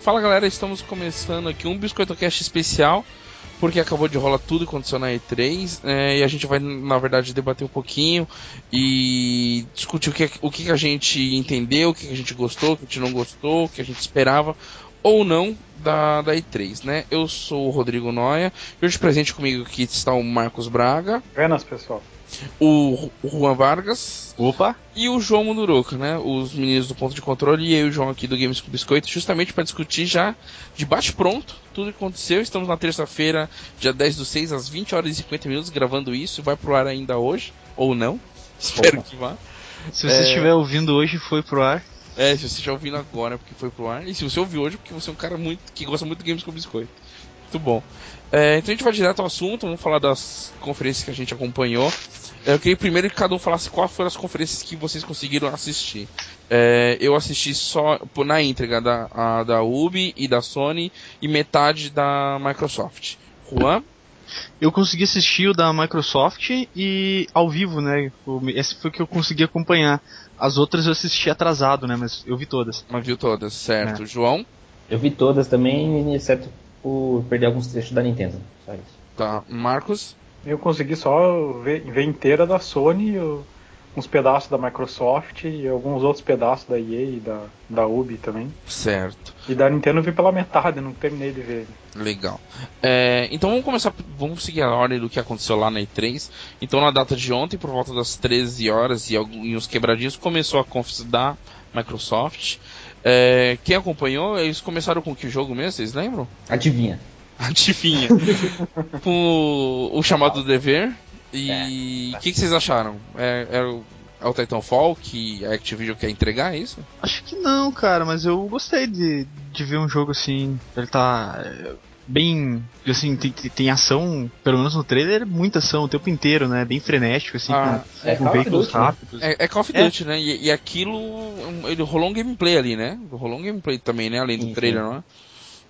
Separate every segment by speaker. Speaker 1: Fala galera, estamos começando aqui um Biscoito Cast especial, porque acabou de rolar tudo e aconteceu na E3, né, e a gente vai, na verdade, debater um pouquinho e discutir o que, o que a gente entendeu, o que a gente gostou, o que a gente não gostou, o que a gente esperava ou não da, da E3, né? Eu sou o Rodrigo Noia, e hoje presente comigo aqui está o Marcos Braga,
Speaker 2: Apenas, pessoal.
Speaker 1: o, o Juan Vargas.
Speaker 3: Opa!
Speaker 1: e o João Munduruca, né? Os meninos do ponto de controle e eu e o João aqui do Games com Biscoito, justamente para discutir já de bate-pronto tudo que aconteceu. Estamos na terça-feira, dia 10 do 6, às 20 horas e 50 minutos, gravando isso. Vai pro ar ainda hoje, ou não. Espero que vá.
Speaker 3: Se
Speaker 2: É,
Speaker 3: você estiver ouvindo hoje, foi pro ar.
Speaker 1: É, se você já ouvindo agora, porque foi pro ar. E se você ouviu hoje, porque você é um cara muito que gosta muito de games com biscoito. Muito bom. É, então a gente vai direto ao assunto, vamos falar das conferências que a gente acompanhou. É, Eu queria primeiro que cada um falasse quais foram as conferências que vocês conseguiram assistir. É, eu assisti só pô, na entrega da, a- da Ubi e da Sony e metade da Microsoft. Juan,
Speaker 3: Eu consegui assistir o da Microsoft e ao vivo, né? O- Esse foi o que eu consegui acompanhar. As outras eu assisti atrasado, né? Mas eu vi todas.
Speaker 1: mas viu todas, certo. João,
Speaker 4: Eu vi todas também, exceto por perder alguns trechos da Nintendo. Só isso.
Speaker 1: tá. Marcos,
Speaker 2: Eu consegui só ver, ver inteira da Sony, eu- uns pedaços da Microsoft e alguns outros pedaços da EA e da, da Ubi também.
Speaker 1: certo.
Speaker 2: E da Nintendo eu vi pela metade, não terminei de ver.
Speaker 1: Legal. É, então vamos começar, vamos seguir a ordem do que aconteceu lá na E3. Então na data de ontem, por volta das 13 horas e alguns quebradinhos, começou a conferência da Microsoft. É, quem acompanhou, eles começaram com que jogo mesmo, vocês lembram?
Speaker 4: Adivinha.
Speaker 1: Adivinha. com o chamado do dever. E o
Speaker 4: É.
Speaker 1: que, que vocês acharam? É, é o, é o Titanfall que a Activision quer entregar, é isso?
Speaker 3: Acho que não, cara, mas eu gostei de, de ver um jogo assim. Ele tá é, bem. Assim, tem, tem- tem ação, pelo menos no trailer, muita ação o tempo inteiro, né? Bem frenético, assim,
Speaker 1: Ah,
Speaker 3: com,
Speaker 4: é
Speaker 3: com
Speaker 4: Call of
Speaker 3: veículos
Speaker 4: Duty, né?
Speaker 3: rápidos.
Speaker 1: É, é Call of
Speaker 3: É.
Speaker 1: Duty, né? E, e aquilo. um, Ele rolou um gameplay ali, né? Rolou um gameplay também, né? Além do
Speaker 4: Sim,
Speaker 1: trailer, não é?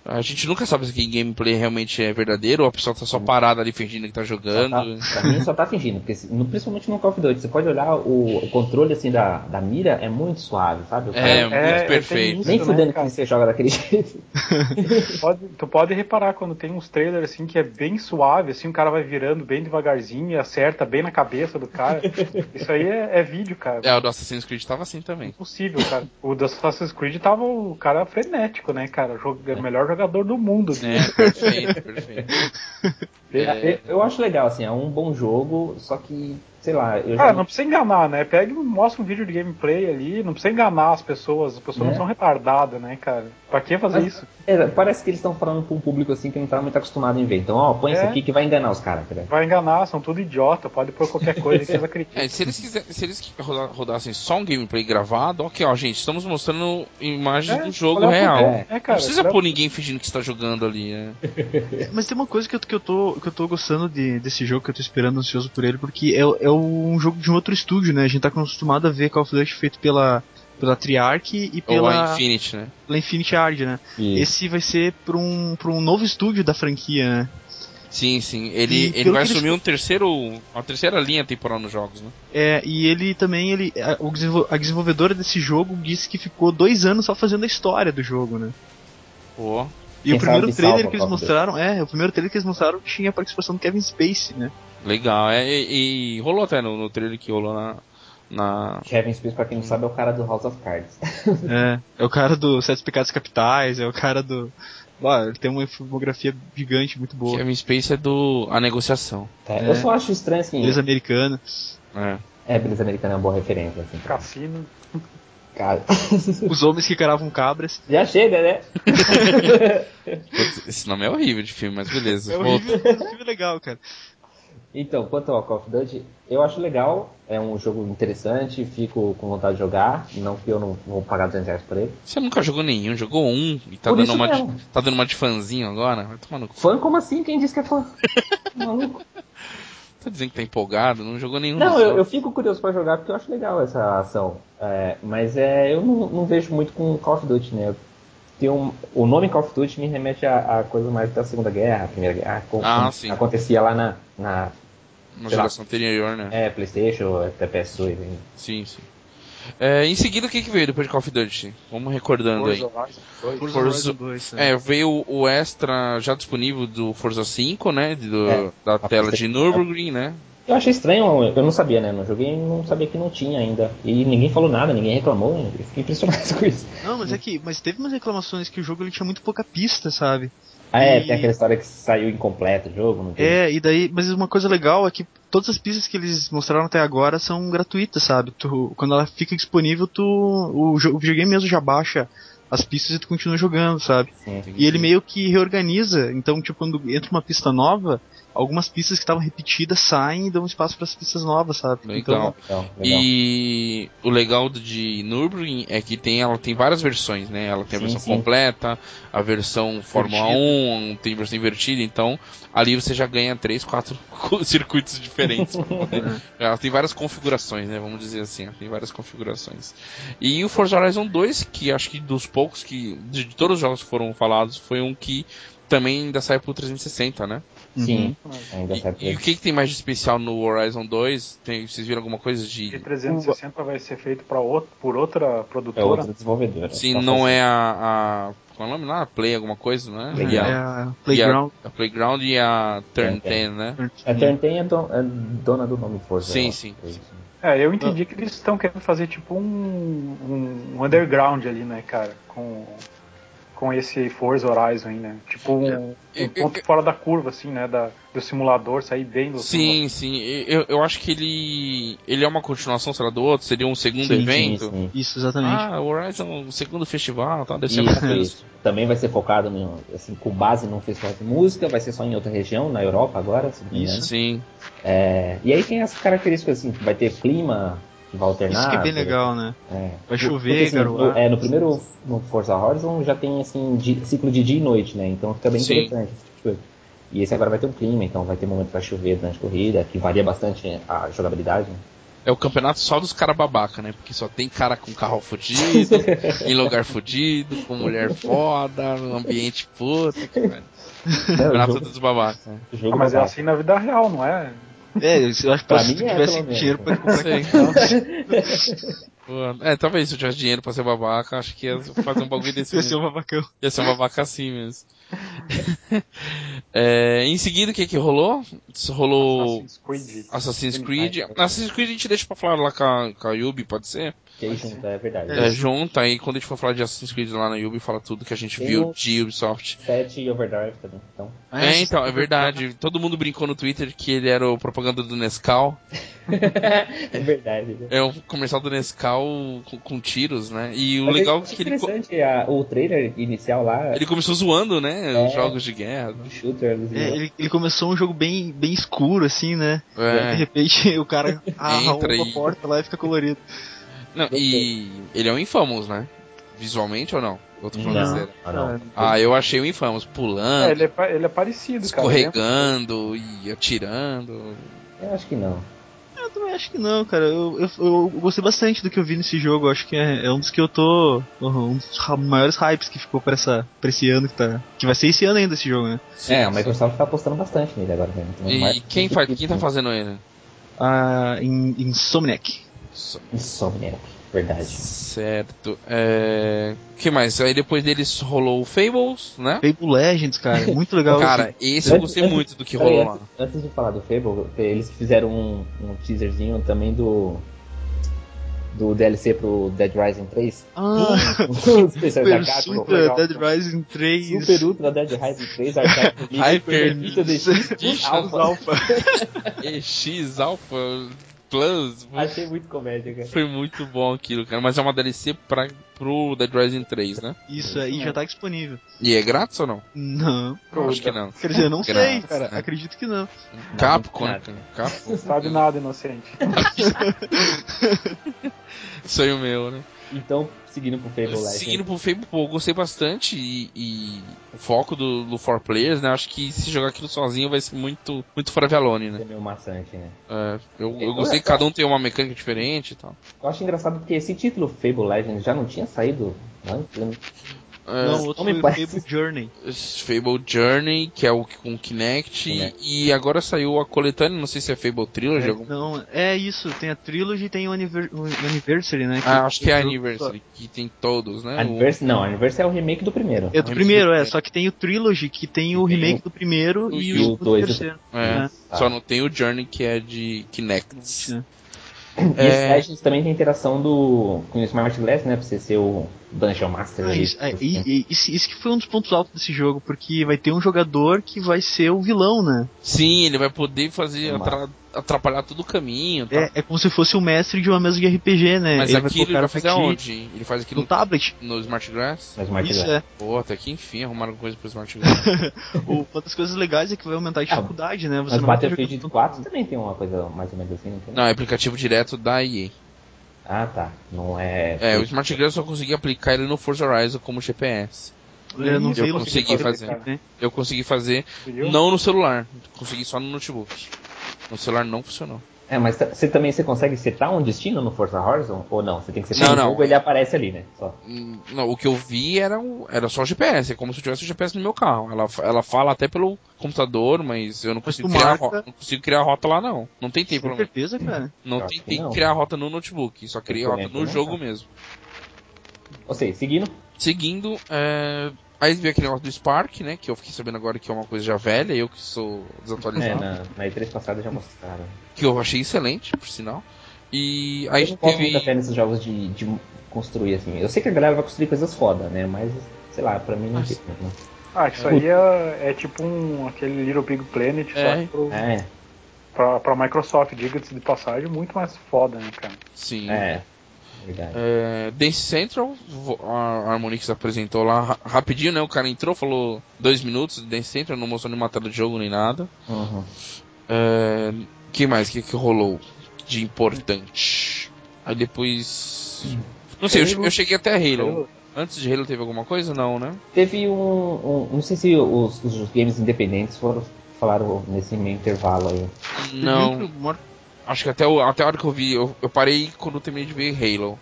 Speaker 1: A gente nunca sabe se aquele gameplay realmente é verdadeiro ou a pessoa tá só parada ali fingindo que tá
Speaker 4: Só
Speaker 1: jogando.
Speaker 4: tá, pra mim só tá fingindo, porque se- no- principalmente no Call of Duty, você pode olhar o, o controle assim da, da mira é muito suave, sabe? O
Speaker 1: É,
Speaker 3: Hum,
Speaker 4: cara-
Speaker 1: muito
Speaker 2: é,
Speaker 1: perfeito.
Speaker 2: tem
Speaker 4: nem
Speaker 2: isso, né,
Speaker 4: fudendo
Speaker 2: cara?
Speaker 4: que você joga daquele jeito.
Speaker 2: Tu pode, tu pode reparar quando tem uns trailers assim que é bem suave, assim o cara vai virando bem devagarzinho e acerta bem na cabeça do cara. Isso aí é, é vídeo, cara.
Speaker 1: É, o do Assassin's Creed tava assim também.
Speaker 2: Impossível, cara. O do Assassin's Creed tava o cara frenético, né, cara? Jog- O melhor jogador do mundo. né?
Speaker 1: É, perfeito, perfeito. É.
Speaker 4: Eu, eu acho legal, assim, é um bom jogo, só que, sei lá, eu já
Speaker 2: Cara, não precisa enganar, né? Pega e mostra um vídeo de gameplay ali, não precisa enganar as pessoas, as pessoas
Speaker 4: Né?
Speaker 2: não são retardadas, né, cara? Pra que fazer
Speaker 4: Mas-
Speaker 2: isso?
Speaker 4: é, parece que eles estão falando pra um público assim que não tá muito acostumado em ver. Então, ó, põe isso
Speaker 2: É.
Speaker 4: aqui que vai enganar os caras, cara.
Speaker 2: Vai enganar, são tudo idiota, pode pôr qualquer coisa que eles acreditam.
Speaker 1: É, se eles, quiser, se eles roda- rodassem só um gameplay gravado, ok, ó, gente, estamos mostrando imagens
Speaker 2: É,
Speaker 1: do jogo
Speaker 2: olha,
Speaker 1: real.
Speaker 4: é.
Speaker 2: É,
Speaker 1: Não
Speaker 2: cara,
Speaker 1: precisa
Speaker 2: olha-
Speaker 1: pôr ninguém fingindo que está jogando ali, né?
Speaker 3: Mas tem uma coisa que eu, que eu, tô, que eu tô gostando de, desse jogo, que eu tô esperando ansioso por ele, porque é, é um jogo de um outro estúdio, né? A gente tá acostumado a ver Call of Duty feito pela, pela Triarch e
Speaker 1: Ou
Speaker 3: pela,
Speaker 1: a Infinity, né?
Speaker 3: pela Infinity Ard, né?
Speaker 4: E-
Speaker 3: Esse vai ser pra um, pra um novo estúdio da franquia, né?
Speaker 1: Sim, sim.
Speaker 3: E
Speaker 1: Ele, ele
Speaker 3: pelo
Speaker 1: vai
Speaker 3: que eles-
Speaker 1: assumir um terceiro, uma terceira linha temporal nos jogos, né?
Speaker 3: É, e ele também, ele, a, o desenvol- a desenvolvedora desse jogo disse que ficou dois anos só fazendo a história do jogo, né?
Speaker 1: Pô,
Speaker 3: E
Speaker 4: Quem
Speaker 3: o primeiro
Speaker 4: sabe
Speaker 3: trailer
Speaker 4: salva
Speaker 3: que
Speaker 4: Call
Speaker 3: eles
Speaker 4: of Duty.
Speaker 3: mostraram, é, o primeiro trailer que eles mostraram tinha a participação do Kevin Spacey, né?
Speaker 1: legal. É, e, e rolou até no, no trailer que rolou na. na...
Speaker 4: Kevin Space, pra quem não sabe, é o cara do House of Cards.
Speaker 3: É, é o cara do Sete Pecados Capitais, é o cara do. Ó, ele tem uma filmografia gigante, muito boa.
Speaker 1: Kevin Space é do. A negociação.
Speaker 4: É,
Speaker 3: É.
Speaker 4: Eu só acho estranho, assim.
Speaker 3: Beleza americana.
Speaker 1: É.
Speaker 4: É, beleza americana é uma boa referência, assim.
Speaker 2: Cassino.
Speaker 4: Cara.
Speaker 3: Os homens que caravam cabras.
Speaker 4: Já chega, né?
Speaker 1: Putz, Esse nome é horrível de filme, mas beleza.
Speaker 3: É
Speaker 1: Pô,
Speaker 3: horrível, é um filme legal, cara.
Speaker 4: Então, quanto ao Call of Duty, eu acho legal, é um jogo interessante, fico com vontade de jogar, não que eu não vou pagar 200 reais por ele.
Speaker 1: Você nunca jogou nenhum, jogou um e tá
Speaker 4: Por
Speaker 1: dando
Speaker 4: isso
Speaker 1: uma de,
Speaker 4: mesmo.
Speaker 1: tá dando uma de fãzinho agora? Vai tomar no cu.
Speaker 4: Fã como assim? Quem disse que é fã? Maluco.
Speaker 1: Tá dizendo que tá empolgado, não jogou nenhum.
Speaker 4: Não,
Speaker 1: dos
Speaker 4: eu, eu
Speaker 1: jogos.
Speaker 4: fico curioso pra jogar porque eu acho legal essa ação. É, mas é, eu não, não vejo muito com Call of Duty, né? Eu tenho um- o nome Call of Duty me remete a, a coisa mais da Segunda Guerra, a Primeira Guerra, como
Speaker 1: Ah,
Speaker 4: como
Speaker 1: sim.
Speaker 4: acontecia lá na, na
Speaker 1: Na
Speaker 4: sei lá.
Speaker 1: geração anterior, né?
Speaker 4: é, Playstation, até PS2, hein?
Speaker 1: Sim, sim. É, em seguida, o que, que veio depois de Call of Duty? Vamos recordando aí.
Speaker 2: Forza Horizon dois.
Speaker 3: Forza
Speaker 1: Forza-
Speaker 3: Horizon 2, né?
Speaker 1: É, veio o extra já disponível do Forza 5, né? Do,
Speaker 4: É.
Speaker 1: da
Speaker 4: A
Speaker 1: tela de
Speaker 4: PlayStation.
Speaker 1: Nürburgring, né?
Speaker 4: Eu achei estranho, eu não sabia, né? No joguei não sabia que não tinha ainda. E ninguém falou nada, ninguém reclamou, né? eu fiquei impressionado com isso.
Speaker 3: Não, mas é que. Mas teve umas reclamações que o jogo ele tinha muito pouca pista, sabe?
Speaker 4: Ah, é,
Speaker 3: E-
Speaker 4: tem aquela história que saiu incompleto o jogo, não teve.
Speaker 3: É, e daí. Mas uma coisa legal é que todas as pistas que eles mostraram até agora são gratuitas, sabe? Tu, quando ela fica disponível, tu. O, jo- o videogame mesmo já baixa as pistas e tu continua jogando, sabe?
Speaker 4: Sim.
Speaker 3: E
Speaker 1: Uhum.
Speaker 3: ele meio que reorganiza. Então, tipo, quando entra uma pista nova, algumas pistas que estavam repetidas saem e dão espaço para as pistas novas, sabe? Então,
Speaker 1: Legal.
Speaker 4: então, Legal, legal.
Speaker 1: E o legal do- de Nürburgring é que tem, ela tem várias versões, né? Ela tem a
Speaker 4: Sim,
Speaker 1: versão
Speaker 4: sim.
Speaker 1: completa, a versão Fórmula 1, tem versão invertida, então ali você já ganha 3, 4 circuitos diferentes. pra poder- ela tem várias configurações, né? Vamos dizer assim, ela tem várias configurações. E o Forza Horizon 2, que acho que dos poucos que, de de todos os jogos que foram falados, foi um que também ainda sai pro 360, né?
Speaker 3: uhum.
Speaker 4: Sim, ainda
Speaker 1: E-
Speaker 4: sabe
Speaker 1: E, o que, que tem mais de especial no Horizon 2? Tem, vocês viram alguma coisa de
Speaker 2: E 360 vai ser feito pra outro, por outra
Speaker 4: é né?
Speaker 2: produtora. né?
Speaker 4: outra desenvolvedora.
Speaker 1: Sim,
Speaker 4: Só
Speaker 1: não
Speaker 4: faz-
Speaker 1: é a, a. Qual é o nome lá? Play alguma coisa, né?
Speaker 4: Play.
Speaker 1: E
Speaker 3: É
Speaker 1: a,
Speaker 3: a Playground.
Speaker 1: a Playground e a Turn
Speaker 4: Turn 10,
Speaker 1: 10, né?
Speaker 4: A Turn 10 é, don- é dona do nome Forza. né?
Speaker 1: Sim, sim.
Speaker 4: eu acho.
Speaker 2: É, eu
Speaker 1: Ah.
Speaker 2: entendi que eles estão querendo fazer tipo um, um underground ali, né, cara? Com, com esse Forza Horizon aí, né? Tipo um,
Speaker 1: É.
Speaker 2: um ponto fora da curva, assim, né? Da, do simulador, sair bem do
Speaker 1: Sim,
Speaker 2: simulador.
Speaker 1: sim. E- Eu, eu acho que ele. Ele é uma continuação, sei lá, do outro, seria um segundo
Speaker 4: Sim,
Speaker 1: evento.
Speaker 4: sim, sim.
Speaker 3: Isso, exatamente.
Speaker 1: Ah, Horizon, o segundo festival, tá? Deve ser alguma
Speaker 4: Isso,
Speaker 1: coisa.
Speaker 4: isso. Também vai ser focado no, assim, com base num festival de música, vai ser só em outra região, na Europa agora, se não me engano.
Speaker 3: Isso.
Speaker 1: Sim.
Speaker 4: É, e aí tem as características assim, vai ter clima que vai
Speaker 1: Ah,
Speaker 4: alternar.
Speaker 3: Isso que é bem
Speaker 4: por-
Speaker 3: legal, né?
Speaker 4: é.
Speaker 3: Vai
Speaker 4: Porque,
Speaker 3: chover,
Speaker 4: assim, no,
Speaker 3: garoar.
Speaker 4: é, no primeiro no Forza Horizon já tem assim di- ciclo de dia e noite, né? Então fica bem
Speaker 1: Sim.
Speaker 4: interessante. esse tipo de coisa. e esse agora vai ter um clima, então vai ter momento que vai chover durante a corrida, que varia bastante a jogabilidade. né?
Speaker 1: É o campeonato só dos caras babaca, né? Porque só tem cara com carro fudido, em lugar fudido, com mulher foda, no ambiente puta. que velho.
Speaker 4: É, o
Speaker 1: Campeonato
Speaker 4: jogo,
Speaker 1: dos babacas. né?
Speaker 4: o
Speaker 2: Ah,
Speaker 4: jogo
Speaker 2: mas é
Speaker 4: vai-
Speaker 2: assim na vida real, não é?
Speaker 3: É, eu acho que
Speaker 4: Pra
Speaker 3: se
Speaker 4: mim
Speaker 3: tu
Speaker 4: é,
Speaker 3: tivesse
Speaker 4: pelo menos.
Speaker 3: dinheiro pra comprar
Speaker 1: Sei.
Speaker 3: aquilo,
Speaker 1: Pô, É, talvez se eu tivesse dinheiro pra ser babaca, acho que ia fazer um bagulho desse
Speaker 3: ia ser
Speaker 1: mesmo.
Speaker 3: um babacão.
Speaker 1: Ia ser um babaca assim mesmo. É, em seguida, o que que rolou? Rolou
Speaker 2: Assassin's Creed.
Speaker 1: Assassin's Creed. Assassin's Creed a gente deixa pra falar lá com a, com a Yubi, pode ser?
Speaker 4: que é junto, é verdade.
Speaker 1: É, junta aí, quando a gente for falar de Assassin's Creed lá na Yubi, fala tudo que a gente
Speaker 4: Tem
Speaker 1: viu
Speaker 4: um-
Speaker 1: de Ubisoft.
Speaker 4: Sete e Overdrive também. Então,
Speaker 1: É, então, é verdade. Todo mundo brincou no Twitter que ele era o propaganda do Nescau.
Speaker 4: é verdade. né?
Speaker 1: É o comercial do Nescau com, com tiros, né? E o
Speaker 4: Mas
Speaker 1: legal
Speaker 4: é
Speaker 1: é que ele, co-
Speaker 4: interessante a- o trailer inicial lá,
Speaker 1: ele começou zoando, né?
Speaker 4: É.
Speaker 1: Os jogos de guerra. né?
Speaker 4: o shooter, eles-
Speaker 3: É, ele, ele começou um jogo bem, bem escuro, assim, né?
Speaker 1: É
Speaker 3: De repente o cara arromba
Speaker 1: Entra
Speaker 3: a
Speaker 1: e-
Speaker 3: porta lá e fica colorido.
Speaker 1: Não, e ele é um Infamous, né? Visualmente ou não? Eu tô falando
Speaker 4: Não.
Speaker 1: besteira.
Speaker 4: Ah, não.
Speaker 1: Ah, eu achei o Infamous
Speaker 2: É,
Speaker 1: pulando,
Speaker 2: ele é, pa- ele é parecido, cara.
Speaker 1: escorregando e atirando.
Speaker 4: Eu acho que não.
Speaker 3: Eu também acho que não, cara. Eu, eu, eu gostei bastante do que eu vi nesse jogo. Eu acho que é, é um dos que eu tô. Um dos ra- maiores hypes que ficou pra, essa, pra esse ano que tá. Que vai ser esse ano ainda esse jogo, né?
Speaker 4: é, a Microsoft tá apostando bastante nele agora, né? Então,
Speaker 1: E
Speaker 4: mas-
Speaker 1: quem, faz, quem tá fazendo ele?
Speaker 3: Ah, em, em Somniac.
Speaker 1: S-
Speaker 4: Insomniac, verdade.
Speaker 1: Certo. É... que mais? Aí depois deles rolou o Fables, né?
Speaker 3: Fable Legends, cara. Muito legal.
Speaker 1: Cara, esse eu gostei muito do que
Speaker 2: é
Speaker 1: rolou lá.
Speaker 4: Antes, antes de falar do Fable, eles fizeram um, um teaserzinho também do. Do DLC pro Dead Rising 3.
Speaker 3: Ah,
Speaker 4: Os especiais
Speaker 3: Super
Speaker 4: da Capcom.
Speaker 3: Super Dead Rising 3.
Speaker 4: Super Ultra Dead Rising 3, Arcade
Speaker 1: Hyper
Speaker 4: Elite Alpha.
Speaker 1: EX Alpha Plus.
Speaker 4: Achei muito comédia, cara.
Speaker 1: Foi muito bom aquilo, cara. Mas é uma DLC pra, pro Dead Rising 3, né?
Speaker 3: Isso aí já tá disponível.
Speaker 1: E é grátis ou não?
Speaker 3: Não.
Speaker 1: Eu acho que não.
Speaker 3: Quer dizer, eu não sei,
Speaker 1: Graças, né?
Speaker 3: cara. Acredito que não.
Speaker 1: Capcom, né,
Speaker 4: nada.
Speaker 1: cara? Capcom.
Speaker 2: Não sabe nada, inocente.
Speaker 1: Sonho meu, né?
Speaker 4: Então, seguindo pro Fable Legend.
Speaker 1: Seguindo pro Fable, pô, eu gostei bastante e, e o foco do, do Four Players, né? Acho que se jogar aquilo sozinho vai ser muito, muito fora Valone, né?
Speaker 4: É meio maçante, né?
Speaker 1: É, eu, eu gostei que cada um tem uma mecânica diferente e tal.
Speaker 4: Eu acho engraçado porque esse título Fable Legends já não tinha saído antes, né?
Speaker 1: É,
Speaker 3: Não, o outro
Speaker 4: não
Speaker 3: foi
Speaker 4: me
Speaker 3: o
Speaker 4: parece.
Speaker 3: Fable Journey.
Speaker 1: Fable Journey, que é o que- com Kinect,
Speaker 4: Kinect.
Speaker 1: e agora saiu a coletânea, não sei se é Fable Trilogy. algum-
Speaker 3: Não, é isso, tem a Trilogy e tem o, Aniver- o Anniversary, né?
Speaker 1: Ah, acho que é
Speaker 3: eu-
Speaker 1: Anniversary, que tem todos, né? O-
Speaker 4: Anniversary, não, Anniversary é o remake do primeiro.
Speaker 3: É do primeiro, é, só que tem o Trilogy, que tem o
Speaker 4: E tem
Speaker 3: remake
Speaker 4: o-
Speaker 3: do primeiro
Speaker 1: e
Speaker 3: e,
Speaker 1: o
Speaker 3: o do
Speaker 4: dois.
Speaker 3: terceiro.
Speaker 1: é,
Speaker 3: né?
Speaker 4: Tá.
Speaker 1: Só não tem o Journey, que é de Kinect.
Speaker 3: né?
Speaker 4: E
Speaker 1: É.
Speaker 4: esse aí a gente também tem interação do com o Smart Glass, né? Pra você ser o Dungeon Master
Speaker 3: Ah,
Speaker 4: ali.
Speaker 3: isso, é, e- e- isso- isso que foi um dos pontos altos desse jogo, porque vai ter um jogador que vai ser o vilão, né?
Speaker 1: Sim, ele vai poder fazer
Speaker 4: Mas-
Speaker 1: atra- atrapalhar todo o caminho. Tá?
Speaker 3: É, é como se fosse o mestre de uma mesa de RPG, né?
Speaker 1: Mas
Speaker 3: ele vai
Speaker 1: aquilo ele
Speaker 3: colocar
Speaker 1: vai
Speaker 3: o
Speaker 1: fazer
Speaker 3: faquinha
Speaker 1: aonde? Ele faz aquilo
Speaker 3: No tablet.
Speaker 1: no Smart Grass?
Speaker 4: No Smart
Speaker 3: Isso
Speaker 4: Glass.
Speaker 3: é.
Speaker 1: Pô, até que enfim arrumaram coisa pro Smart Grass.
Speaker 3: O- uma das coisas legais é que vai aumentar a dificuldade, né? Você
Speaker 4: Mas
Speaker 3: não vai ter
Speaker 4: Battlefield
Speaker 3: jogando-
Speaker 4: 4 também tem uma coisa mais ou menos assim, não tem?
Speaker 1: não, é aplicativo direto da EA.
Speaker 4: Ah, tá. Não
Speaker 1: É,
Speaker 4: é.
Speaker 1: o Smart Grass eu só consegui aplicar ele no Forza Horizon como GPS.
Speaker 3: Eu não
Speaker 2: Eu
Speaker 3: sei
Speaker 1: consegui
Speaker 3: Luciano,
Speaker 1: fazer.
Speaker 3: né?
Speaker 1: Eu consegui fazer,
Speaker 2: Viu?
Speaker 1: não no celular, consegui só no notebook. No celular não funcionou.
Speaker 4: É, mas tá- você também você consegue setar um destino no Forza Horizon ou não? Você tem que setar
Speaker 1: Não,
Speaker 4: um
Speaker 1: não.
Speaker 4: jogo, ele aparece ali, né? Só.
Speaker 1: Hum, Não, o que eu vi era, um- era só o GPS, é como se eu tivesse o GPS no meu carro. Ela, fa- ela fala até pelo computador, mas eu não
Speaker 3: Mas tu
Speaker 1: consigo, criar, a
Speaker 3: marca-
Speaker 1: rota, não consigo criar a rota lá não. Não tentei, pelo
Speaker 3: Com
Speaker 1: menos.
Speaker 3: certeza, cara.
Speaker 1: Não
Speaker 4: Eu acho que
Speaker 1: tentei
Speaker 4: não.
Speaker 1: criar a rota no notebook, só criei a
Speaker 4: Eu
Speaker 1: rota
Speaker 4: lembro,
Speaker 1: no
Speaker 4: né?
Speaker 1: jogo mesmo.
Speaker 4: Ou seja, seguindo.
Speaker 1: Seguindo, é... aí veio aquele negócio do Spark, né? Que eu fiquei sabendo agora que é uma coisa já velha, eu que sou
Speaker 4: É,
Speaker 1: desatualizado.
Speaker 4: na, na E3 passada já mostraram.
Speaker 1: que eu achei excelente, por sinal. E
Speaker 4: Aí
Speaker 1: aí
Speaker 4: eu não posso muita
Speaker 1: teve.
Speaker 4: fé nesses jogos de, de construir assim. Eu sei que a galera vai construir coisas foda, né? Mas, sei lá, pra mim não
Speaker 1: Mas-
Speaker 4: tem. né?
Speaker 2: Ah, isso aí é, é tipo um, aquele Little Big Planet,
Speaker 1: É.
Speaker 2: só que pro,
Speaker 4: É,
Speaker 2: pra, pra Microsoft, diga-se de passagem, muito mais foda, né, cara?
Speaker 1: Sim.
Speaker 4: é. Verdade.
Speaker 1: É, Dance Central, vo- a a Harmonix apresentou lá ra- rapidinho, né? O cara entrou, falou dois minutos de Dance Central, não mostrou nenhuma tela de jogo nem nada.
Speaker 4: Uhum.
Speaker 1: É, que mais? O que, que rolou de importante? Aí depois. Não sei, eu, che- eu cheguei até Halo. Antes de Halo teve alguma coisa? Não, né?
Speaker 4: Teve um, um- Não sei se os, os games independentes foram falaram nesse meio intervalo aí.
Speaker 2: Uhum.
Speaker 1: Não.
Speaker 3: Teve um que mor-
Speaker 1: Acho que até, o, até a hora que eu vi, eu, eu parei quando eu terminei de ver Halo,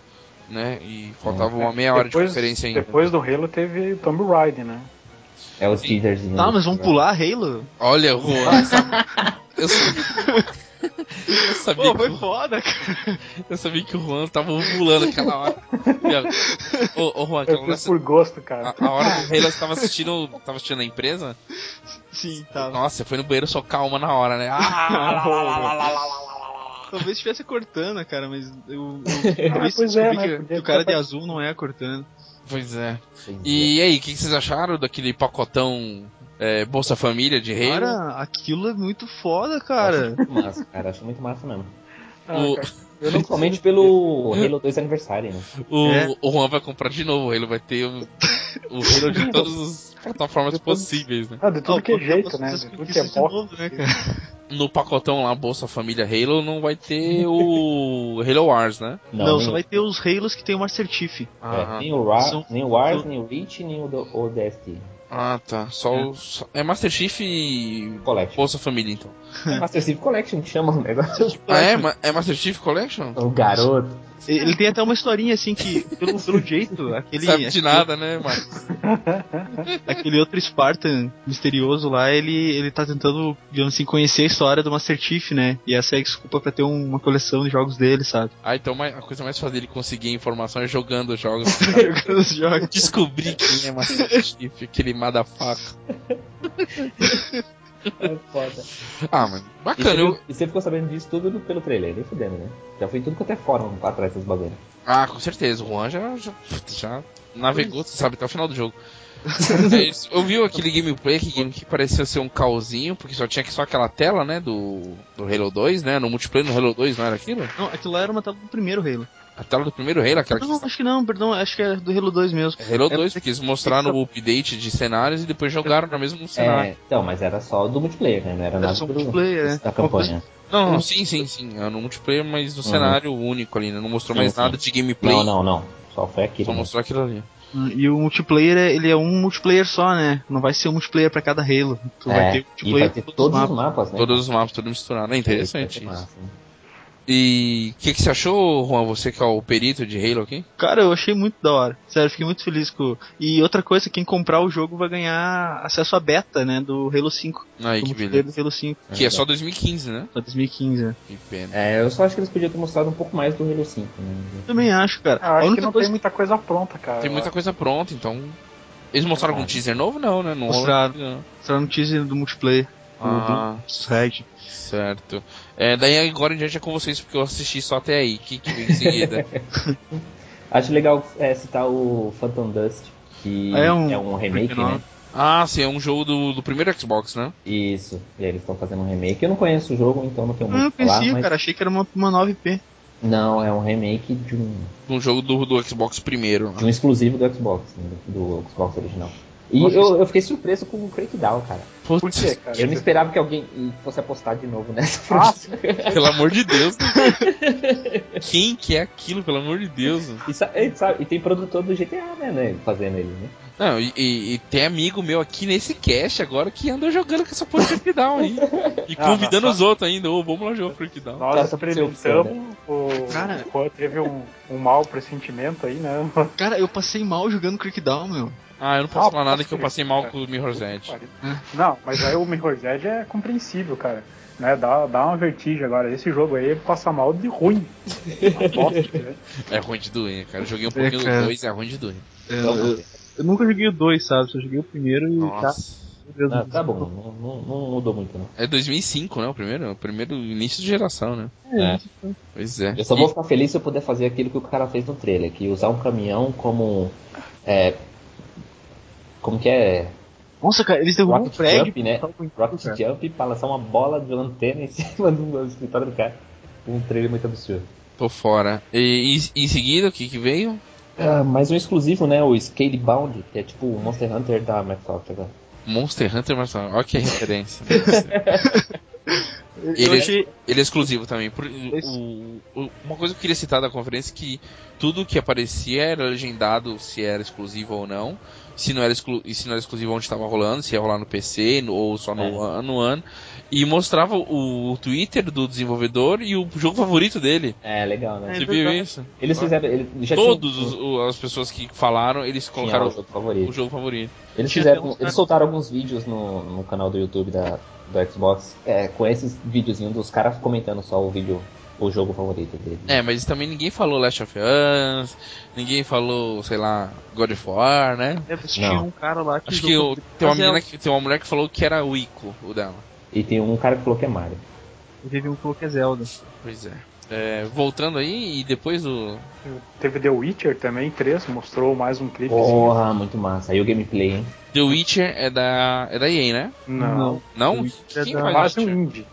Speaker 1: né? E faltava uma meia hora de conferência ainda.
Speaker 2: Depois do Halo teve Tomb Raider, né?
Speaker 4: É os teasers.
Speaker 3: Tá, mas vamos pular Halo?
Speaker 1: Olha, Juan, eu sabia. Eu sabia, eu sabia
Speaker 3: Pô,
Speaker 1: que,
Speaker 3: foi foda, cara.
Speaker 1: o- eu sabia que o Juan tava ovulando aquela hora. E a- Ô, ô Juan,
Speaker 2: Eu
Speaker 1: aquela hora,
Speaker 2: fiz por gosto, cara.
Speaker 1: a, a hora do Halo você tava assistindo. Tava assistindo a empresa?
Speaker 3: Sim, tá.
Speaker 1: Nossa, você foi no banheiro só calma na hora, né? Ah, lá, lá, lá, lá, lá, lá, lá, lá, lá, lá.
Speaker 3: Talvez estivesse cortana, cara, mas eu, eu
Speaker 2: Ah,
Speaker 3: talvez
Speaker 2: pois é,
Speaker 3: descobri
Speaker 2: né?
Speaker 3: que,
Speaker 2: Podia
Speaker 3: que o cara
Speaker 2: ficar-
Speaker 3: de azul não é a cortana.
Speaker 1: Pois é. E aí, o que que vocês acharam daquele pacotão é, Bolsa Família de Halo?
Speaker 3: Cara, aquilo é muito foda, cara.
Speaker 4: Acho muito massa, cara. Acho muito massa mesmo.
Speaker 2: Ah,
Speaker 1: o-
Speaker 2: cara, eu não
Speaker 4: Principalmente pelo Halo 2 aniversário, né?
Speaker 1: O,
Speaker 3: É.
Speaker 1: o Juan vai comprar de novo, ele vai ter o, o Halo de todas as plataformas possíveis, né?
Speaker 2: Ah, de tudo
Speaker 3: Ah,
Speaker 2: que é
Speaker 3: eu
Speaker 2: jeito,
Speaker 3: posso
Speaker 2: né?
Speaker 3: fazer
Speaker 2: De
Speaker 3: as
Speaker 2: tudo que é
Speaker 3: conquistas de
Speaker 2: bosta.
Speaker 3: novo, né, cara?
Speaker 1: No pacotão lá, Bolsa Família Halo, não vai ter o Halo Wars, né?
Speaker 3: Não,
Speaker 4: nem,
Speaker 3: só vai ter os Halos que tem o Master Chief.
Speaker 4: é,
Speaker 1: Ah,
Speaker 4: nem o Ra
Speaker 3: São-
Speaker 4: nem o Wars,
Speaker 3: são-
Speaker 4: nem o Reach, nem o, do, o DST.
Speaker 1: ah, tá. Só o. só- É Master Chief e
Speaker 4: Collection. É
Speaker 1: Bolsa Família, então.
Speaker 4: Master Chief Collection que chama o negócio.
Speaker 1: Ah, é? Ma- É Master Chief Collection?
Speaker 4: O garoto.
Speaker 3: Ele tem até uma historinha assim que, pelo, pelo jeito, aquele,
Speaker 1: Sabe de
Speaker 3: aquele-
Speaker 1: nada, né, Marcos?
Speaker 3: aquele outro Spartan misterioso lá, ele, ele tá tentando, digamos assim, conhecer a história do Master Chief, né? E essa é a desculpa pra ter um- uma coleção de jogos dele, sabe?
Speaker 1: Ah, então ma- a coisa mais fácil dele conseguir informação é jogando os jogos.
Speaker 3: Jogando os jogos.
Speaker 1: Descobrir quem é Master Chief, aquele madafaca.
Speaker 4: É foda.
Speaker 1: Ah, mano,
Speaker 4: E você,
Speaker 1: bacana. eu-
Speaker 4: viu- e você ficou sabendo disso tudo no- pelo trailer, nem fudendo, né? Já fui em tudo quanto é fórum atrás dessas bagulho.
Speaker 1: Ah, com certeza. O Juan já, já, já navegou, você sabe, até o final do jogo. É isso. eu vi aquele gameplay que, game que parecia ser um caosinho, porque só tinha que só aquela tela, né, do, do Halo 2, né? No multiplayer no Halo 2, não era aquilo?
Speaker 3: Não, aquilo lá era uma tela do primeiro Halo.
Speaker 1: A tela do primeiro Halo, aquela
Speaker 3: Não,
Speaker 1: que...
Speaker 3: acho que não, perdão, acho que é do Halo 2 mesmo.
Speaker 1: É Halo
Speaker 3: É,
Speaker 1: 2, porque eles mostraram o update de cenários e depois jogaram no mesmo cenário.
Speaker 4: É, então, mas era só do multiplayer, né? Não era,
Speaker 3: Era
Speaker 4: nada
Speaker 3: só
Speaker 4: do,
Speaker 3: multiplayer, né?
Speaker 4: da campanha.
Speaker 1: Não, não, sim, sim, sim. Era no multiplayer, mas no
Speaker 4: Uhum.
Speaker 1: cenário único ali, né? Não mostrou
Speaker 4: Sim,
Speaker 1: mais
Speaker 4: sim.
Speaker 1: nada de gameplay,
Speaker 4: Não, não, não. Só foi
Speaker 1: só
Speaker 4: aquilo. né?
Speaker 1: mostrou aquilo ali.
Speaker 3: Então, E o multiplayer, é- ele é um multiplayer só, né? Não vai ser um multiplayer pra cada Halo. Tu vai
Speaker 4: É,
Speaker 3: ter um
Speaker 4: e vai
Speaker 3: multiplayer
Speaker 4: ter
Speaker 3: pra
Speaker 4: todos os
Speaker 3: mapas.
Speaker 4: mapas, né?
Speaker 1: Todos os mapas, tudo misturado. É interessante
Speaker 4: Vai
Speaker 1: isso.
Speaker 4: ter massa, né?
Speaker 1: E o que, que você achou, Juan? Você que é o perito de Halo aqui?
Speaker 3: Cara, eu achei muito da hora. Sério, fiquei muito feliz com. E outra coisa, quem comprar o jogo vai ganhar acesso à beta, né? Do Halo 5.
Speaker 1: Aí,
Speaker 3: do
Speaker 1: que
Speaker 3: multiplayer
Speaker 1: beleza.
Speaker 3: do Halo 5.
Speaker 1: Que é só 2015, né?
Speaker 3: Pra 2015, né?
Speaker 1: Que pena.
Speaker 4: É, eu só acho que eles podiam ter mostrado um pouco mais do Halo 5, né?
Speaker 3: Também acho, cara.
Speaker 2: Ah,
Speaker 3: a
Speaker 2: acho que
Speaker 3: única
Speaker 2: não
Speaker 3: coisa
Speaker 2: tem muita coisa pronta,
Speaker 4: É.
Speaker 2: cara.
Speaker 1: Tem muita coisa pronta, então. Eles mostraram algum teaser novo? Não, né? Não rolou
Speaker 3: Mostraram. Uhum.
Speaker 1: nada, não.
Speaker 3: que mostraram no teaser do multiplayer.
Speaker 1: Ah,
Speaker 3: Do Red.
Speaker 1: certo. É, daí agora em diante é com vocês, porque eu assisti só até aí. O que, que vem em seguida?
Speaker 4: Acho legal é, citar o Phantom Dust, que
Speaker 3: É
Speaker 4: é
Speaker 3: um-
Speaker 4: um, remake, né?
Speaker 1: ah, sim, é um jogo do, do primeiro Xbox, né?
Speaker 4: Isso, e aí eles estão fazendo um remake. Eu não conheço o jogo, então não tenho
Speaker 3: Ah, eu
Speaker 4: muito pra falar,
Speaker 3: conhecia,
Speaker 4: mas...
Speaker 3: cara. Achei que era uma, uma 9P.
Speaker 4: Não, é um remake de um,
Speaker 1: Um jogo do, do Xbox primeiro. né?
Speaker 4: de um exclusivo do Xbox, né? do Xbox original. E
Speaker 3: Nossa,
Speaker 4: eu, eu fiquei surpreso com o Crackdown, cara.
Speaker 2: Por
Speaker 1: Putz,
Speaker 2: quê, cara?
Speaker 4: Eu não esperava que alguém fosse apostar de novo nessa
Speaker 2: Ah,
Speaker 4: franquia.
Speaker 1: pelo amor de Deus. Quem que é aquilo, pelo amor de Deus?
Speaker 4: E, sa- e sabe- e tem produtor do GTA, né, né, Fazendo ele, né?
Speaker 1: Não, e, e- e tem amigo meu aqui nesse cast agora que anda jogando com essa porra de Crackdown aí. E
Speaker 2: Ah,
Speaker 1: convidando
Speaker 2: mas-
Speaker 1: os outros ainda. Ô, vamos lá jogar Crackdown.
Speaker 2: Nós
Speaker 4: Cara, essa
Speaker 2: experimentamos,
Speaker 4: opção,
Speaker 2: o
Speaker 3: Cara.
Speaker 2: o Juan teve um, um mau pressentimento aí, né?
Speaker 3: Cara, eu passei mal jogando Crackdown, meu.
Speaker 1: Ah, eu não posso
Speaker 2: Ah,
Speaker 1: falar nada que eu
Speaker 2: posso
Speaker 1: passei
Speaker 2: crer,
Speaker 1: mal
Speaker 2: cara.
Speaker 1: com o Mirror's Edge.
Speaker 2: Não, mas aí o Mirror's Edge é compreensível, cara. Né, dá, dá uma vertigem agora. Esse jogo aí passa mal de ruim. Uma bosta, né?
Speaker 1: É ruim de doer, cara. Eu joguei um pouquinho
Speaker 3: cara.
Speaker 1: do 2, é ruim de doer.
Speaker 3: É, eu, eu nunca joguei o 2, sabe? Só joguei o primeiro e tá.
Speaker 1: Nossa.
Speaker 3: meu Deus
Speaker 4: Ah,
Speaker 3: do
Speaker 4: tá
Speaker 3: céu.
Speaker 4: bom, não, não- não mudou muito, não.
Speaker 1: É 2005, né? O primeiro, o primeiro início de geração, né?
Speaker 4: É.
Speaker 1: Pois é.
Speaker 4: Eu só vou ficar feliz se eu puder fazer aquilo que o cara fez no trailer, que usar um caminhão como. É, como que é?
Speaker 3: Nossa, cara, eles derrubaram um
Speaker 4: Rocket
Speaker 3: prédio.
Speaker 4: Jump, né?
Speaker 3: pra botar o brinquedo,
Speaker 4: Rocket
Speaker 3: cara.
Speaker 4: Jump pra lançar uma bola de lanterna em cima do, do escritório do cara. Um trailer muito absurdo.
Speaker 1: E tô fora. E, e- em seguida, o que que veio?
Speaker 4: Ah, mais um exclusivo, né? O Scalebound, que é tipo o Monster Hunter da Microsoft agora.
Speaker 1: Monster Hunter Marcelo. Olha que referência.
Speaker 3: Eu-
Speaker 1: Ele-
Speaker 3: Eu achei.
Speaker 1: Ele é exclusivo também. Por- o- o- uma coisa que eu queria citar da conferência é que tudo que aparecia era legendado se era exclusivo ou não. Se não era, exclu e se não era exclusivo onde estava rolando, se ia rolar no PC no- ou só
Speaker 4: É.
Speaker 1: no ano no One. E mostrava o, o Twitter do desenvolvedor e o jogo favorito dele.
Speaker 4: É, legal,
Speaker 3: É
Speaker 4: né?
Speaker 1: Você viu
Speaker 3: verdade.
Speaker 1: isso?
Speaker 4: Eles fizeram. Eles já
Speaker 1: Todos
Speaker 4: tinham-
Speaker 1: os- o- as pessoas que falaram, eles
Speaker 4: tinha
Speaker 1: colocaram
Speaker 4: o jogo favorito.
Speaker 1: o jogo favorito.
Speaker 4: Eles,
Speaker 3: Tinha
Speaker 4: fizeram,
Speaker 3: até uns-
Speaker 4: eles soltaram alguns vídeos no, no canal do YouTube da, do Xbox é, com esses videozinhos dos caras comentando só o vídeo, o jogo favorito dele.
Speaker 1: É, mas também ninguém falou Last of Us, ninguém falou, sei lá, God of War, né?
Speaker 3: É, tinha um cara lá que.
Speaker 1: Acho que
Speaker 3: jogou-
Speaker 1: eu, tem, uma
Speaker 3: Mas é,
Speaker 1: menina que, tem uma mulher que falou que era o Ico, o dela.
Speaker 4: E tem um cara que falou que é Mario.
Speaker 3: Teve um que falou que é Zelda.
Speaker 1: Pois é. É, voltando aí, e depois o.
Speaker 2: Teve The Witcher também, 3, mostrou mais um clipe.
Speaker 4: Porra, muito massa. Aí o gameplay, hein?
Speaker 1: The Witcher é da. é da EA, né?
Speaker 2: Não,
Speaker 1: Não?
Speaker 3: The Witcher é
Speaker 1: Quem
Speaker 3: da-
Speaker 1: faz
Speaker 2: quase
Speaker 1: The
Speaker 2: um
Speaker 1: Witcher?
Speaker 2: indie.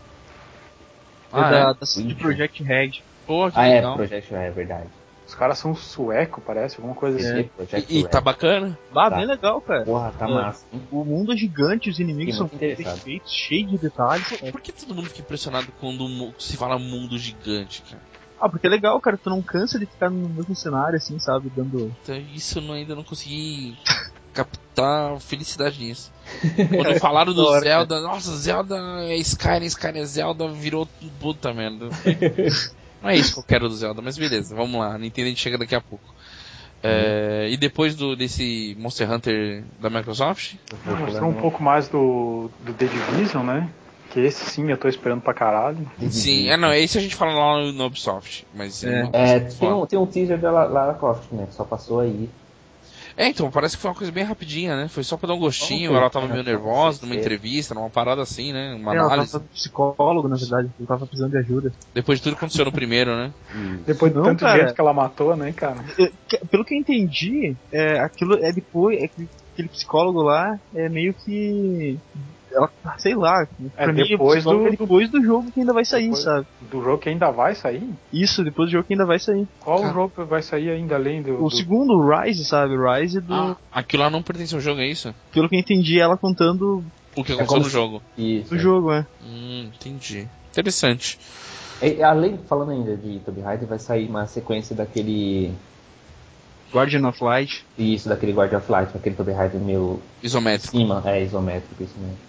Speaker 1: Ah,
Speaker 3: é da,
Speaker 1: é?
Speaker 3: da CD Project Red.
Speaker 1: Pô, que
Speaker 4: Ah, é,
Speaker 1: legal.
Speaker 4: Project Red, é verdade.
Speaker 2: Os caras são sueco, parece, alguma coisa assim.
Speaker 4: É. Project
Speaker 1: E, e
Speaker 4: Red.
Speaker 1: tá bacana?
Speaker 3: Bah,
Speaker 4: Tá.
Speaker 3: bem legal, cara.
Speaker 4: Porra, tá
Speaker 3: É.
Speaker 4: massa. hein?
Speaker 3: O mundo é gigante, os inimigos
Speaker 4: Fiquei
Speaker 3: são
Speaker 4: muito interessado.
Speaker 3: perfeitos, cheios de detalhes. cara.
Speaker 1: Por que todo mundo fica impressionado quando o mu- se fala mundo gigante, cara?
Speaker 3: Ah, porque é legal, cara. Tu não cansa de ficar no mesmo cenário, assim, sabe? Dando.
Speaker 1: Então, isso eu não- ainda não consegui captar felicidade nisso. Quando falaram
Speaker 3: da
Speaker 1: do
Speaker 3: hora,
Speaker 1: Zelda, nossa, Zelda é Skyrim, Skyrim é Zelda, virou puta merda. Não é isso que eu quero do Zelda, mas beleza, vamos lá, Nintendo a gente chega daqui a pouco.
Speaker 4: Uhum.
Speaker 1: É, e depois do, desse Monster Hunter da Microsoft,
Speaker 4: Vou
Speaker 2: Mostrou um
Speaker 4: pular
Speaker 2: pouco mais do, do The Division, né? Que esse sim eu tô esperando pra caralho.
Speaker 4: no-
Speaker 1: sim, é não, é isso a gente fala lá no, no Ubisoft, mas
Speaker 3: É.
Speaker 1: não-
Speaker 4: Uhum. É, tem
Speaker 1: fala.
Speaker 4: um, tem um teaser da La- Lara Croft, né? Que só passou aí.
Speaker 1: É, então, parece que foi uma coisa bem rapidinha, né? Foi só pra dar um gostinho,
Speaker 4: Vamos ver,
Speaker 1: ela tava meio
Speaker 4: cara, vamos
Speaker 1: nervosa numa
Speaker 4: ver. é.
Speaker 1: entrevista, numa parada assim, né? Uma
Speaker 3: É, ela
Speaker 1: análise.
Speaker 3: tava psicólogo, na verdade. Eu tava precisando de ajuda.
Speaker 1: Depois de tudo que aconteceu no primeiro, né?
Speaker 2: Depois de
Speaker 3: Não,
Speaker 2: tanto
Speaker 3: cara.
Speaker 2: gente que ela matou, né, cara?
Speaker 3: Eu- que- pelo que eu entendi, é, aquilo é depois. É, que aquele psicólogo lá é meio que. Ela, ah, sei lá. pra mim, o
Speaker 2: depois
Speaker 3: psicólogo
Speaker 2: do-
Speaker 3: é depois do jogo que ainda vai sair,
Speaker 2: Depois-
Speaker 3: sabe?
Speaker 2: Do jogo que ainda vai sair?
Speaker 3: Isso, depois do jogo que ainda vai sair.
Speaker 2: Qual
Speaker 1: Cara.
Speaker 2: jogo vai sair ainda além do.
Speaker 3: O
Speaker 2: do-
Speaker 3: segundo, o Rise, sabe? O Rise do.
Speaker 2: Hum.
Speaker 1: Ah, aquilo lá não pertence ao jogo, é isso?
Speaker 3: Pelo que eu entendi, ela contando
Speaker 1: O que
Speaker 4: É
Speaker 1: aconteceu
Speaker 4: como
Speaker 1: no
Speaker 4: se-
Speaker 1: jogo.
Speaker 4: Isso.
Speaker 3: do jogo, né?
Speaker 1: Hum, entendi. Interessante.
Speaker 4: é, E, além, falando ainda de Tomb Raider, vai sair uma sequência daquele.
Speaker 3: Guardian of Light.
Speaker 4: Isso, daquele Guardian of Light, aquele Tomb Raider meio
Speaker 1: Isométrico.
Speaker 4: cima, é isométrico, isso mesmo. Tipo,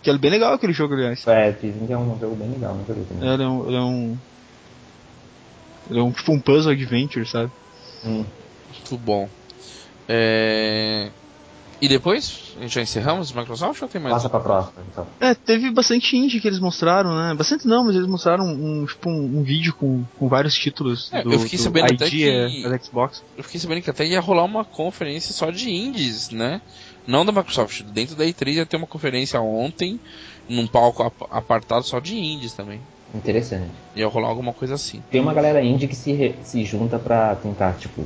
Speaker 3: Que é bem legal aquele jogo, aliás.
Speaker 4: É, dizem que é um jogo bem legal, não joguei também.
Speaker 3: Ele é um, ele é um, É um, tipo um puzzle adventure, sabe?
Speaker 4: Hum.
Speaker 1: Muito bom. É... E depois? A gente já encerramos Microsoft ou tem mais? um?
Speaker 4: Passa pra próxima, então.
Speaker 3: É, teve bastante indie que eles mostraram, né? Bastante não, mas eles mostraram um, tipo, um, um vídeo com, com vários títulos
Speaker 1: É,
Speaker 3: do,
Speaker 1: eu fiquei
Speaker 3: do
Speaker 1: sabendo até
Speaker 3: idea
Speaker 1: que-
Speaker 3: da Xbox.
Speaker 1: Eu fiquei sabendo que até ia rolar uma conferência só de indies, né? Não da Microsoft. Dentro da E3 ia ter uma conferência ontem, num palco ap- apartado só de indies também.
Speaker 4: Interessante.
Speaker 1: Ia rolar alguma coisa assim.
Speaker 4: Tem uma galera indie que se, re- se junta pra tentar, tipo,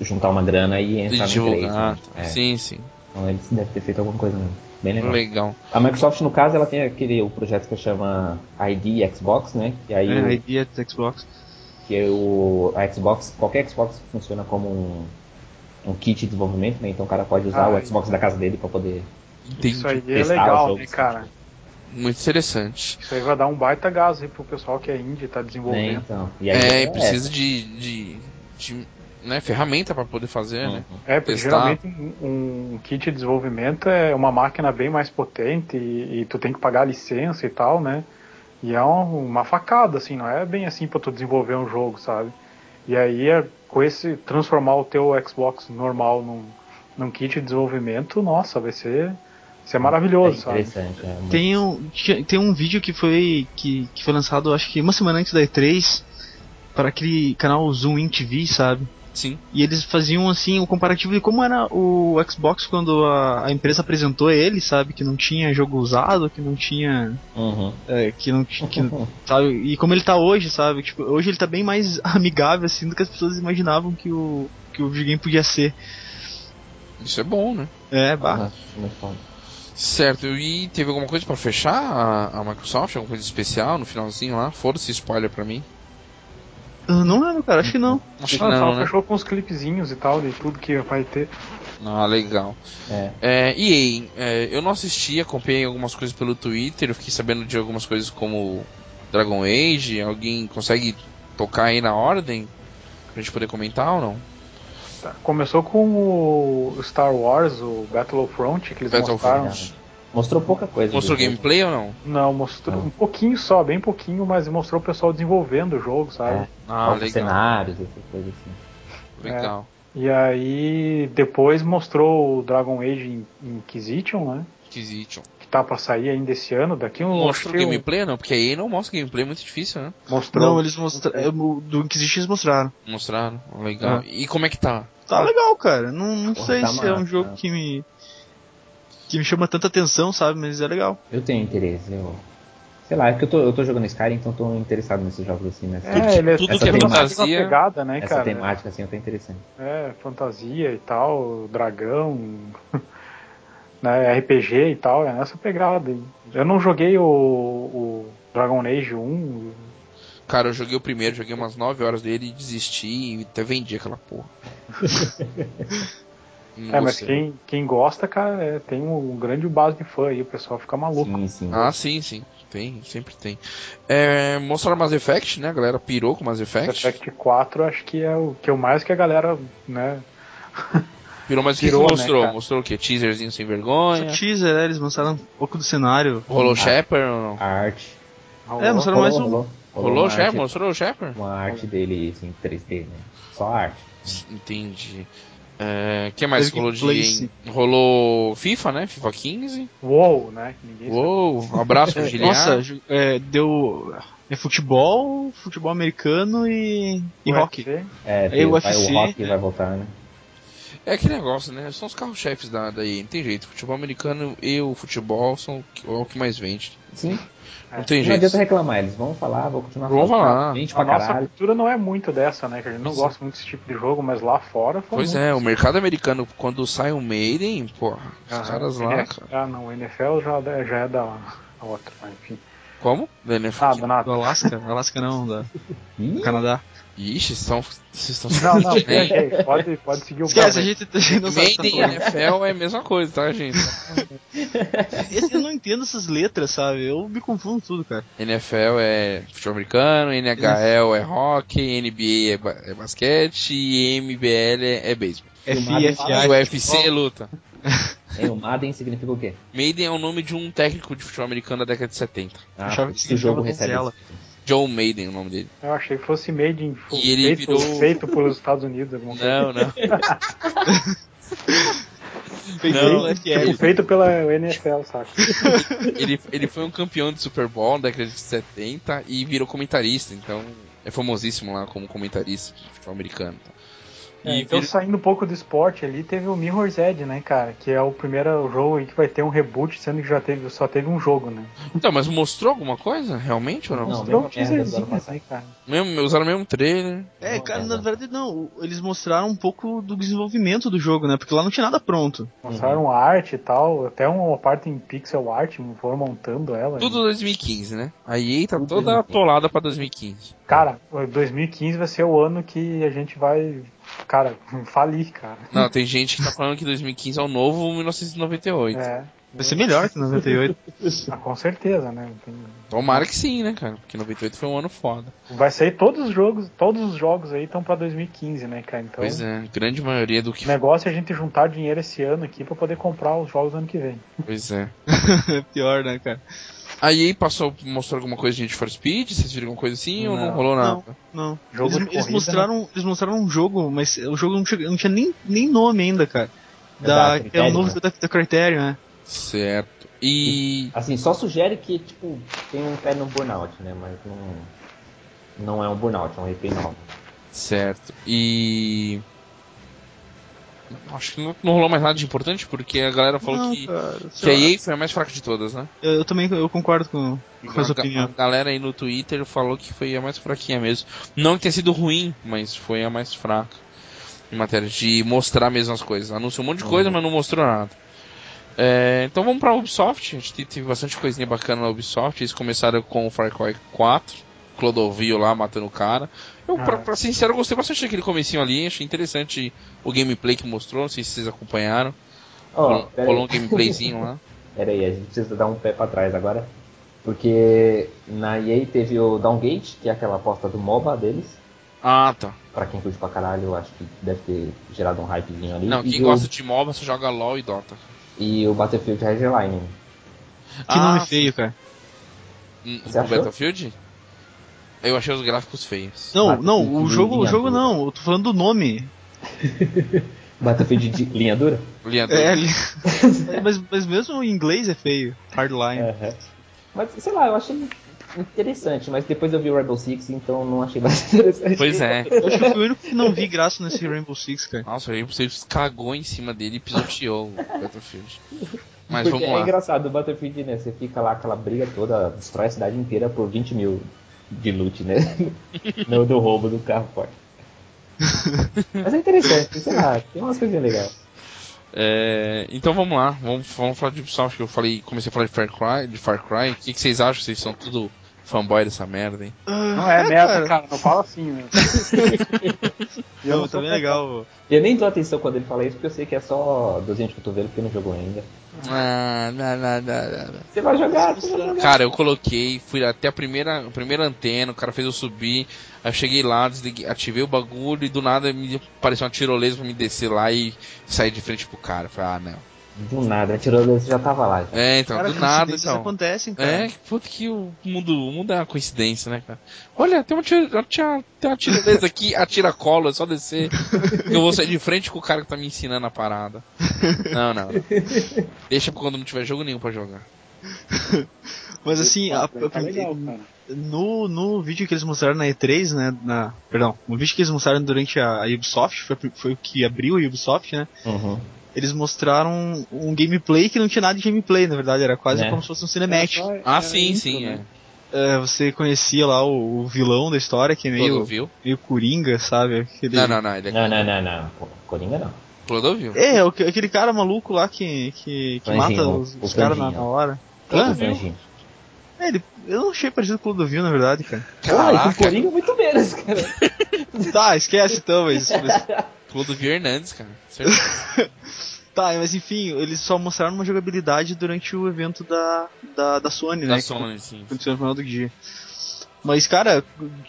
Speaker 4: juntar uma grana e entrar
Speaker 1: de
Speaker 4: no E3,
Speaker 1: divulgar.
Speaker 4: né? É.
Speaker 1: Sim, sim.
Speaker 4: Então eles devem ter feito alguma coisa mesmo. Bem legal.
Speaker 1: Legal.
Speaker 4: A Microsoft, no caso, ela tem aquele o projeto que chama ID Xbox, né? Que aí
Speaker 3: É,
Speaker 4: o-
Speaker 3: a ideia da Xbox.
Speaker 4: que é o a Xbox, qualquer Xbox funciona como um, um kit de desenvolvimento, né? Então o cara pode usar
Speaker 2: Ah,
Speaker 4: o Xbox da casa dele pra poder.
Speaker 1: Entendi.
Speaker 2: Isso aí é
Speaker 4: testar os
Speaker 2: legal, né,
Speaker 4: jogos.
Speaker 2: cara?
Speaker 1: Muito interessante.
Speaker 2: Isso aí vai dar um baita gás aí pro pessoal que é indie, tá
Speaker 4: Né?
Speaker 2: desenvolvendo.
Speaker 4: Então, e aí
Speaker 1: É,
Speaker 4: é,
Speaker 1: e precisa de, de, de, né, ferramenta pra poder fazer, né?
Speaker 4: Uhum.
Speaker 2: É, porque
Speaker 1: Testar.
Speaker 2: geralmente um, um kit de desenvolvimento é uma máquina bem mais potente e, e tu tem que pagar a licença e tal, né? E é um- uma facada, assim, não é bem assim pra tu desenvolver um jogo, sabe? E aí, é, com esse, transformar o teu Xbox normal num, num kit de desenvolvimento, nossa, vai ser, vai ser
Speaker 4: é
Speaker 2: maravilhoso, sabe?
Speaker 4: interessante. É, muito-
Speaker 3: Tem um, tinha- tem um vídeo que foi que, que foi lançado acho que uma semana antes da E3 para aquele canal Zoom in TV, sabe?
Speaker 1: Sim.
Speaker 3: E eles faziam assim o comparativo de como era o Xbox quando a, a empresa apresentou ele, sabe? Que não tinha jogo usado, que não tinha.
Speaker 4: Uhum.
Speaker 3: é, que não ti- que, sabe? E como ele tá hoje, sabe? Tipo, hoje ele tá bem mais amigável, assim, do que as pessoas imaginavam que o, que o videogame podia ser.
Speaker 1: Isso é bom, né?
Speaker 3: É, bah.
Speaker 4: Aham, muito bom.
Speaker 1: Certo, e teve alguma coisa pra fechar a, a Microsoft? Alguma coisa especial no finalzinho lá? Foda-se, spoiler pra mim.
Speaker 3: Eu Não lembro, cara, acho que não.
Speaker 1: Acho que
Speaker 2: Ah, só
Speaker 1: não, né?
Speaker 2: fechou com os clipezinhos e tal, de tudo que vai ter.
Speaker 1: Ah, legal.
Speaker 4: É.
Speaker 1: É, EA, é, eu não assisti, acompanhei algumas coisas pelo Twitter, eu fiquei sabendo de algumas coisas como Dragon Age. Alguém consegue tocar aí na ordem? Pra gente poder comentar ou não?
Speaker 2: Tá, Começou com o Star Wars, o Battlefront, que eles
Speaker 1: Battlefront.
Speaker 2: mostraram.
Speaker 4: Mostrou pouca coisa.
Speaker 1: Mostrou
Speaker 4: do jogo.
Speaker 1: gameplay ou não?
Speaker 2: Não, mostrou
Speaker 4: Não.
Speaker 2: um pouquinho só, bem pouquinho, mas mostrou o pessoal desenvolvendo o jogo, sabe?
Speaker 4: É.
Speaker 1: Ah,
Speaker 4: Alguns
Speaker 1: legal.
Speaker 4: cenários, essas coisas assim.
Speaker 1: Legal.
Speaker 2: E aí depois mostrou o Dragon Age In- Inquisition, né?
Speaker 1: Inquisition.
Speaker 2: Que tá pra sair ainda esse ano, daqui um
Speaker 1: Mostrou
Speaker 2: acho que um-
Speaker 1: gameplay ou não? Porque a EA não mostra gameplay, é muito difícil, né?
Speaker 2: Mostrou.
Speaker 3: Não, eles mostraram. Do Inquisition eles mostraram.
Speaker 1: Mostraram, legal. E como é que tá?
Speaker 3: Tá legal, cara. Não, não
Speaker 4: Porra,
Speaker 3: sei
Speaker 4: tá
Speaker 3: se é
Speaker 4: massa.
Speaker 3: um jogo que me. que me chama tanta atenção, sabe? Mas é legal.
Speaker 4: Eu tenho interesse, eu. Sei lá, é que eu tô, eu tô jogando Skyrim, então eu tô interessado nesses jogos assim, nessa,
Speaker 2: É, ele é
Speaker 1: tudo
Speaker 4: que é
Speaker 2: nessa
Speaker 1: fantasia-
Speaker 2: mesma pegada, né,
Speaker 4: essa
Speaker 2: cara?
Speaker 4: temática assim, eu tô interessante.
Speaker 2: É, fantasia e tal, dragão, né, RPG e tal, é nessa pegada. aí. Eu não joguei o, o Dragon Age 1,
Speaker 1: Cara, eu joguei o primeiro, joguei umas 9 horas dele e desisti e até vendi aquela porra. Não
Speaker 2: É, mas
Speaker 1: gostei.
Speaker 2: quem, quem gosta, cara, é, tem um grande base de fã aí, o pessoal fica maluco.
Speaker 4: Sim, sim.
Speaker 1: Ah, sim, sim. Tem, sempre tem. É, mostraram Mass Effect, né? A galera pirou com Mass
Speaker 2: Mass
Speaker 1: Effect.
Speaker 2: Effect 4 acho que é o que eu mais que a galera, né?
Speaker 1: Pirou, mas o que que
Speaker 2: Pirou, né,
Speaker 1: mostrou?
Speaker 2: cara?
Speaker 1: mostrou o quê? Teaserzinho sem
Speaker 3: Só
Speaker 1: vergonha?
Speaker 3: teaser, né? Eles mostraram um pouco do cenário.
Speaker 2: Ah.
Speaker 1: Rolou Shepard ou não?
Speaker 4: A arte.
Speaker 3: É, mostraram mais um.
Speaker 1: Rolou
Speaker 4: uma
Speaker 1: Shepard?
Speaker 2: né?
Speaker 4: arte,
Speaker 1: Mostrou o Shepard?
Speaker 4: uma arte dele assim, 3D, né? Só a arte.
Speaker 1: Entendi. É, que mais
Speaker 3: Teve
Speaker 1: que rolou de
Speaker 3: gameplay,
Speaker 1: EA? Rolou FIFA, né? FIFA 15.
Speaker 2: Uou, né? Ninguém sabe.
Speaker 1: Uou, um abraço pro Giliar.
Speaker 3: Nossa, ju- é, deu. É futebol, futebol americano e. e rock.
Speaker 2: UFC.
Speaker 4: É,
Speaker 3: Aí o
Speaker 4: vai,
Speaker 3: UFC,
Speaker 4: o Rock
Speaker 3: né?
Speaker 4: vai voltar, né?
Speaker 1: É aquele negócio, né? São os carros-chefes da, da EA, não tem jeito. Futebol americano e o futebol são o que- é o que mais vende.
Speaker 4: Sim.
Speaker 1: Não tem
Speaker 4: Não adianta
Speaker 1: jeito.
Speaker 4: reclamar, eles vão falar, vão continuar "Ah,
Speaker 1: Vão falar.
Speaker 4: Gente
Speaker 2: A
Speaker 4: pra
Speaker 2: nossa
Speaker 4: caralho.
Speaker 2: cultura não é muito dessa, né? Que a gente não gosta muito desse tipo de jogo, mas lá fora foi
Speaker 1: Pois
Speaker 2: muito.
Speaker 1: é, o mercado americano, quando sai o Maiden, porra, é, os caras lá, cara.
Speaker 2: Ah, não, o NFL já, é- já é da da outra, mas enfim.
Speaker 1: Como? Da NFL?
Speaker 2: Nada,
Speaker 3: Do
Speaker 2: nada.
Speaker 3: Alasca? Alasca não, da, do
Speaker 4: Ih,
Speaker 3: Canadá.
Speaker 1: Ixi, estão- vocês estão.
Speaker 2: Não, não,
Speaker 1: Hein?
Speaker 2: viajei. pode, pode seguir o
Speaker 3: Esquece, a
Speaker 2: papo aí.
Speaker 3: gente, a gente não sabe. o que tá
Speaker 1: Maiden e
Speaker 3: falando.
Speaker 1: NFL é a mesma coisa, tá, gente?
Speaker 3: Esse eu não entendo essas letras, sabe? Eu me confundo tudo, cara.
Speaker 1: NFL é futebol americano, NHL é hockey, NBA é, ba- é basquete e MBL é, é beisebol.
Speaker 4: Filmado em
Speaker 1: E o
Speaker 3: FIFA.
Speaker 1: UFC é luta.
Speaker 4: é, o Madden significa o quê?
Speaker 1: Maiden é o nome de um técnico de futebol americano da década de 70.
Speaker 4: Ah,
Speaker 3: Achava
Speaker 4: por
Speaker 3: que
Speaker 4: isso que o jogo
Speaker 3: significava
Speaker 4: recebe.
Speaker 3: donzela.
Speaker 4: isso.
Speaker 1: John Maiden é o nome dele.
Speaker 2: Eu achei que fosse made in
Speaker 1: E ele
Speaker 2: feito,
Speaker 1: virou-
Speaker 2: feito pelos Estados Unidos, alguma coisa.
Speaker 1: Não, não.
Speaker 3: Feijão,
Speaker 1: é
Speaker 3: FL.
Speaker 2: Tipo, feito pela NFL, saca?
Speaker 1: ele, ele foi um campeão de Super Bowl na década de 70 e virou comentarista, então é famosíssimo lá como comentarista de futebol americano. tá?
Speaker 2: É,
Speaker 1: E
Speaker 2: então,
Speaker 1: vir-
Speaker 2: saindo um pouco do esporte ali, teve o Mirror's Edge, né, cara? Que é o primeiro jogo aí que vai ter um reboot, sendo que já teve, só teve um jogo, né?
Speaker 1: Então, mas mostrou alguma coisa realmente ou não?
Speaker 4: Não.
Speaker 2: Mostrou um
Speaker 4: mesma merda do ano
Speaker 2: teaserzinho,
Speaker 4: passado.
Speaker 2: assim, cara.
Speaker 1: Mesmo, usaram o mesmo trailer.
Speaker 3: É, cara, na verdade não. o- Eles mostraram um pouco do desenvolvimento do jogo, né? Porque lá não tinha nada pronto.
Speaker 1: Uhum.
Speaker 2: Mostraram arte e tal, até uma parte em pixel art, foram montando ela.
Speaker 1: Tudo 2015, né? A EA tá toda atolada pra 2015.
Speaker 2: Cara, 2015 vai ser o ano que a gente vai, cara, falir, cara.
Speaker 1: Não, tem gente que tá falando que 2015 é o novo 1998.
Speaker 2: É,
Speaker 3: Vai ser melhor que 98.
Speaker 2: ah, com certeza, né? Tem-
Speaker 1: Tomara que sim, né, cara? Porque 98 foi um ano foda.
Speaker 2: Vai sair todos os jogos, todos os jogos aí estão pra 2015, né, cara? Então,
Speaker 1: Pois é, grande maioria do que.
Speaker 2: o negócio é a gente juntar dinheiro esse ano aqui pra poder comprar os jogos ano que vem.
Speaker 1: Pois é.
Speaker 3: é pior, né, cara?
Speaker 1: A EA passou, mostrou alguma coisa de Need for Speed? Vocês viram alguma coisa assim ou não
Speaker 2: Não.
Speaker 1: rolou nada?
Speaker 3: Não.
Speaker 2: Jogo
Speaker 3: eles,
Speaker 2: de
Speaker 3: eles
Speaker 2: corrida, né?
Speaker 3: mostraram, eles mostraram um jogo, mas o jogo não, chega- não tinha nem, nem nome ainda, cara.
Speaker 4: É
Speaker 3: Da, é
Speaker 4: da
Speaker 3: o
Speaker 4: Criterion,
Speaker 3: novo
Speaker 4: né?
Speaker 3: jogo da, da Criterion, né?
Speaker 1: Certo. E.
Speaker 4: Assim, só sugere que, tipo, tem um pé no burnout, né? Mas não. Não é um burnout, é um replay novo.
Speaker 1: Certo. E. Acho que não, não rolou mais nada de importante, porque a galera falou
Speaker 3: Não,
Speaker 1: que,
Speaker 3: cara,
Speaker 1: que a
Speaker 3: sei lá.
Speaker 1: EA foi a mais fraca de todas, né?
Speaker 3: eu, eu também eu concordo com, com
Speaker 1: a,
Speaker 3: essa
Speaker 1: ga- a
Speaker 3: opinião.
Speaker 1: galera aí no Twitter falou que foi a mais fraquinha mesmo. Não que tenha sido ruim, mas foi a mais fraca. Em matéria de mostrar mesmo as coisas. Anunciou um monte de coisa, mas não mostrou nada. É, então vamos pra Ubisoft. A gente te- teve bastante coisinha bacana na Ubisoft. Eles começaram com o Far Cry 4. Clodovil lá matando o cara. Eu, pra,
Speaker 2: Ah.
Speaker 1: pra ser sincero, eu gostei bastante daquele comecinho ali. Achei interessante o gameplay que mostrou. Não sei se vocês acompanharam.
Speaker 4: Ó, pera aí.
Speaker 1: Rolou um gameplayzinho lá.
Speaker 4: Pera aí, a gente precisa dar um pé pra trás agora. Porque na EA teve o Downgate, que é aquela aposta do MOBA deles.
Speaker 1: Ah, tá.
Speaker 4: Pra quem curte pra caralho, eu acho que deve ter gerado um hypezinho ali.
Speaker 1: Não,
Speaker 4: e,
Speaker 1: quem
Speaker 4: o,
Speaker 1: gosta de MOBA só joga LOL e Dota.
Speaker 4: e o Battlefield Hardline.
Speaker 3: Que
Speaker 1: Ah,
Speaker 3: nome feio, cara.
Speaker 1: Hum,
Speaker 4: Você
Speaker 1: o
Speaker 4: achou?
Speaker 1: Battlefield? Eu achei os gráficos feios.
Speaker 3: Não,
Speaker 4: Ah, que-
Speaker 3: não, o
Speaker 4: que
Speaker 3: jogo, o
Speaker 4: linha
Speaker 3: jogo
Speaker 4: dura.
Speaker 3: não, eu tô falando do nome.
Speaker 4: Battlefield de linha dura?
Speaker 1: Leandro.
Speaker 3: É, ali- mas, mas mesmo em inglês é feio. Hardline.
Speaker 4: Aham. Mas, sei lá, eu achei interessante, mas depois eu vi o Rebel Six, então não achei mais interessante.
Speaker 1: Pois é.
Speaker 3: Eu acho que eu fui o único que não vi graça nesse Rainbow Six, cara.
Speaker 1: Nossa, o Rainbow Six cagou em cima dele e pisoteou o Battlefield. Mas
Speaker 4: Porque é
Speaker 1: vamos lá.
Speaker 4: engraçado, o Battlefield, né? Você fica lá aquela briga toda, destrói a cidade inteira por 20 mil de loot, né? Não do roubo do carro forte. Mas é interessante, sei lá, tem umas coisinhas legais.
Speaker 1: É, então vamos lá, vamos, vamos falar de Ubisoft, que eu falei, comecei a falar de Far Cry. De Far Cry. O que, que vocês acham? Vocês são tudo fanboy dessa merda, hein?
Speaker 2: Não é merda, cara, não fala assim, né? E eu
Speaker 3: Não,
Speaker 2: não
Speaker 3: tá
Speaker 2: sou
Speaker 3: bem
Speaker 2: pecado.
Speaker 3: legal.
Speaker 4: Eu nem dou atenção quando ele fala isso, porque eu sei que é só dozinha de cotovelo, porque não jogou ainda.
Speaker 1: Ah, não, não, não, não.
Speaker 4: Você vai jogar, você vai jogar.
Speaker 1: Cara, eu coloquei, fui até a primeira, a primeira antena, o cara fez eu subir, aí eu cheguei lá, desliguei, ativei o bagulho e do nada me apareceu uma tirolesa pra me descer lá e sair de frente pro cara. Eu Falei, ah, não.
Speaker 4: Do nada, tirou você já tava lá. já.
Speaker 1: É, então,
Speaker 3: Cara, né?
Speaker 1: do nada,
Speaker 3: coincidências
Speaker 1: então.
Speaker 3: acontecem, cara.
Speaker 1: É, que puta que o mundo, o mundo é uma coincidência, né, cara? Olha, tem uma, tira, tem uma tirolesa aqui, atira cola, é só descer. que eu vou sair de frente com o cara que tá me ensinando a parada. Não, não, não. Deixa pra quando não tiver jogo nenhum pra jogar.
Speaker 3: Mas assim, a-
Speaker 2: Tá legal, cara.
Speaker 3: no, no vídeo que eles mostraram na E3, né? Na, perdão, no vídeo que eles mostraram durante a, a Ubisoft, foi, foi o que abriu a Ubisoft, né?
Speaker 4: Uhum.
Speaker 3: Eles mostraram um gameplay que não tinha nada de gameplay, na verdade, era quase
Speaker 4: Né?
Speaker 1: É.
Speaker 3: como se fosse um cinematic.
Speaker 1: Ah, sim, sim, é.
Speaker 3: É, você conhecia lá o, o vilão da história, que é meio,
Speaker 1: Clodovil.
Speaker 3: meio coringa, sabe? Aquele-
Speaker 1: Não, não, não, ele é
Speaker 4: Não, não, não, não. Pô, Coringa não.
Speaker 1: Clodovil.
Speaker 3: É, o que- aquele cara maluco lá que, que, que mata
Speaker 4: Franjinha,
Speaker 3: os,
Speaker 4: o
Speaker 3: os caras na,
Speaker 4: franjinha.
Speaker 3: na hora.
Speaker 4: O
Speaker 3: Hã?
Speaker 4: Franjinho.
Speaker 3: É, ele, eu não achei parecido com o Clodovil, na verdade, cara.
Speaker 4: Ah, e com o Coringa muito menos, cara.
Speaker 3: Tá, esquece então, mas, mas-
Speaker 1: Clodovil Hernandes, cara. Certeza.
Speaker 3: Tá, mas enfim, eles só mostraram uma jogabilidade durante o evento da, da, da Sony, né?
Speaker 1: Da
Speaker 3: que
Speaker 1: Sony, sim.
Speaker 3: Aconteceu no final do dia. Mas, cara,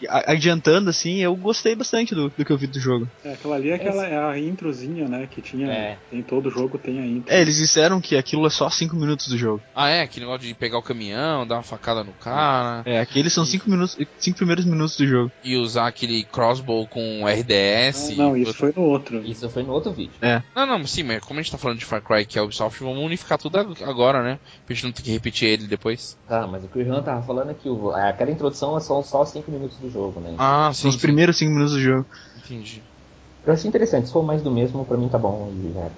Speaker 3: a- adiantando assim, eu gostei bastante do, do que eu vi do jogo.
Speaker 2: É, aquela ali é, aquela, é a introzinha, né? Que tinha.
Speaker 4: É.
Speaker 2: Em todo jogo tem a intro.
Speaker 3: É, eles disseram que aquilo é só 5 minutos do jogo.
Speaker 1: Ah, é? Aquele negócio de pegar o caminhão, dar uma facada no cara
Speaker 3: É, aqueles são 5 minutos, cinco primeiros minutos do jogo.
Speaker 1: e usar aquele crossbow com
Speaker 2: Não,
Speaker 1: RDS.
Speaker 2: não, isso foi no outro.
Speaker 4: Isso foi no outro vídeo.
Speaker 1: Não, não, sim, mas como a gente tá falando de Far Cry que é Ubisoft, vamos unificar tudo ag- agora, né? Pra gente não ter que repetir ele depois.
Speaker 4: Tá, mas o que o Irlan tava falando é que o- aquela introdução é só, só 5 minutos do jogo, né?
Speaker 1: Ah,
Speaker 3: São os primeiros 5 minutos do jogo.
Speaker 1: Entendi.
Speaker 4: Eu achei interessante, se for mais do mesmo, pra mim tá bom. e já era.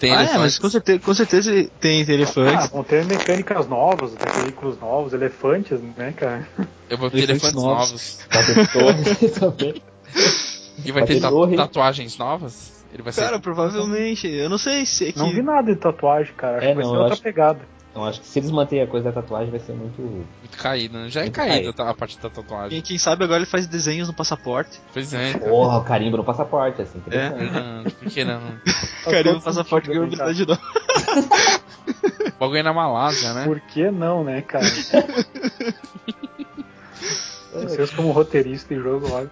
Speaker 1: Tem
Speaker 3: ah, é,
Speaker 1: elefantes.
Speaker 3: mas com certeza, com certeza tem
Speaker 2: Ah,
Speaker 3: elefantes.
Speaker 2: vão ter mecânicas novas, ter veículos novos, elefantes, né, cara?
Speaker 1: Eu vou ter elefantes
Speaker 3: elefantes
Speaker 1: novos.
Speaker 3: novos.
Speaker 4: Vai ter torre também.
Speaker 1: E vai ter
Speaker 4: Vai ter
Speaker 1: ta-
Speaker 4: torre.
Speaker 1: tatuagens novas? Ele vai ser.
Speaker 3: Cara, provavelmente. Eu não sei se é que.
Speaker 2: Não vi nada de tatuagem, cara. Acho
Speaker 4: É,
Speaker 2: que vai
Speaker 4: não,
Speaker 2: ser
Speaker 4: eu
Speaker 2: outra
Speaker 4: acho-
Speaker 2: pegada.
Speaker 4: Então acho que se eles manterem a coisa da tatuagem vai ser muito.
Speaker 1: Muito caído, né? Já é
Speaker 4: Muito
Speaker 1: caída
Speaker 4: caído.
Speaker 1: tá, a parte da tatuagem.
Speaker 3: Quem, quem sabe agora ele faz desenhos no passaporte.
Speaker 1: Pois é.
Speaker 4: Porra, o carimbo no passaporte, assim. interessante.
Speaker 1: Não, por que não?
Speaker 3: Cara,
Speaker 2: todo
Speaker 3: o um passaporte
Speaker 2: sentido,
Speaker 3: ganhou
Speaker 2: né, cara?
Speaker 3: habilidade nova.
Speaker 1: O bagulho é na Malásia, né?
Speaker 2: Por que não, né, cara? Vocês como roteirista em jogo, olha.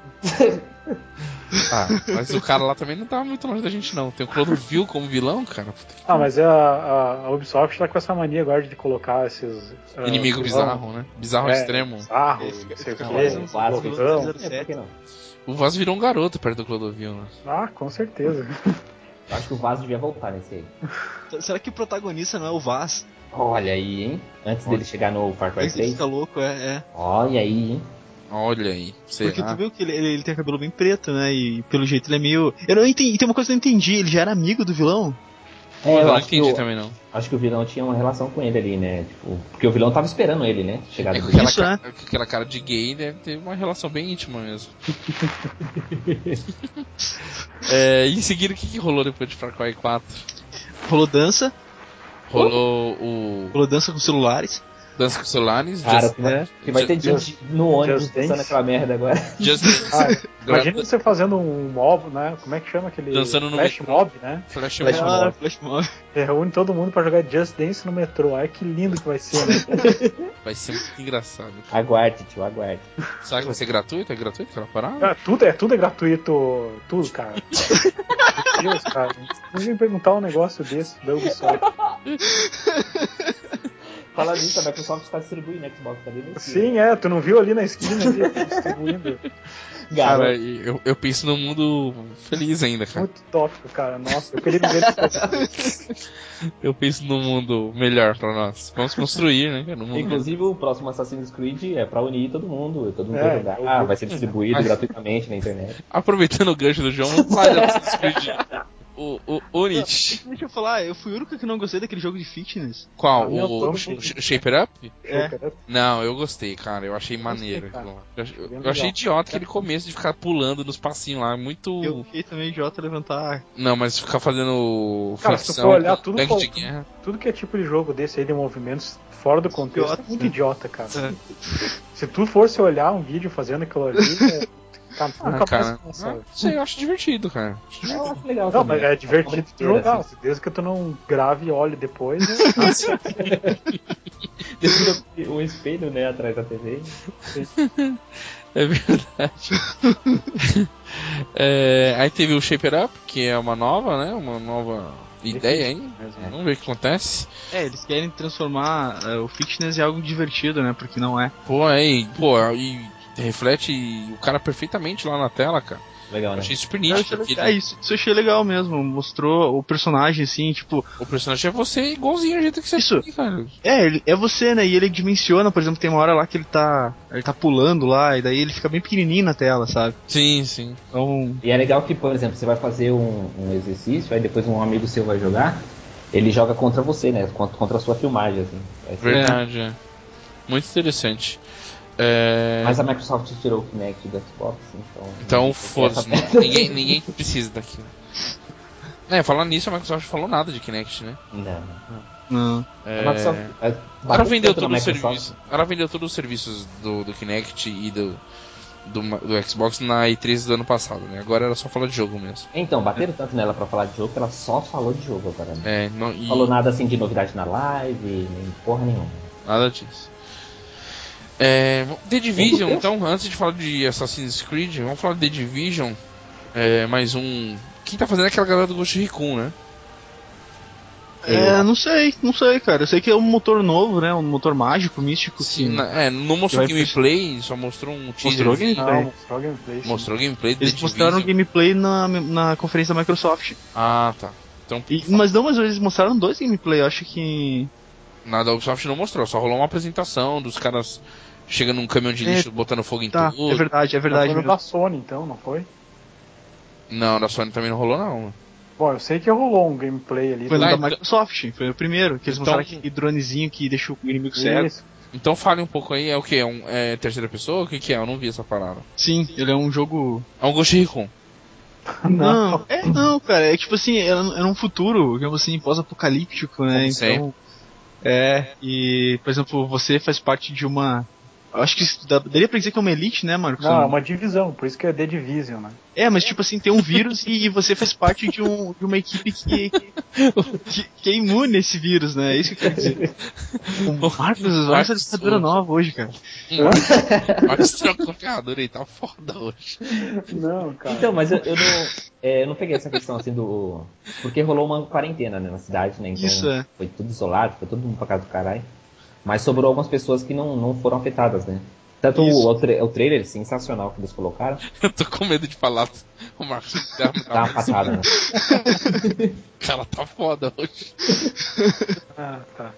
Speaker 1: Ah, mas o cara lá também não tá muito longe da gente, não. Tem o Clodovil como vilão, cara. Puta que-
Speaker 2: Ah, mas a, a, a Ubisoft tá com essa mania agora de colocar esses. ah,
Speaker 1: Inimigo
Speaker 2: vilão
Speaker 1: bizarro, né? Bizarro
Speaker 2: É.
Speaker 1: extremo.
Speaker 2: Bizarro,
Speaker 3: É,
Speaker 2: não
Speaker 3: fica-
Speaker 2: sei o
Speaker 3: fica
Speaker 4: mais um
Speaker 2: quê.
Speaker 4: clássico.
Speaker 2: loucão.
Speaker 4: É, por que não?
Speaker 1: O Vaz virou um garoto perto do Clodovil, né?
Speaker 2: Ah, com certeza.
Speaker 4: Eu acho que o Vaso devia voltar nesse aí.
Speaker 3: Então, Será que o protagonista não é o Vaz?
Speaker 4: Olha aí, hein? Antes dele chegar no Far Cry
Speaker 3: Mas ele
Speaker 4: 3.
Speaker 3: fica louco, é. é.
Speaker 4: Olha aí, hein?
Speaker 1: Olha aí. Será?
Speaker 3: Porque tu viu que ele, ele- ele tem cabelo bem preto, né? E pelo jeito ele é meio. Eu não entendi. Tem uma coisa que eu não entendi. Ele já era amigo do vilão?
Speaker 4: É,
Speaker 1: eu
Speaker 4: eu
Speaker 1: não
Speaker 4: acho, que
Speaker 1: entendi
Speaker 4: o,
Speaker 1: também, não.
Speaker 4: acho que o vilão tinha uma relação com ele ali, né? Tipo, porque o vilão tava esperando ele, né?
Speaker 1: É
Speaker 4: Chegar do
Speaker 1: com aquela,
Speaker 3: Isso, né?
Speaker 1: ca- com aquela cara de gay deve ter uma relação bem íntima mesmo. É, em seguida, o que, que rolou depois de Far Cry 4?
Speaker 3: Rolou dança.
Speaker 1: Rolou o
Speaker 3: Rolou dança com celulares.
Speaker 1: Dança com os Celulares,
Speaker 4: Cara,
Speaker 1: Just,
Speaker 4: que
Speaker 3: né?
Speaker 4: vai, que vai ter
Speaker 1: Just-
Speaker 4: gente no ônibus
Speaker 2: Just Dance?
Speaker 4: dançando aquela merda agora.
Speaker 1: Just Dance,
Speaker 2: Ah, imagina
Speaker 1: Gra-
Speaker 2: você fazendo um mob, né? Como é que chama aquele.
Speaker 1: Dançando no
Speaker 2: Flash
Speaker 1: metrô.
Speaker 2: mob, né?
Speaker 1: Flash
Speaker 4: Flash
Speaker 1: Mob.
Speaker 3: Ah,
Speaker 4: mob.
Speaker 3: flash mob.
Speaker 2: Reúne todo mundo pra jogar Just Dance no metrô. Ai, que lindo que vai ser, né?
Speaker 1: Vai ser muito engraçado.
Speaker 4: Aguarde, tio, aguarde.
Speaker 1: Será que vai ser gratuito? É gratuito aquela parada?
Speaker 2: Cara, tudo, é, tudo é gratuito, tudo, cara. Meu Deus, cara. Não me perguntar um negócio desse da Ubisoft.
Speaker 4: Falando nisso, a Microsoft tá distribuindo Xbox, tá vendo?
Speaker 2: Sim, é, tu não viu ali na esquina ali, distribuindo.
Speaker 1: Cara,
Speaker 4: Garoto,
Speaker 1: eu, eu penso num mundo feliz ainda, cara.
Speaker 2: Muito tópico, cara. Nossa, eu queria ver ele
Speaker 1: Eu penso num mundo melhor pra nós. Vamos construir, né? cara, num mundo
Speaker 4: Inclusive, o próximo Assassin's Creed é pra unir todo mundo. Todo mundo
Speaker 2: É,
Speaker 4: vai jogar.
Speaker 2: eu-
Speaker 4: Ah, vai ser distribuído
Speaker 1: Mas-
Speaker 4: gratuitamente na internet.
Speaker 1: Aproveitando o gancho do João, vamos falar de Assassin's Creed. O, o, o Nietzsche.
Speaker 3: Deixa eu falar, eu fui o único que não gostei daquele jogo de fitness.
Speaker 1: Qual?
Speaker 2: Ah, meu,
Speaker 1: O,
Speaker 2: vamos-
Speaker 1: Sh- Shaper Up?
Speaker 3: É.
Speaker 2: cara.
Speaker 1: Não, eu gostei, cara. Eu achei maneiro.
Speaker 2: cara.
Speaker 1: aquilo lá. Eu, ach- eu
Speaker 2: Bem
Speaker 1: achei
Speaker 2: legal.
Speaker 1: idiota aquele começo de ficar pulando nos passinhos lá. Muito.
Speaker 3: Eu fiquei também idiota levantar.
Speaker 1: Não, mas ficar fazendo.
Speaker 2: Cara, se tu
Speaker 1: flexão,
Speaker 2: for olhar, tudo
Speaker 1: tanque de
Speaker 2: faltou.
Speaker 1: guerra.
Speaker 2: Tudo que é tipo de jogo desse aí de movimentos fora do contexto é muito idiota, cara. Se tu fosse olhar um vídeo fazendo aquilo ali, é... cara, tu
Speaker 1: Ah,
Speaker 2: nunca
Speaker 1: cara.
Speaker 2: mais passa.
Speaker 1: Não sei, eu acho divertido, cara.
Speaker 4: Eu acho legal
Speaker 2: Não,
Speaker 4: também.
Speaker 2: mas é divertido de
Speaker 4: brincadeira,
Speaker 2: jogar,
Speaker 4: assim.
Speaker 2: desde que tu não grave e olhe depois. né?
Speaker 4: Tem um espelho, né, atrás da TV.
Speaker 1: É verdade. É, aí teve o Shaper Up, que é uma nova, né? Uma nova ideia, hein? Vamos ver o que acontece.
Speaker 3: É, eles querem transformar eh, o fitness em algo divertido, né? Porque não é.
Speaker 1: Pô, aí, pô, aí reflete o cara perfeitamente lá na tela, cara.
Speaker 4: Legal,
Speaker 1: Eu
Speaker 4: né?
Speaker 1: achei super
Speaker 3: Eu achei
Speaker 1: nítido.
Speaker 3: legal-
Speaker 1: aquele-
Speaker 3: É, isso, isso eu achei legal mesmo. Mostrou o personagem, assim, tipo.
Speaker 1: O personagem é você igualzinho ao jeito que você
Speaker 3: Isso.
Speaker 1: tem, cara.
Speaker 3: É, ele, é você, né? E ele dimensiona, por exemplo, tem uma hora lá que ele tá. Ele tá pulando lá, e daí ele fica bem pequenininho na tela, sabe?
Speaker 1: Sim, sim.
Speaker 3: Então.
Speaker 4: E é legal que, por exemplo, você vai fazer um, um exercício, aí depois um amigo seu vai jogar, ele joga contra você, né? Contra, contra a sua filmagem, assim. Vai ser-
Speaker 1: Verdade, é. Muito interessante. É,
Speaker 4: Mas a Microsoft tirou o Kinect do Xbox, então.
Speaker 1: Então, foda-se. né? Ninguém, ninguém precisa daquilo. É, falando nisso, a Microsoft falou nada de Kinect, né?
Speaker 4: Não.
Speaker 3: Não.
Speaker 1: É...
Speaker 4: A Microsoft. é,
Speaker 1: Ela
Speaker 4: bateu
Speaker 1: vendeu
Speaker 4: tanto na
Speaker 1: todos os
Speaker 4: Microsoft.
Speaker 1: serviços. Ela vendeu todos os serviços do, do Kinect e do, do, ma- do Xbox na E3 do ano passado, né? Agora era só falar de jogo mesmo.
Speaker 4: Então, bateram tanto nela pra falar de jogo que ela só falou de jogo agora. Né?
Speaker 1: É, não, e
Speaker 4: Falou nada assim de novidade na live, nem porra nenhuma.
Speaker 1: nada disso. É, The Division, então, antes de falar de Assassin's Creed, vamos falar de The Division. É, mais um. Quem tá fazendo é aquela galera do Ghost Recon, né?
Speaker 3: É, não sei, não sei, cara. Eu sei que é um motor novo, né? Um motor mágico, místico.
Speaker 1: Sim,
Speaker 3: que-
Speaker 1: na- é, não mostrou
Speaker 3: Vai pro-
Speaker 1: gameplay, só mostrou um teaser.
Speaker 3: Mostrou gameplay.
Speaker 2: Não, mostrou gameplay. sim.
Speaker 1: Mostrou gameplay do
Speaker 3: Eles
Speaker 1: The
Speaker 3: mostraram
Speaker 1: Division.
Speaker 3: gameplay na, na conferência da Microsoft.
Speaker 1: Ah, tá. Então,
Speaker 3: E- mas não, mas eles mostraram dois gameplay, eu acho que.
Speaker 1: nada, da Ubisoft não mostrou, só rolou uma apresentação dos caras chegando num caminhão de
Speaker 3: É,
Speaker 1: lixo, botando fogo em
Speaker 3: Tá, é
Speaker 1: tudo.
Speaker 3: verdade, é verdade.
Speaker 2: Mas foi no
Speaker 3: mesmo.
Speaker 2: da Sony, então, não foi?
Speaker 1: Não, da Sony também não rolou, não.
Speaker 2: Bom, eu sei que rolou um gameplay ali.
Speaker 3: Foi
Speaker 2: do-
Speaker 1: lá,
Speaker 3: no é da
Speaker 1: então-
Speaker 3: Microsoft, foi o primeiro, que eles
Speaker 1: Então-
Speaker 3: mostraram aquele dronezinho que deixa o inimigo cego.
Speaker 2: Isso.
Speaker 1: Então fale um pouco aí, é o que? É, um, é terceira pessoa? O que, que é? Eu não vi essa parada.
Speaker 3: Sim, ele é um jogo.
Speaker 1: É um Ghost Recon.
Speaker 2: Não.
Speaker 3: Não, é não, cara. É tipo assim, era, era um futuro, digamos assim, pós-apocalíptico, né?
Speaker 1: Como sempre.
Speaker 3: Então. É, e, por exemplo, você faz parte de uma. eu Acho que isso dá- daria pra dizer que é uma elite, né, Marcos?
Speaker 2: Não, é uma divisão, por isso que é The Division, né?
Speaker 3: É, mas tipo assim, tem um vírus e você faz parte de, um, de uma equipe que, que, que é imune a esse vírus, né? É isso que eu quero dizer. O Marcos, olha essa ditadura nova hoje, cara.
Speaker 1: Olha esse trocador aí, tá foda hoje.
Speaker 2: Não, cara.
Speaker 4: Então, mas eu, eu não, é, eu não peguei essa questão assim do. Porque rolou uma quarentena né, na cidade, né? Então
Speaker 3: Isso, é.
Speaker 4: foi tudo isolado, foi todo mundo pra casa do caralho. Mas sobrou algumas pessoas que não, não foram afetadas, né? Tanto
Speaker 3: Isso.
Speaker 4: o, o, tra- o trailer sensacional que eles colocaram,
Speaker 1: Eu tô com medo de falar. O Marcos tá,
Speaker 4: tá uma passada, né?
Speaker 1: cara tá foda hoje.
Speaker 2: Ah, tá.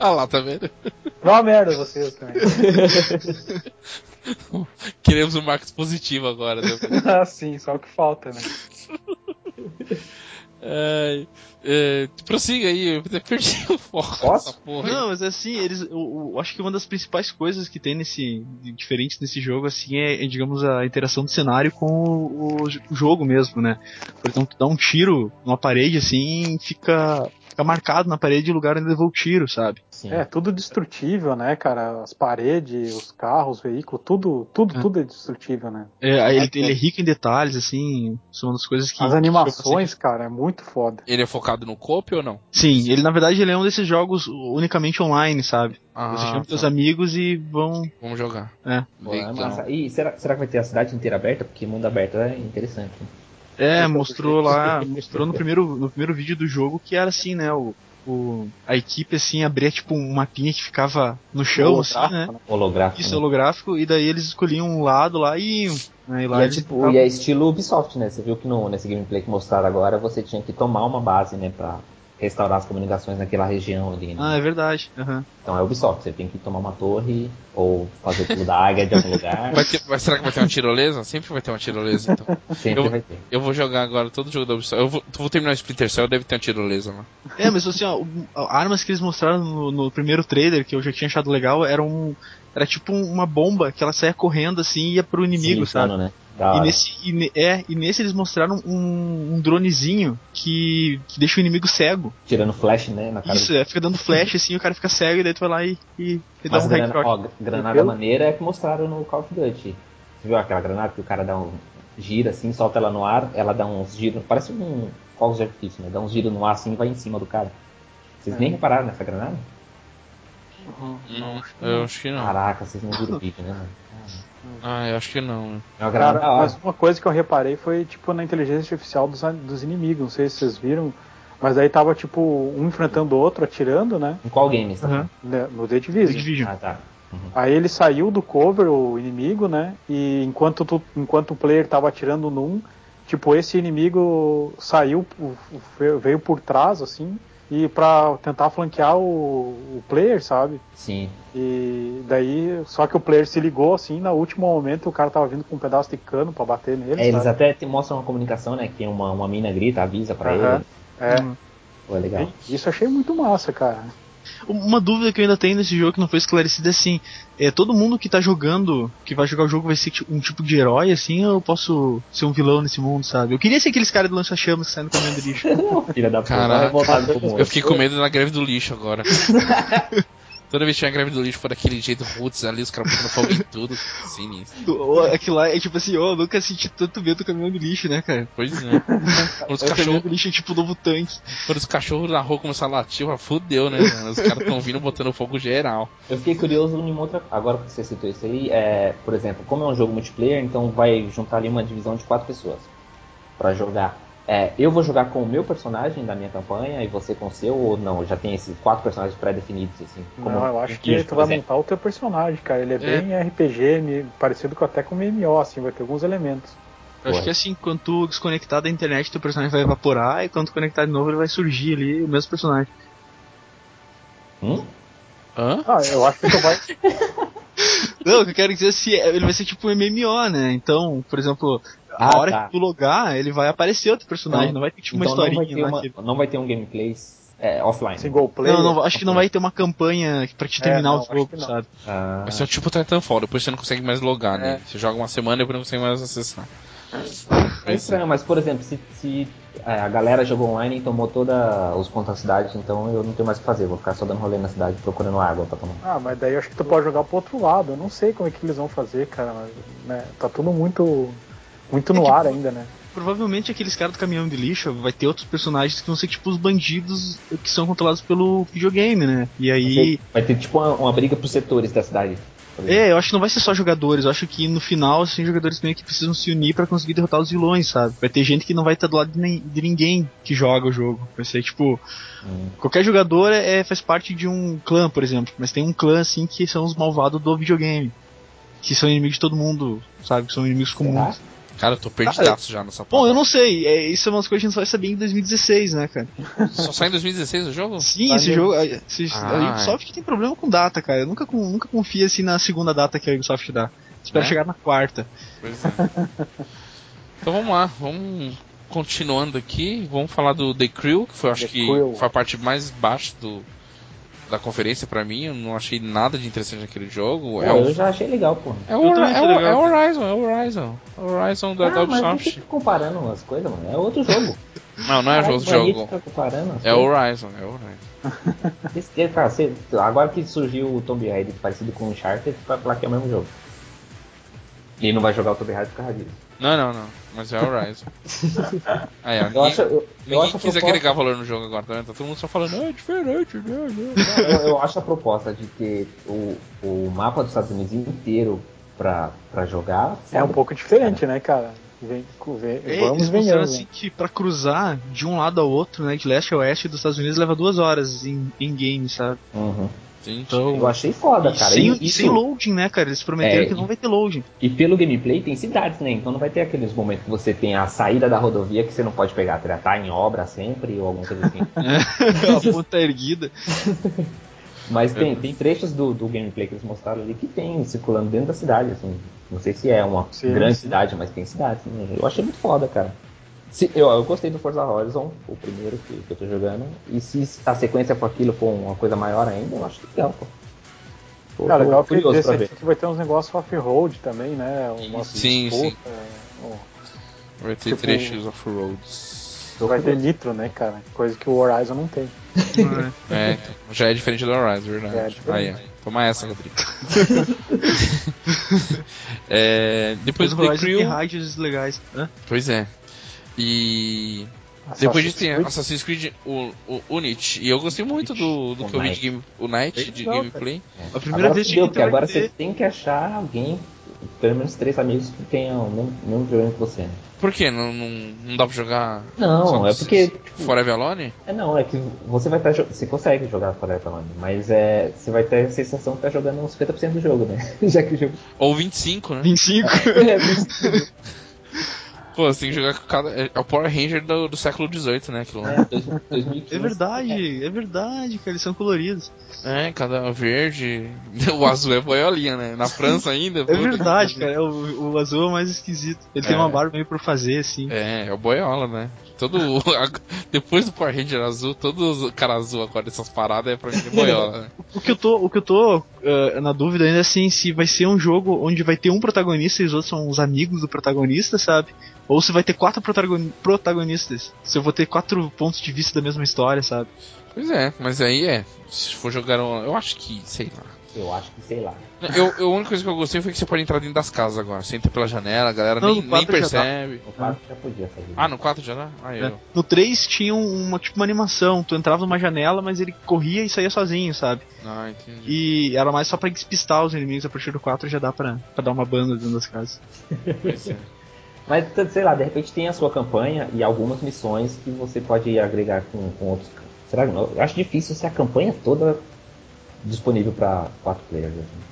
Speaker 1: Ah lá, tá vendo?
Speaker 2: Dá uma merda vocês também.
Speaker 1: Queremos um Marcos positivo agora. Né?
Speaker 2: ah, sim, só o que falta, né?
Speaker 1: É, é, prossiga aí, eu até perdi o foco
Speaker 4: Posso?
Speaker 1: dessa porra. aí.
Speaker 3: Não, mas assim, eles. Eu, eu acho que uma das principais coisas que tem nesse. de- diferentes nesse jogo, assim, é, é, digamos, a interação do cenário com o, o j- o jogo mesmo, né? Por exemplo, tu dá um tiro numa parede, assim, e fica. Fica marcado na parede o lugar onde levou o tiro, sabe?
Speaker 4: Sim.
Speaker 2: É, tudo destrutível, né, cara? As paredes, os carros, os veículos, tudo, tudo,
Speaker 3: É.
Speaker 2: tudo é destrutível, né?
Speaker 3: É, aí ele, ele é rico em detalhes, assim, são uma das coisas que.
Speaker 2: As
Speaker 3: que-
Speaker 2: animações, cara, é muito foda.
Speaker 1: Ele é focado no copo ou não?
Speaker 3: Sim, ele na verdade ele é um desses jogos unicamente online, sabe?
Speaker 1: Ah,
Speaker 3: Você chama
Speaker 1: tá.
Speaker 3: seus amigos e vão.
Speaker 1: Vamos jogar.
Speaker 3: É.
Speaker 4: Pô, é
Speaker 1: Legal.
Speaker 4: massa. E será, será que vai ter a cidade inteira aberta? Porque mundo aberto é interessante. né?
Speaker 3: É, mostrou lá, mostrou no primeiro, no primeiro vídeo do jogo que era assim, né? O, o- a equipe assim abria tipo um mapinha que ficava no chão, assim, né?
Speaker 4: Holográfico.
Speaker 3: Isso,
Speaker 4: né?
Speaker 3: holográfico, e daí eles escolhiam um lado lá e. iam, Né, e lá
Speaker 4: E é,
Speaker 3: eles
Speaker 4: tipo,
Speaker 3: ficavam-
Speaker 4: e é estilo Ubisoft, né? Você viu que no, nesse gameplay que mostraram agora, você tinha que tomar uma base, né? Pra restaurar as comunicações naquela região ali, né?
Speaker 3: Ah, é verdade. aham.
Speaker 4: Então é Ubisoft, você tem que tomar uma torre, ou fazer o pulo da águia de algum lugar,
Speaker 1: Vai ter- vai- será que vai ter uma tirolesa? Sempre vai ter uma tirolesa, então.
Speaker 4: sempre
Speaker 1: eu-
Speaker 4: vai ter.
Speaker 1: Eu vou jogar agora todo jogo da Ubisoft. Eu vou, vou terminar o Splinter Cell, deve ter uma tirolesa lá.
Speaker 3: É, mas assim, ó, o- a- armas que eles mostraram no, no primeiro trailer, que eu já tinha achado legal, era um. Era tipo uma bomba que ela saia correndo assim e ia pro inimigo,
Speaker 4: Sim,
Speaker 3: sabe?
Speaker 4: insano, né? Da
Speaker 3: E
Speaker 4: hora.
Speaker 3: nesse, e ne- é, e nesse eles mostraram um, um dronezinho que, que deixa o inimigo cego.
Speaker 4: Tirando flash, né? Na cara
Speaker 3: Isso, é, fica dando flash assim, o cara fica cego e daí tu vai lá e, e, e
Speaker 4: do...
Speaker 3: dá
Speaker 4: Mas é
Speaker 3: um
Speaker 4: granada,
Speaker 3: headshot.
Speaker 4: ó, granada
Speaker 2: Entendeu?
Speaker 4: maneira é que mostraram no Call of Duty. Você viu aquela granada que o cara dá um... Gira assim, solta ela no ar, ela dá uns giros... Parece um fogos de artifício, né? Dá uns giros no ar assim e vai em cima do cara. Vocês
Speaker 2: É.
Speaker 4: nem repararam nessa granada?
Speaker 1: Uhum. Não, eu acho que não.
Speaker 4: Caraca, vocês não viram o vídeo, né? mano? Cara,
Speaker 1: Ah, eu acho que não.
Speaker 4: É uma granada
Speaker 2: Cara,
Speaker 3: Ah.
Speaker 4: da hora.
Speaker 2: mas uma coisa que eu reparei foi, tipo, na inteligência artificial dos, dos inimigos, não sei se vocês viram, mas aí tava, tipo, um enfrentando o outro, atirando, né,
Speaker 4: Em qual game está?
Speaker 3: Aham.
Speaker 2: né, no The
Speaker 3: Big
Speaker 2: Division.
Speaker 3: Vision.
Speaker 4: Ah, tá.
Speaker 2: Aí ele saiu do cover, o inimigo, né, e enquanto, tu, enquanto o player tava atirando num, tipo, esse inimigo saiu, o- o- veio por trás, assim, e pra tentar flanquear o- o player, sabe?
Speaker 4: Sim.
Speaker 2: E daí, só que o player se ligou assim, no último momento o cara tava vindo com um pedaço de cano pra bater nele.
Speaker 4: É, eles
Speaker 2: sabe?
Speaker 4: até te mostram uma comunicação, né? Que uma, uma mina grita, avisa pra
Speaker 2: Aham.
Speaker 4: ele.
Speaker 2: É.
Speaker 3: Hum.
Speaker 4: Pô, é legal.
Speaker 2: Isso eu achei muito massa, cara.
Speaker 3: Uma dúvida que eu ainda tenho nesse jogo que não foi esclarecida é assim, é todo mundo que tá jogando, que vai jogar o jogo vai ser ti- um tipo de herói, assim, ou eu posso ser um vilão nesse mundo, sabe? Eu queria ser aqueles caras do lança-chamas que saem no caminho do lixo.
Speaker 4: Filha da puta,
Speaker 1: Caraca.
Speaker 4: revoltado com o
Speaker 1: Eu
Speaker 4: mundo.
Speaker 1: fiquei com medo da greve do lixo agora. Toda vez que tinha greve do lixo, foi daquele jeito roots ali, os caras botando fogo em tudo. Sinistro.
Speaker 3: Ô, Aquilo lá é tipo assim, ó, eu nunca senti tanto medo do caminhão do lixo, né, cara?
Speaker 1: Pois é. Quando os
Speaker 3: É, o caminhão
Speaker 1: cachorros
Speaker 3: do lixo é tipo o novo tanque.
Speaker 1: quando os cachorros na rua começaram a latir, eu, fudeu, né, mano? Os caras tão vindo botando fogo geral.
Speaker 4: Eu fiquei curioso em uma outra. Agora que você citou isso aí, é, por exemplo, como é um jogo multiplayer, então vai juntar ali uma divisão de quatro pessoas pra jogar. É, eu vou jogar com o meu personagem da minha campanha e você com o seu, ou não? Já tem esses quatro personagens pré-definidos, assim? como
Speaker 2: Não, eu
Speaker 4: um
Speaker 2: acho que
Speaker 4: Guild,
Speaker 2: tu
Speaker 3: tá
Speaker 4: por
Speaker 2: vai
Speaker 4: exemplo.
Speaker 2: montar o teu personagem, cara. Ele é, bem RPG, me- parecido com até com MMO, assim, vai ter alguns elementos.
Speaker 3: Eu acho
Speaker 4: Ué.
Speaker 3: que assim, quando tu desconectar da internet, teu personagem vai evaporar, e quando tu conectar de novo, ele vai surgir ali, o mesmo personagem.
Speaker 4: Hum?
Speaker 1: Hã?
Speaker 2: Ah, eu acho que tu vai.
Speaker 3: Não, o que eu quero dizer é se ele vai ser tipo um MMO, né? Então, por exemplo, a
Speaker 4: Ah,
Speaker 3: hora
Speaker 4: tá.
Speaker 3: que tu logar, ele vai aparecer outro personagem,
Speaker 4: Então-
Speaker 3: não vai ter tipo uma
Speaker 4: Então não vai, ter
Speaker 3: historinha lá.
Speaker 4: uma,
Speaker 3: que-
Speaker 4: não vai ter um gameplay é, offline.
Speaker 2: Single player.
Speaker 3: Não, não, acho que não vai ter uma campanha pra te
Speaker 2: É,
Speaker 3: terminar
Speaker 2: não,
Speaker 3: o
Speaker 2: acho que
Speaker 3: jogo,
Speaker 2: não.
Speaker 3: sabe?
Speaker 4: Ah,
Speaker 1: Vai ser tipo Titanfall, depois você não consegue mais logar, né? Você joga uma semana e depois não consegue mais acessar.
Speaker 4: é estranho, mas por exemplo, se, se, é, a galera jogou online e tomou todos os pontos da cidade, então eu não tenho mais o que fazer, vou ficar só dando rolê na cidade procurando água pra tomar.
Speaker 2: Ah, mas daí eu acho que tu pode jogar pro outro lado. Eu não sei como é que eles vão fazer, cara. mas, né, tá tudo muito. Muito
Speaker 3: É
Speaker 2: no
Speaker 3: que-
Speaker 2: ar ainda, né?
Speaker 3: Provavelmente aqueles caras do caminhão de lixo vai ter outros personagens que vão ser tipo os bandidos que são controlados pelo videogame, né? E aí.
Speaker 4: Vai ter tipo uma, uma briga pros setores da cidade. por exemplo.
Speaker 3: É, eu acho que não vai ser só jogadores, eu acho que no final, assim, jogadores meio que precisam se unir pra conseguir derrotar os vilões, sabe? Vai ter gente que não vai estar do lado de, nem- de ninguém que joga o jogo. Vai ser tipo.
Speaker 4: Hum.
Speaker 3: Qualquer jogador é, faz parte de um clã, por exemplo, mas tem um clã assim que são os malvados do videogame. Que são inimigos de todo mundo, sabe? Que são inimigos
Speaker 4: Será?
Speaker 3: comuns.
Speaker 1: Cara, eu tô perdidaço já nessa
Speaker 3: Bom, eu
Speaker 1: porra.
Speaker 3: não sei, é, isso é umas coisas que a gente só vai saber em 2016, né, cara?
Speaker 1: Só sai em 2016 o jogo?
Speaker 3: Sim,
Speaker 2: Tá
Speaker 3: esse
Speaker 2: mesmo.
Speaker 3: jogo. Esse,
Speaker 1: Ah,
Speaker 3: a Ubisoft tem problema com data, cara. Eu nunca, con- nunca confio assim na segunda data que a Ubisoft dá. Espero
Speaker 1: Né?
Speaker 3: chegar na quarta.
Speaker 1: Pois é. então vamos lá, vamos continuando aqui, vamos falar do The Crew, que foi acho
Speaker 2: The
Speaker 1: que
Speaker 2: Crew.
Speaker 1: foi a parte mais baixa do da conferência pra mim, eu não achei nada de interessante naquele jogo.
Speaker 4: Pô,
Speaker 1: É
Speaker 4: eu
Speaker 1: o
Speaker 4: já achei legal, pô.
Speaker 1: é o,
Speaker 3: Eu também
Speaker 1: é,
Speaker 3: achei
Speaker 1: o,
Speaker 3: legal.
Speaker 1: é o Horizon, é o Horizon. É o Horizon da, da
Speaker 4: Ah, mas não
Speaker 1: Ubisoft.
Speaker 4: fica comparando as coisas, mano. É outro jogo.
Speaker 1: Não, não é
Speaker 4: Caralho,
Speaker 1: jogo do
Speaker 4: Bahia
Speaker 1: jogo.
Speaker 4: Fica comparando as
Speaker 1: É o
Speaker 4: coisas.
Speaker 1: Horizon, é o Horizon.
Speaker 4: Besteira, cara, você- agora que surgiu o Tomb Raider parecido com o Uncharted, você vai falar que é o mesmo jogo. E não vai jogar o Tomb Raider por causa disso.
Speaker 1: Não, não, não. Mas é o Horizon. Aí, ó,
Speaker 4: Eu acho,
Speaker 1: ninguém,
Speaker 4: eu, eu
Speaker 1: ninguém
Speaker 4: acho a
Speaker 1: quis
Speaker 4: proposta-
Speaker 1: agregar valor no jogo agora, tá vendo? Tá todo mundo só falando, "Ah, é diferente, né? né?"
Speaker 4: eu, eu acho a proposta de ter o, o mapa dos Estados Unidos inteiro pra, pra jogar.
Speaker 2: É um
Speaker 4: foda.
Speaker 2: pouco diferente, né, cara? Vem, vem, vamos né?
Speaker 3: É, eles mostraram
Speaker 4: né?
Speaker 2: venhamos.
Speaker 3: assim que pra cruzar de um lado ao outro, né, de leste a oeste dos Estados Unidos, leva duas horas em, em game, sabe?
Speaker 4: Uhum.
Speaker 1: Gente,
Speaker 4: Eu
Speaker 3: Então.
Speaker 4: achei foda,
Speaker 3: e
Speaker 4: cara.
Speaker 3: sem,
Speaker 4: e,
Speaker 3: e
Speaker 4: isso-
Speaker 3: sem loading, né, cara? Eles prometeram
Speaker 4: É,
Speaker 3: que
Speaker 4: e-
Speaker 3: não vai ter loading.
Speaker 4: e pelo gameplay tem cidades, né? Então não vai ter aqueles momentos que você tem a saída da rodovia que você não pode pegar. tá ligado? Tá em obra sempre ou alguma coisa assim.
Speaker 3: a ponta erguida.
Speaker 4: É. Mas tem, tem trechos do, do gameplay que eles mostraram ali que tem circulando dentro da cidade, assim. Não sei se é uma
Speaker 2: Sim,
Speaker 4: grande
Speaker 2: sim.
Speaker 4: cidade, mas tem cidade. Assim. Eu achei muito foda, cara. Se- eu, eu gostei do Forza Horizon, o primeiro que, que eu tô jogando. E se a sequência for aquilo for uma coisa maior ainda, eu acho legal, pô. Tô,
Speaker 2: Cara,
Speaker 4: tô
Speaker 2: legal que
Speaker 4: curioso pra
Speaker 2: desse
Speaker 4: ver.
Speaker 2: aqui que vai ter uns negócios off-road também, né? Umas
Speaker 1: Sim,
Speaker 2: disputas, é, um-
Speaker 1: vai ter
Speaker 2: Tipo-
Speaker 1: trechos off-roads.
Speaker 2: Vai ter nitro, né, cara? Coisa que o Horizon não tem.
Speaker 3: né?
Speaker 1: É, então, já é diferente do Horizon, verdade.
Speaker 2: É, é
Speaker 1: Aí,
Speaker 2: diferente.
Speaker 1: ó. Toma essa, Rodrigo. É, depois
Speaker 3: Depois
Speaker 1: do
Speaker 3: o
Speaker 1: The
Speaker 3: Horizon tem
Speaker 1: Crew.
Speaker 3: rádios legais. Hã?
Speaker 1: Pois é. E.
Speaker 2: Assassin's
Speaker 1: Depois disso tem
Speaker 2: Creed.
Speaker 1: Assassin's Creed o, o Unity. E eu gostei muito do, do que eu vi de game, o Night de
Speaker 3: Legal,
Speaker 1: gameplay.
Speaker 3: A primeira
Speaker 4: Agora
Speaker 3: vez
Speaker 4: fudeu,
Speaker 3: que então
Speaker 4: porque agora você tem que achar alguém, pelo menos três amigos que tenham o mesmo, mesmo problema que você. né?
Speaker 1: Por quê? Não, não, não dá pra jogar.
Speaker 4: Não,
Speaker 1: só
Speaker 4: é
Speaker 1: com
Speaker 4: porque
Speaker 1: vocês? Forever Alone?
Speaker 4: É não, é que você vai estar jo- Você consegue jogar fora da online, mas é. Você vai ter a sensação de estar jogando uns 50% do jogo, né? Já que o jogo.
Speaker 1: Ou 25, né?
Speaker 3: 25.
Speaker 4: É.
Speaker 1: Pô, você tem que jogar com cada. É é o Power Ranger do, do século XVIII, né? Aquilo lá.
Speaker 4: É, dois- 2015.
Speaker 3: É verdade, é verdade, cara. Eles são coloridos.
Speaker 1: É, cada verde. O azul é boiolinha, né? Na França ainda.
Speaker 3: É verdade, cara. é O, o azul é o mais esquisito. Ele tem
Speaker 1: É.
Speaker 3: uma barba meio pra fazer, assim.
Speaker 1: É, é o boiola, né? Todo. Depois do Power Ranger azul, todo o cara azul agora dessas paradas é pra mim é boiola, né?
Speaker 3: O que eu tô, o que eu tô eh, na dúvida ainda é assim, se vai ser um jogo onde vai ter um protagonista e os outros são os amigos do protagonista, sabe? Ou se vai ter quatro protagoni- protagonistas. Se eu vou ter quatro pontos de vista da mesma história, sabe?
Speaker 1: Pois é, mas aí é. Se for jogar um. Eu acho que, sei lá.
Speaker 4: Eu acho que sei lá.
Speaker 1: Eu, eu- a única coisa que eu gostei foi que você pode entrar dentro das casas agora. Você entra pela janela, a galera
Speaker 3: Não,
Speaker 1: nem,
Speaker 3: no
Speaker 1: nem
Speaker 3: quatro já dá.
Speaker 1: percebe.
Speaker 4: O Pato já podia fazer.
Speaker 1: Ah, no 4 já dá? Ah, eu.
Speaker 3: né? No 3 tinha uma tipo uma animação, tu entrava numa janela, mas ele corria e saía sozinho, sabe?
Speaker 1: Ah, entendi.
Speaker 3: E era mais só pra despistar os inimigos, a partir do 4 já dá pra, pra dar uma banda dentro das casas.
Speaker 1: Pois é.
Speaker 4: Mas, t- sei lá, de repente tem a sua campanha e algumas missões que você pode agregar com, com outros. Será que não? Eu acho difícil ser a campanha toda disponível pra quatro players. assim.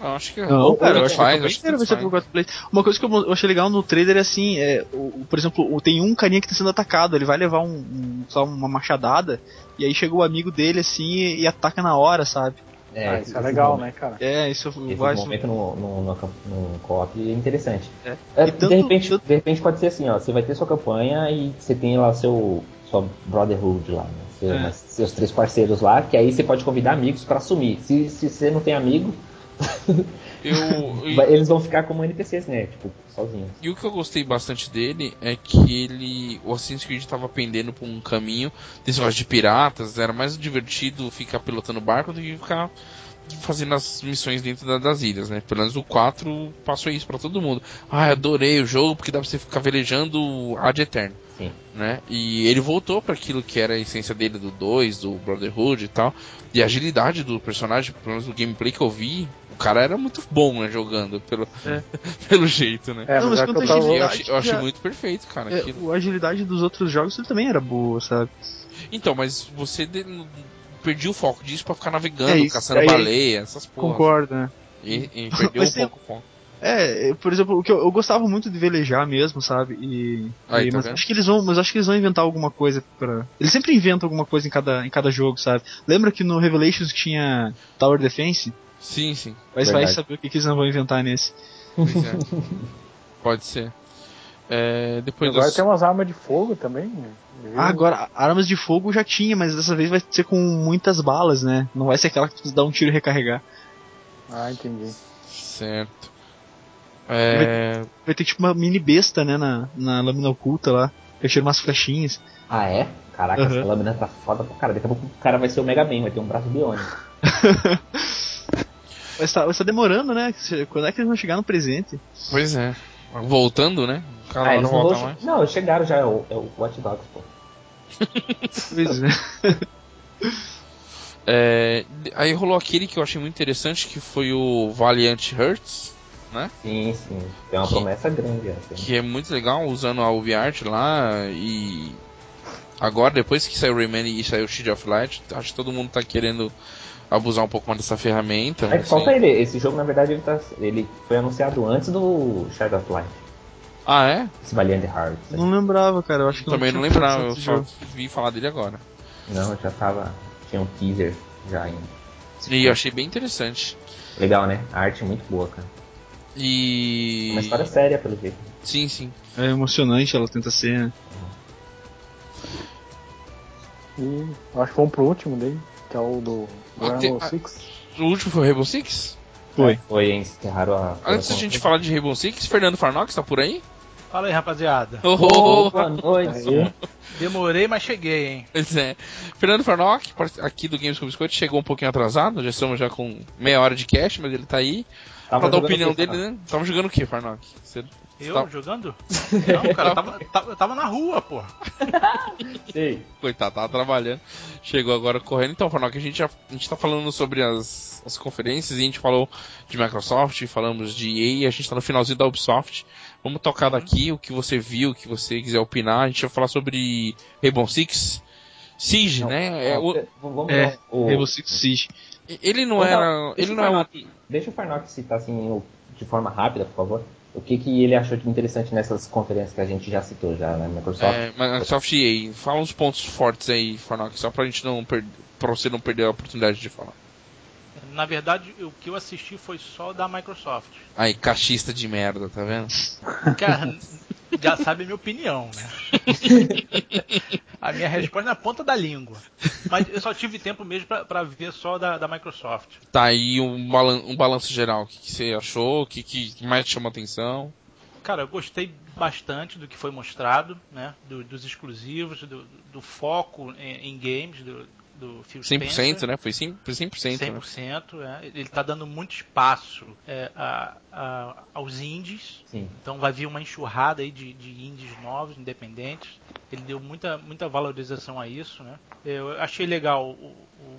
Speaker 1: Ah, acho que
Speaker 3: Não, cara, eu acho que
Speaker 1: faz,
Speaker 3: a
Speaker 1: acho que
Speaker 3: primeira vai ser pro
Speaker 1: faz.
Speaker 3: 4 play. Uma coisa que eu mo- eu achei legal no trailer é assim, é, o, o- por exemplo, o- tem um carinha que tá sendo atacado, ele vai levar um, um- sei lá, uma machadada, e aí chega o amigo dele assim e, e ataca na hora, sabe?
Speaker 2: Ah, isso
Speaker 4: esse-
Speaker 2: é
Speaker 4: esse
Speaker 2: legal,
Speaker 4: momento-
Speaker 2: né, cara?
Speaker 3: É, isso eu
Speaker 4: Esse
Speaker 3: vai.
Speaker 4: momento no, no, no, camp- no co-op é interessante.
Speaker 3: É.
Speaker 4: É,
Speaker 3: E tanto-
Speaker 4: de, repente,
Speaker 3: tanto-
Speaker 4: de repente pode ser assim, ó, você vai ter sua campanha e você tem lá seu sua brotherhood lá, né? Seu-
Speaker 3: É.
Speaker 4: mas seus três parceiros lá, que aí você pode convidar amigos pra assumir. Se, se você não tem amigo,
Speaker 3: tipo,
Speaker 1: Eu, e-
Speaker 4: vai- eles vão ficar como NPCs, né? Tipo, sozinhos.
Speaker 1: E o que eu gostei bastante dele é que ele. O Assassin's Creed tava pendendo por um caminho desse negócio de piratas. Era mais divertido ficar pilotando barco do que ficar fazendo as missões dentro da- das ilhas, né? Pelo menos o 4 passou isso pra todo mundo. Ah, adorei o jogo porque dá pra você ficar velejando ad eterno.
Speaker 4: Sim.
Speaker 1: Né? E ele voltou pra aquilo que era a essência dele do 2, do Brotherhood e tal. E a agilidade do personagem, pelo menos o gameplay que eu vi, o cara era muito bom, né? Jogando, pelo,
Speaker 3: É.
Speaker 1: pelo jeito, né?
Speaker 2: É,
Speaker 3: Não,
Speaker 2: mas
Speaker 3: mas
Speaker 2: é que eu
Speaker 3: quanto
Speaker 2: tava.
Speaker 1: Eu
Speaker 3: agilidade-
Speaker 1: achei, eu achei
Speaker 3: já-
Speaker 1: muito perfeito, cara.
Speaker 3: É,
Speaker 1: aquilo.
Speaker 3: o- a agilidade dos outros jogos ele também era boa, sabe?
Speaker 1: Então, mas você de... perdi o foco disso pra ficar navegando,
Speaker 3: É isso,
Speaker 1: caçando
Speaker 3: aí-
Speaker 1: baleia, essas porras.
Speaker 3: Concordo, né?
Speaker 1: E, e perdeu um
Speaker 3: Mas tem-
Speaker 1: pouco o foco.
Speaker 3: É, eu- por exemplo, o que eu, eu gostava muito de velejar mesmo, sabe? E,
Speaker 1: Aí,
Speaker 3: e-
Speaker 1: tá
Speaker 3: mas
Speaker 1: vendo?
Speaker 3: acho que eles vão, mas acho que eles vão inventar alguma coisa para. Eles sempre inventam alguma coisa em cada, em cada jogo, sabe? Lembra que no Revelations tinha Tower Defense?
Speaker 1: Sim, sim.
Speaker 3: Mas vai
Speaker 4: Verdade.
Speaker 3: saber o que, que eles não vão inventar nesse.
Speaker 1: Pois é. Pode ser. É, depois
Speaker 2: Agora
Speaker 1: das-
Speaker 2: tem umas armas de fogo também. né? viu?
Speaker 3: Ah, agora a- armas de fogo já tinha, mas dessa vez vai ser com muitas balas, né? Não vai ser aquela que tu dá um tiro e recarregar.
Speaker 2: Ah, entendi.
Speaker 3: um-
Speaker 1: Certo. É,
Speaker 3: Vai ter tipo uma mini besta, né? Na, na lâmina oculta lá. Eu tiro umas flechinhas.
Speaker 4: Ah, é? Caraca,
Speaker 3: Uhum.
Speaker 4: essa lâmina tá foda pra cara. Daqui a pouco o cara vai ser o Mega Man, vai ter um braço biônico.
Speaker 3: Vai estar, vai estar demorando, né? Quando é que eles vão chegar no presente?
Speaker 1: Pois é. Voltando, né? O cara
Speaker 4: Ah,
Speaker 1: não
Speaker 4: eles não
Speaker 1: volta
Speaker 4: vão...
Speaker 1: mais.
Speaker 4: Não, chegaram já, é o, é o Watch Dogs, pô.
Speaker 3: Pois é.
Speaker 1: É, aí rolou aquele que eu achei muito interessante, que foi o Valiant Hearts.
Speaker 4: Sim, sim. Tem uma
Speaker 1: Que-
Speaker 4: promessa grande essa.
Speaker 1: que é muito legal usando a UbiArt lá e agora depois que saiu o Rayman e saiu o Shield of Light, acho que todo mundo tá querendo abusar um pouco mais dessa ferramenta.
Speaker 4: Aí
Speaker 1: assim.
Speaker 4: É falta ele, esse jogo na verdade ele, tá, ele foi anunciado antes do Shadow of Light,
Speaker 1: Ah, é?
Speaker 4: esse Valiant Hearts. aí.
Speaker 1: Hum.
Speaker 3: Não lembrava, cara. Eu acho que
Speaker 1: Também não
Speaker 3: tinha
Speaker 1: lembrava,
Speaker 3: pensado
Speaker 1: eu
Speaker 3: nesse
Speaker 1: só
Speaker 3: jogo.
Speaker 1: vi falar dele agora.
Speaker 4: Não, já tava. Tinha um teaser já ainda.
Speaker 1: E eu achei bem interessante.
Speaker 4: Legal, né? A arte é muito boa, cara. É
Speaker 1: E.
Speaker 4: Uma história séria, pelo jeito.
Speaker 1: Sim, sim.
Speaker 3: É emocionante, ela tenta ser. né?
Speaker 2: E eu acho que vamos pro último dele, que é o do, do
Speaker 1: Ah, tem-
Speaker 2: Rainbow
Speaker 1: ah.
Speaker 2: Six.
Speaker 1: O último foi o Rainbow Six?
Speaker 3: Foi.
Speaker 4: É, Foi, encerraram a.
Speaker 1: Antes da gente falar de Rainbow Six, Fernando Farnox tá por aí?
Speaker 5: Fala aí, rapaziada.
Speaker 1: Oh,
Speaker 4: Oh, boa noite.
Speaker 2: Aí,
Speaker 5: Demorei, mas cheguei, hein?
Speaker 1: Pois é. Fernando Farnock, part- aqui do Games com Biscoito, chegou um pouquinho atrasado, já estamos já com meia hora de cast, mas ele tá aí. Pra dar a
Speaker 4: jogando
Speaker 1: opinião
Speaker 4: FIFA.
Speaker 1: dele, né? Tava jogando o que, Farnock? Você-
Speaker 5: Eu
Speaker 1: Tá.
Speaker 5: jogando? Não, cara, eu tava, tava- eu tava na rua, porra.
Speaker 4: Sei.
Speaker 1: Coitado, tava trabalhando. Chegou agora correndo. Então, Farnock, a gente, já, a gente tá falando sobre as, as conferências e a gente falou de Microsoft, falamos de EA, a gente tá no finalzinho da Ubisoft. Vamos tocar
Speaker 4: Uhum.
Speaker 1: daqui o que você viu, o que você quiser opinar. A gente vai falar sobre Rainbow Six. Siege,
Speaker 4: Não,
Speaker 1: né? É,
Speaker 4: Ó,
Speaker 1: o-
Speaker 4: v- vamos
Speaker 3: É,
Speaker 4: lá. O-
Speaker 3: Rainbow Six Siege.
Speaker 1: ele não
Speaker 4: Vamos
Speaker 1: era. Ele
Speaker 4: deixa o
Speaker 1: não é um.
Speaker 4: Farnock- Deixa o Farnock citar assim o- de forma rápida, por favor. O que, que ele achou de interessante nessas conferências que a gente já citou já na Microsoft?
Speaker 1: É, Microsoft e EA. Fala uns pontos fortes aí, Farnock, só pra gente não perder. Pra você não perder a oportunidade de falar.
Speaker 5: Na verdade, o que eu assisti foi só da Microsoft.
Speaker 1: Aí, cachista de merda, tá vendo?
Speaker 5: Cara, já sabe a minha opinião, né? A minha resposta é na ponta da língua. Mas eu só tive tempo mesmo pra, pra ver só da, da Microsoft.
Speaker 1: Tá aí um, balan um balanço geral. O que, que você achou? O que, que mais te chamou a atenção?
Speaker 5: Cara, eu gostei bastante do que foi mostrado, né? Do- dos exclusivos, do, do foco em, em games, do, do Phil
Speaker 1: 100%,
Speaker 5: Spencer.
Speaker 1: né? Foi 100%, 100%, né?
Speaker 5: 100%, é. ele está dando muito espaço é, a- a- aos indies,
Speaker 4: Sim.
Speaker 5: então vai vir uma enxurrada aí de, de indies novos, independentes. Ele deu muita, muita valorização a isso, né? Eu achei legal o,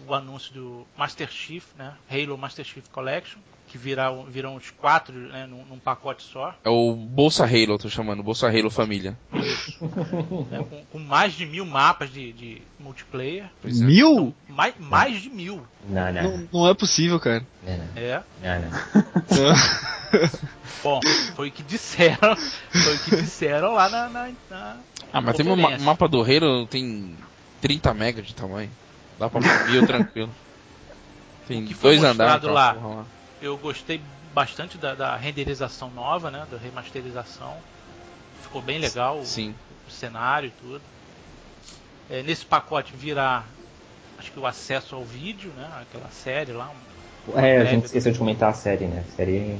Speaker 5: o anúncio do Master Chief, né? Halo Master Chief Collection, que virão, virão os quatro né? num, num pacote só,
Speaker 1: É o Bolsa Halo, eu tô chamando, Bolsa Halo Família.
Speaker 5: né? com, com mais de mil mapas de, de multiplayer.
Speaker 1: Pois é.
Speaker 3: Mil?
Speaker 5: Mais, mais de mil,
Speaker 4: Não, não.
Speaker 3: Não, não é possível, cara.
Speaker 4: Não, não.
Speaker 5: é.
Speaker 4: Não, não.
Speaker 5: Bom, foi o que disseram, foi o que disseram lá na. na, na
Speaker 1: Ah, mas tem um ma-
Speaker 5: conferência.
Speaker 1: mapa do Halo, tem 30 mega de tamanho. Dá pra mil tranquilo. Tem
Speaker 5: O que foi
Speaker 1: dois andares.
Speaker 5: mostrado
Speaker 1: aquela
Speaker 5: lá?
Speaker 1: porra lá.
Speaker 5: Eu gostei bastante da, da renderização nova, né? Da remasterização. Ficou bem legal o-
Speaker 1: Sim.
Speaker 5: o cenário e tudo. É, nesse pacote virá acho que o acesso ao vídeo, né? Aquela série lá. um-
Speaker 4: É, a gente esqueceu de comentar a série, né? A série é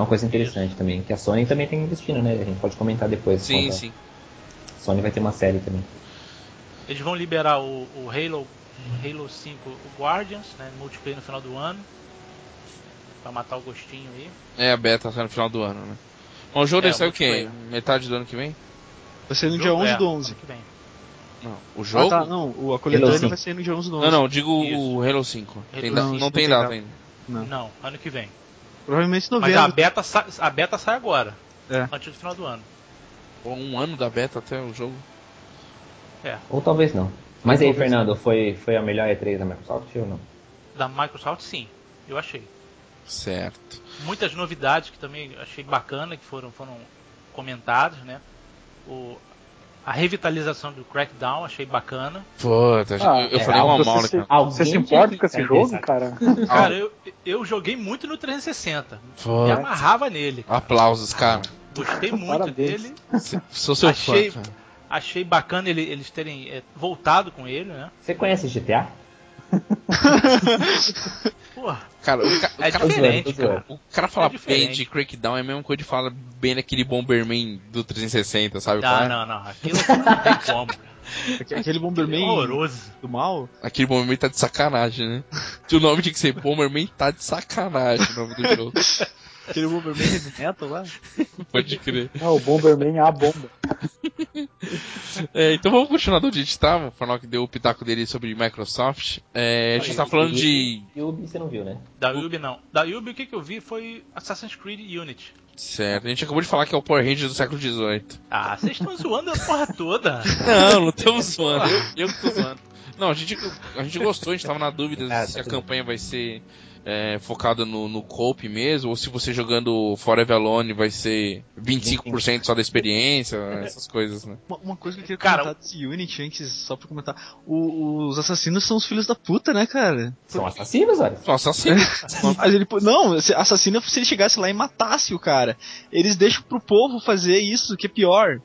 Speaker 4: uma coisa interessante também, que a Sony também tem investindo, né? A gente pode comentar depois.
Speaker 1: Sim,
Speaker 4: conta.
Speaker 1: sim.
Speaker 4: A Sony vai ter uma série também.
Speaker 5: Eles vão liberar o, o Halo, Halo 5 o Guardians, né? Multiplayer no final do ano. Pra matar o gostinho aí.
Speaker 1: É a beta sai no final do ano, né? Bom, o jogo
Speaker 5: É,
Speaker 1: deve sair o quê?
Speaker 5: multiplayer.
Speaker 1: Metade do ano que vem?
Speaker 3: Vai ser no
Speaker 5: Jogo-
Speaker 3: dia 11
Speaker 5: é,
Speaker 3: do 11.
Speaker 5: ano que vem.
Speaker 1: Não. O jogo?
Speaker 3: Ah, tá, não. O, a
Speaker 4: Halo
Speaker 3: coletânea
Speaker 4: cinco.
Speaker 3: vai ser no dia 11 do 11.
Speaker 1: Não, não, digo
Speaker 5: Isso.
Speaker 1: o Halo 5. Tem
Speaker 5: Halo
Speaker 1: da-
Speaker 5: 5,
Speaker 1: não tem data ainda.
Speaker 5: Não, ano que vem.
Speaker 3: Provavelmente em
Speaker 5: Mas a
Speaker 3: novembro.
Speaker 5: beta, sa- a beta sai agora.
Speaker 3: É.
Speaker 5: Antes do final do ano.
Speaker 1: Pô, Um ano da beta até o jogo.
Speaker 4: Ou talvez não. Mas aí, Fernando, foi, foi a melhor E3 da Microsoft ou não?
Speaker 5: Da Microsoft, sim. Eu achei.
Speaker 1: Certo.
Speaker 5: Muitas novidades que também achei bacana, que foram, foram comentadas, né? O, a revitalização do Crackdown, achei bacana.
Speaker 1: Puta,
Speaker 5: Ah,
Speaker 1: eu, eu
Speaker 4: é,
Speaker 1: falei Tá uma né?
Speaker 2: você
Speaker 1: mal
Speaker 2: se-
Speaker 1: naquela.
Speaker 4: Alguém
Speaker 2: Você se
Speaker 4: tinha
Speaker 2: importa
Speaker 4: que É,
Speaker 2: com esse
Speaker 4: ficar
Speaker 2: jogo,
Speaker 4: interessado.
Speaker 2: cara?
Speaker 1: Uhum.
Speaker 5: Cara, eu, eu joguei muito no 360. Me
Speaker 1: Puta.
Speaker 5: amarrava nele.
Speaker 1: Aplausos, cara.
Speaker 5: Gostei muito
Speaker 2: Parabéns.
Speaker 5: dele.
Speaker 1: Se- Sou seu
Speaker 5: Achei-
Speaker 1: fã, cara.
Speaker 5: Achei bacana ele- eles terem é, voltado com ele, né?
Speaker 4: Você conhece GTA?
Speaker 5: Porra,
Speaker 1: Cara, o, ca- o
Speaker 5: é
Speaker 1: cara,
Speaker 5: diferente,
Speaker 4: tô zoando.
Speaker 5: cara.
Speaker 1: o cara fala
Speaker 5: É diferente.
Speaker 1: bem de Crackdown é a mesma coisa de falar bem daquele Bomberman do 360, sabe? qual
Speaker 5: Não,
Speaker 1: é?
Speaker 5: não, não. Aquilo não tem como. cara.
Speaker 3: Aque- Aquele
Speaker 5: Aquilo é
Speaker 3: Bomberman
Speaker 5: Horroroso.
Speaker 3: do mal.
Speaker 1: Aquele Bomberman tá de sacanagem, né? o nome tinha que ser Bomberman tá de sacanagem o nome do jogo.
Speaker 3: Aquele Bomberman Heavy Metal lá.
Speaker 1: Pode crer.
Speaker 2: É, o Bomberman é a bomba.
Speaker 1: É, então vamos continuar do onde a gente tava, o Farnock deu o pitaco dele sobre Microsoft. É, a gente tá falando de.
Speaker 4: E o você não viu, né?
Speaker 5: Da Ubi não. Da Ubi o que, que eu vi foi Assassin's Creed Unity.
Speaker 1: Certo, a gente acabou de falar que é o Power Ranger do século XVIII.
Speaker 5: Ah, vocês estão zoando a porra toda.
Speaker 1: Não, não estamos zoando. Eu, eu que tô zoando. Não, a gente, a gente gostou, a gente tava na dúvida
Speaker 4: Ah,
Speaker 1: se
Speaker 4: tá
Speaker 1: a
Speaker 4: tudo
Speaker 1: campanha vai ser é, focada no, no cope mesmo, ou se você jogando Forever Alone vai ser 25% só da experiência, essas coisas, né?
Speaker 3: Uma, uma coisa que eu queria
Speaker 5: Cara,
Speaker 3: comentar desse Unity antes, só pra comentar. O- os assassinos são os filhos da puta, né, cara?
Speaker 4: São assassinos, olha.
Speaker 1: Só assassino.
Speaker 3: Mas ele, po- não, se- assassino é se ele chegasse lá e matasse o cara. Eles deixam pro povo fazer isso, que é pior.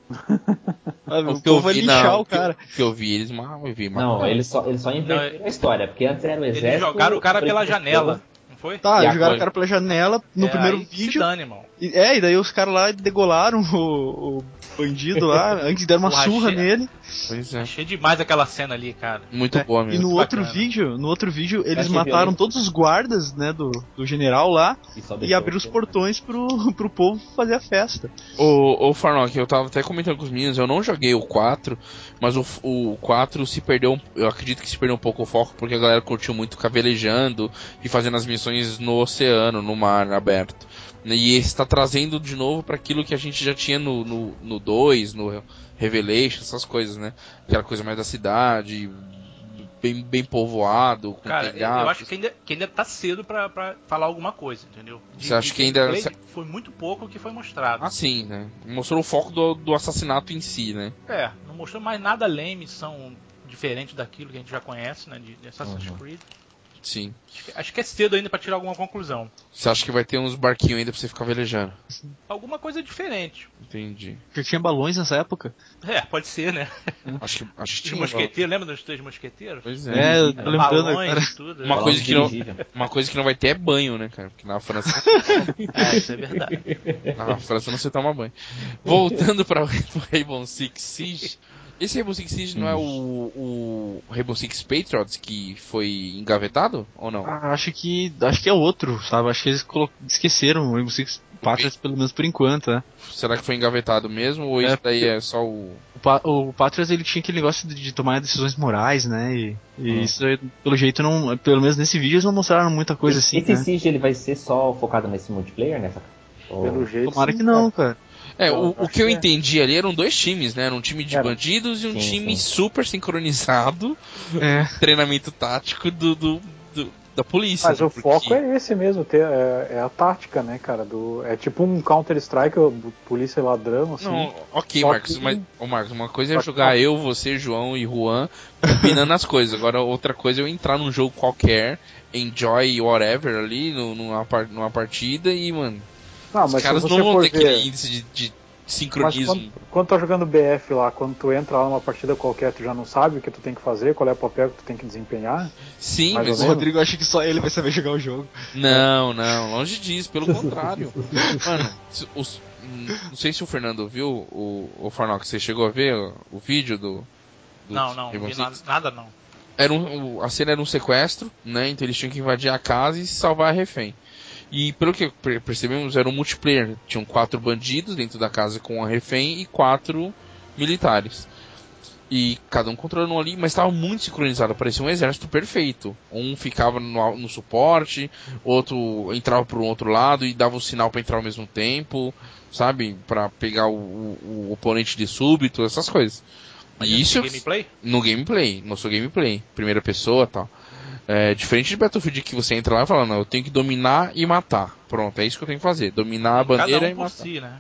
Speaker 3: Sabe, o
Speaker 1: que eu
Speaker 3: povo vai
Speaker 1: vi,
Speaker 3: linchar
Speaker 1: não.
Speaker 3: o cara.
Speaker 1: O que eu vi, eles mal, eu vi mal.
Speaker 4: Não, eles só, eles só inverteram
Speaker 5: Não,
Speaker 4: a história, porque antes era o exército.
Speaker 5: Eles jogaram o cara pela
Speaker 4: preto-
Speaker 5: janela, não foi?
Speaker 3: Tá,
Speaker 4: E
Speaker 3: jogaram
Speaker 4: agora?
Speaker 3: o cara pela janela no
Speaker 5: É,
Speaker 3: primeiro
Speaker 5: aí Se
Speaker 3: vídeo.
Speaker 5: dane, irmão.
Speaker 3: E- É, e daí os caras lá degolaram o, o bandido lá, antes deram uma
Speaker 5: O
Speaker 3: surra
Speaker 5: Rachel.
Speaker 3: nele.
Speaker 1: Pois é.
Speaker 5: Achei demais aquela cena ali, cara.
Speaker 1: Muito boa
Speaker 3: E
Speaker 1: mesmo.
Speaker 3: no outro
Speaker 5: bacana.
Speaker 3: vídeo, no outro vídeo, eles
Speaker 4: Acho que
Speaker 3: mataram
Speaker 4: violento.
Speaker 3: todos os guardas, né, do, do general lá
Speaker 4: E, só
Speaker 3: e
Speaker 4: deixou
Speaker 3: abriram os
Speaker 4: o-
Speaker 3: portões pro, pro povo fazer a festa.
Speaker 1: Ô, ô Farnock, eu tava até comentando com os meninos, eu não joguei o 4, mas o, o 4 se perdeu, um- eu acredito que se perdeu um pouco o foco, porque a galera curtiu muito cavelejando e fazendo as missões no oceano, no mar aberto. E esse tá trazendo de novo para aquilo que a gente já tinha no, no, no 2, no Revelation, essas coisas, né? Aquela coisa mais da cidade, bem, bem povoado, com
Speaker 5: Cara, eu,
Speaker 1: telhados.
Speaker 5: eu acho que ainda, que ainda tá cedo pra, pra falar alguma coisa, entendeu?
Speaker 1: Você acha que ainda-
Speaker 5: gameplay, Foi muito pouco o que foi mostrado.
Speaker 1: Assim, né? Mostrou o foco do, do assassinato em si, né?
Speaker 5: É, não mostrou mais nada além, missão diferente daquilo que a gente já conhece, né? De de Assassin's
Speaker 4: Uhum.
Speaker 5: Creed.
Speaker 1: Sim.
Speaker 5: Acho que, acho que é cedo ainda pra tirar alguma conclusão.
Speaker 1: Você acha que vai ter uns barquinhos ainda pra você ficar velejando?
Speaker 5: Alguma coisa diferente.
Speaker 1: Entendi.
Speaker 3: Já tinha balões nessa época?
Speaker 5: É, pode ser, né?
Speaker 1: Acho que, Hum? acho que
Speaker 5: Os
Speaker 1: tinha uma-
Speaker 5: mosqueteiros, um lembra dos três mosqueteiros?
Speaker 1: Pois é.
Speaker 3: É, eu tô lembrando
Speaker 5: Balões
Speaker 3: agora.
Speaker 5: e tudo.
Speaker 1: Uma
Speaker 5: né?
Speaker 1: coisa que não-
Speaker 4: Dirigível.
Speaker 1: Uma coisa que não vai ter é banho, né, cara? Porque na França
Speaker 5: É, isso é verdade.
Speaker 1: Na França não se toma banho. Voltando para o Rainbow Six Siege. Esse Rainbow Six Siege não é o, o Rainbow Six Patriots que foi engavetado ou não?
Speaker 3: Ah, acho que. Acho que é outro, sabe? Acho que eles colo- esqueceram o Rainbow Six Patriots, pelo menos por enquanto, né?
Speaker 1: Será que foi engavetado mesmo ou
Speaker 3: É,
Speaker 1: isso daí é só o.
Speaker 3: O, pa o Patriots ele tinha aquele negócio de, de tomar decisões morais, né? E, e
Speaker 4: Uhum.
Speaker 1: Hum.
Speaker 3: isso, aí, pelo jeito, não. Pelo menos nesse vídeo eles não mostraram muita coisa assim.
Speaker 4: Esse
Speaker 3: Né?
Speaker 4: Siege ele vai ser só focado nesse multiplayer, né? Ou-
Speaker 2: Pelo jeito.
Speaker 3: Tomara
Speaker 2: sim,
Speaker 3: que não, cara.
Speaker 1: É, o, o
Speaker 2: Bom, acho
Speaker 1: que eu
Speaker 2: que é.
Speaker 1: entendi ali eram dois times, né? Era um time de
Speaker 4: Era.
Speaker 1: bandidos e um
Speaker 4: Sim,
Speaker 1: time
Speaker 4: sim.
Speaker 1: super sincronizado,
Speaker 3: É.
Speaker 4: Tá
Speaker 1: treinamento tático do, do- do- da polícia.
Speaker 2: Mas
Speaker 1: né?
Speaker 2: o foco
Speaker 1: Porque-
Speaker 2: é esse mesmo, ter, é, é a tática, né, cara? Do, é tipo um Counter-Strike, o- polícia e ladrão, assim.
Speaker 1: Não, ok,
Speaker 2: Só
Speaker 1: Marcos,
Speaker 2: que-
Speaker 1: mas ô, Marcos, uma coisa é
Speaker 2: Só que-
Speaker 1: jogar eu, você, João e Juan combinando as coisas. Agora, outra coisa é eu entrar num jogo qualquer, enjoy whatever ali, no- numa, par- numa partida e, mano,
Speaker 2: Não,
Speaker 1: os caras não vão ter aquele índice de, de
Speaker 2: Mas
Speaker 1: sincronismo.
Speaker 2: quando, quando tá jogando BF lá, quando tu entra lá numa partida qualquer, tu já não sabe o que tu tem que fazer, qual é o papel que tu tem que desempenhar.
Speaker 1: Sim,
Speaker 2: mais
Speaker 1: mas.
Speaker 2: ou
Speaker 3: O Rodrigo acha que só ele vai saber jogar o jogo.
Speaker 1: Não, não, longe disso, pelo contrário. Mano, se- os- hum, não sei se o Fernando viu, o, o Farnock, você chegou a ver o, o vídeo do. do
Speaker 5: Não, não,
Speaker 1: Rainbow
Speaker 5: vi
Speaker 1: Six?
Speaker 5: nada, nada não.
Speaker 1: era um, o- a cena era um sequestro, né? Então eles tinham que invadir a casa e salvar a refém. E pelo que per- percebemos, era um multiplayer. Tinham quatro bandidos dentro da casa com a refém e quatro militares. E cada um controlando um ali, mas estava muito sincronizado, parecia um exército perfeito. Um ficava no, al- no suporte, outro entrava para o outro lado e dava o sinal para entrar ao mesmo tempo, sabe? Para pegar o, o- o oponente de súbito, essas coisas.
Speaker 5: Mas é
Speaker 1: E
Speaker 5: esse
Speaker 1: isso
Speaker 5: gameplay?
Speaker 1: no gameplay, no seu gameplay, primeira pessoa e tal. É, diferente de Battlefield que você entra lá e fala, não, eu tenho que dominar e matar. Pronto, é isso que eu tenho que fazer. Dominar a bandeira
Speaker 5: Cada um
Speaker 1: e
Speaker 5: por
Speaker 1: matar.
Speaker 5: si, né?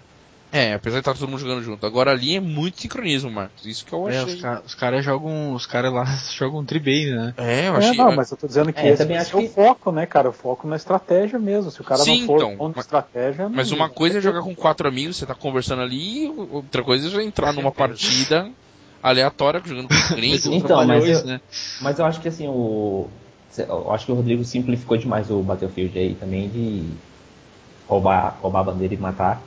Speaker 1: É, apesar de estar todo mundo jogando junto. Agora ali é muito sincronismo, Marcos. Isso que eu
Speaker 3: É,
Speaker 1: achei.
Speaker 3: os, ca- os caras jogam. Os caras lá jogam tribei, né?
Speaker 1: É, eu
Speaker 2: É,
Speaker 1: achei.
Speaker 2: não, mas eu tô dizendo que
Speaker 4: É, eu
Speaker 2: esse
Speaker 4: também
Speaker 2: vai
Speaker 4: acho
Speaker 2: ser o
Speaker 4: que-
Speaker 2: foco, né, cara? O foco na estratégia mesmo. Se o cara
Speaker 1: Sim,
Speaker 2: não for
Speaker 1: então,
Speaker 2: bom de
Speaker 1: mas-
Speaker 2: estratégia. não-
Speaker 1: Mas uma coisa é jogar com quatro amigos, você tá conversando ali, outra coisa é já entrar numa partida aleatória jogando com
Speaker 3: Mas
Speaker 1: gringo.
Speaker 3: não
Speaker 4: Então,
Speaker 3: trabalhou
Speaker 4: mas eu-
Speaker 3: né?
Speaker 4: Mas eu acho que assim, o. Eu acho que o Rodrigo simplificou demais o Battlefield aí também de roubar, roubar a bandeira e matar.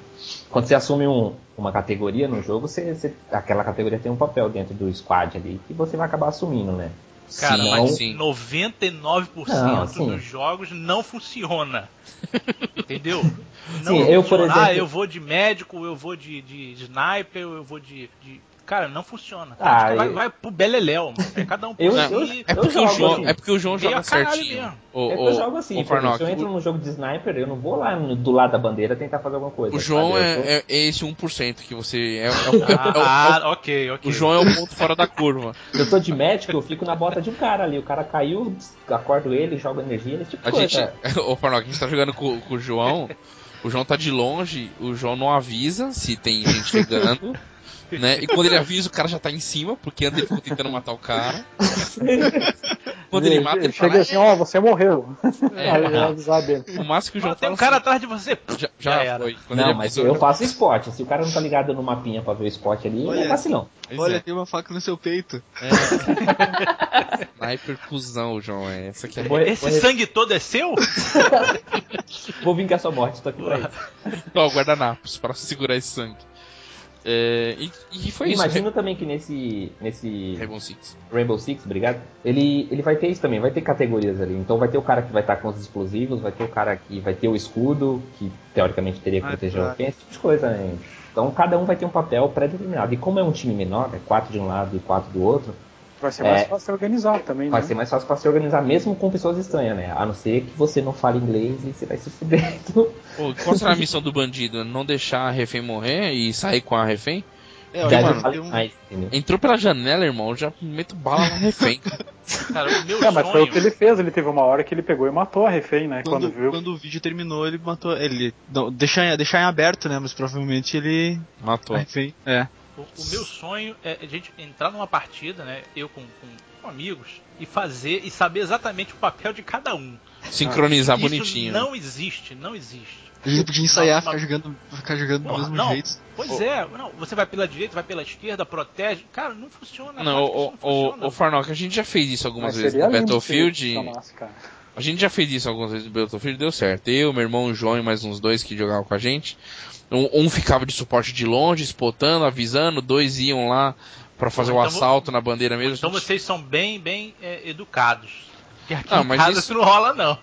Speaker 4: Quando você assume um- uma categoria no jogo, você, você- aquela categoria tem um papel dentro do squad ali que você vai acabar assumindo, né?
Speaker 5: Cara,
Speaker 1: Sim,
Speaker 5: mas
Speaker 1: sim.
Speaker 5: 99%
Speaker 4: Não, assim-
Speaker 5: dos jogos não funciona. Entendeu? Não
Speaker 4: Sim, eu, por
Speaker 5: funciona. Ah,
Speaker 4: exemplo-
Speaker 5: eu vou de médico, eu vou de, de sniper, eu vou de. de- Cara, não funciona.
Speaker 4: Ah,
Speaker 5: Acho que vai,
Speaker 4: eu-
Speaker 5: vai pro Beleléu, mano. É cada um por
Speaker 4: Eu-
Speaker 5: si.
Speaker 4: eu-
Speaker 1: É porque, o
Speaker 4: jogo
Speaker 1: João,
Speaker 4: assim.
Speaker 1: é porque o João
Speaker 5: Meio
Speaker 1: joga
Speaker 5: a caralho
Speaker 1: certinho.
Speaker 5: mesmo.
Speaker 1: O,
Speaker 4: É que
Speaker 1: o-
Speaker 4: eu jogo
Speaker 1: o
Speaker 4: assim, por exemplo,
Speaker 1: Farnock,
Speaker 4: se eu entro num jogo de sniper, eu não vou lá no- do lado da bandeira tentar fazer alguma coisa.
Speaker 1: O João
Speaker 4: sabe? Eu
Speaker 1: é, é- é esse 1% que você. É, é o, é o- é o-
Speaker 5: Ah, ok, ok.
Speaker 1: o João é o ponto fora da curva.
Speaker 4: tô- Eu tô de médico, eu fico na bota de um cara ali. O cara caiu, acordo ele, jogo energia, esse tipo de
Speaker 1: A
Speaker 4: coisa.
Speaker 1: gente. Ô, Farnock, a gente tá jogando com, com o João. O João tá de longe, o João não avisa se tem gente chegando. Né? E quando ele avisa, o cara já tá em cima, porque antes ele ficou tentando matar o cara. Quando ele mata, ele
Speaker 2: Chega
Speaker 1: fala,
Speaker 2: assim, ó, você morreu.
Speaker 1: É.
Speaker 2: Aí eu avisar dele.
Speaker 1: "É", o máximo que o João
Speaker 5: Tem um
Speaker 1: fala
Speaker 5: cara
Speaker 1: assim,
Speaker 5: atrás de você.
Speaker 1: já, já
Speaker 5: Já era.
Speaker 1: foi. Quando
Speaker 4: Não,
Speaker 3: é
Speaker 1: ele
Speaker 4: mas
Speaker 1: avisa,
Speaker 4: eu faço esporte. Se o cara não tá ligado no mapinha pra ver o esporte ali,
Speaker 3: Olha.
Speaker 4: é vacilão.
Speaker 1: Pois
Speaker 3: Olha,
Speaker 1: é.
Speaker 3: tem uma faca no seu peito.
Speaker 1: Sniper cuzão, João. É essa que é.
Speaker 4: Vou,
Speaker 5: Esse
Speaker 4: vou,
Speaker 5: sangue todo é seu?
Speaker 4: vou vingar sua morte, tô aqui pra isso.
Speaker 1: Ó, guardanapos pra segurar esse sangue. É, e, e foi
Speaker 4: Imagino também que nesse, nesse
Speaker 1: isso.
Speaker 3: É.
Speaker 1: Rainbow Six.
Speaker 4: Rainbow Six, obrigado, ele, ele vai ter isso também, vai ter categorias ali. Então vai ter o cara que vai estar com os explosivos, vai ter o cara que vai ter o escudo, que teoricamente teria que
Speaker 3: Ah,
Speaker 4: proteger
Speaker 3: tá.
Speaker 4: alguém, esse tipo de coisa, né? Então cada um vai ter um papel pré-determinado. E como é um time menor, é quatro de um lado e quatro do outro,
Speaker 2: Vai ser mais
Speaker 4: É.
Speaker 2: fácil organizar
Speaker 3: Uhum.
Speaker 2: também,
Speaker 4: vai
Speaker 2: né?
Speaker 4: ser mais fácil pra se organizar mesmo com pessoas estranhas, né? A não ser que você não fale inglês e você vai se fuder.
Speaker 1: Pô, qual será a missão do bandido? Não deixar a refém morrer e sair com a refém?
Speaker 3: É,
Speaker 4: Daí
Speaker 3: olha,
Speaker 4: não
Speaker 3: tem
Speaker 4: fale
Speaker 3: um-
Speaker 4: mais, entendeu?
Speaker 1: Entrou pela janela, irmão, eu já meto bala na refém.
Speaker 5: Cara, o meu
Speaker 2: É, mas foi o
Speaker 5: sonho.
Speaker 2: que ele fez. Ele teve uma hora que ele pegou e matou a refém, né? Quando,
Speaker 3: Quando,
Speaker 2: viu.
Speaker 3: quando o vídeo terminou, ele matou. Ele. Não, deixar, deixar em aberto, né? Mas provavelmente ele.
Speaker 1: Matou.
Speaker 3: Enfim, é.
Speaker 5: O, o meu sonho é a gente entrar numa partida, né? Eu com, com- com amigos e fazer e saber exatamente o papel de cada um.
Speaker 1: Sincronizar
Speaker 5: Isso
Speaker 1: bonitinho. né?
Speaker 5: não existe, não existe.
Speaker 3: A gente podia ensaiar,
Speaker 5: Não,
Speaker 3: ficar
Speaker 5: mas-
Speaker 3: jogando, ficar jogando do
Speaker 5: Porra,
Speaker 3: mesmo
Speaker 5: não.
Speaker 3: jeito.
Speaker 5: Pois
Speaker 1: Ô.
Speaker 5: é, não, você vai pela direita, vai pela esquerda, protege. Cara, não funciona.
Speaker 1: Não,
Speaker 5: a prática
Speaker 1: o,
Speaker 5: isso não
Speaker 1: o,
Speaker 5: funciona.
Speaker 1: o Farnock, a gente já fez isso algumas
Speaker 2: Mas
Speaker 1: vezes
Speaker 2: seria
Speaker 1: no
Speaker 2: lindo se
Speaker 1: Battlefield.
Speaker 2: chamasse, cara.
Speaker 1: A gente já fez isso algumas vezes no Battlefield, deu certo. Eu, meu irmão, o João e mais uns dois que jogavam com a gente. Um, um ficava de suporte de longe, espotando, avisando, dois iam lá pra fazer
Speaker 5: Ou
Speaker 1: o
Speaker 5: então vo-
Speaker 1: assalto na bandeira mesmo.
Speaker 5: Então vocês são bem, bem é, educados. Porque aqui
Speaker 1: Ah,
Speaker 5: em
Speaker 1: mas
Speaker 5: casa
Speaker 1: isso-
Speaker 5: isso não rola, não.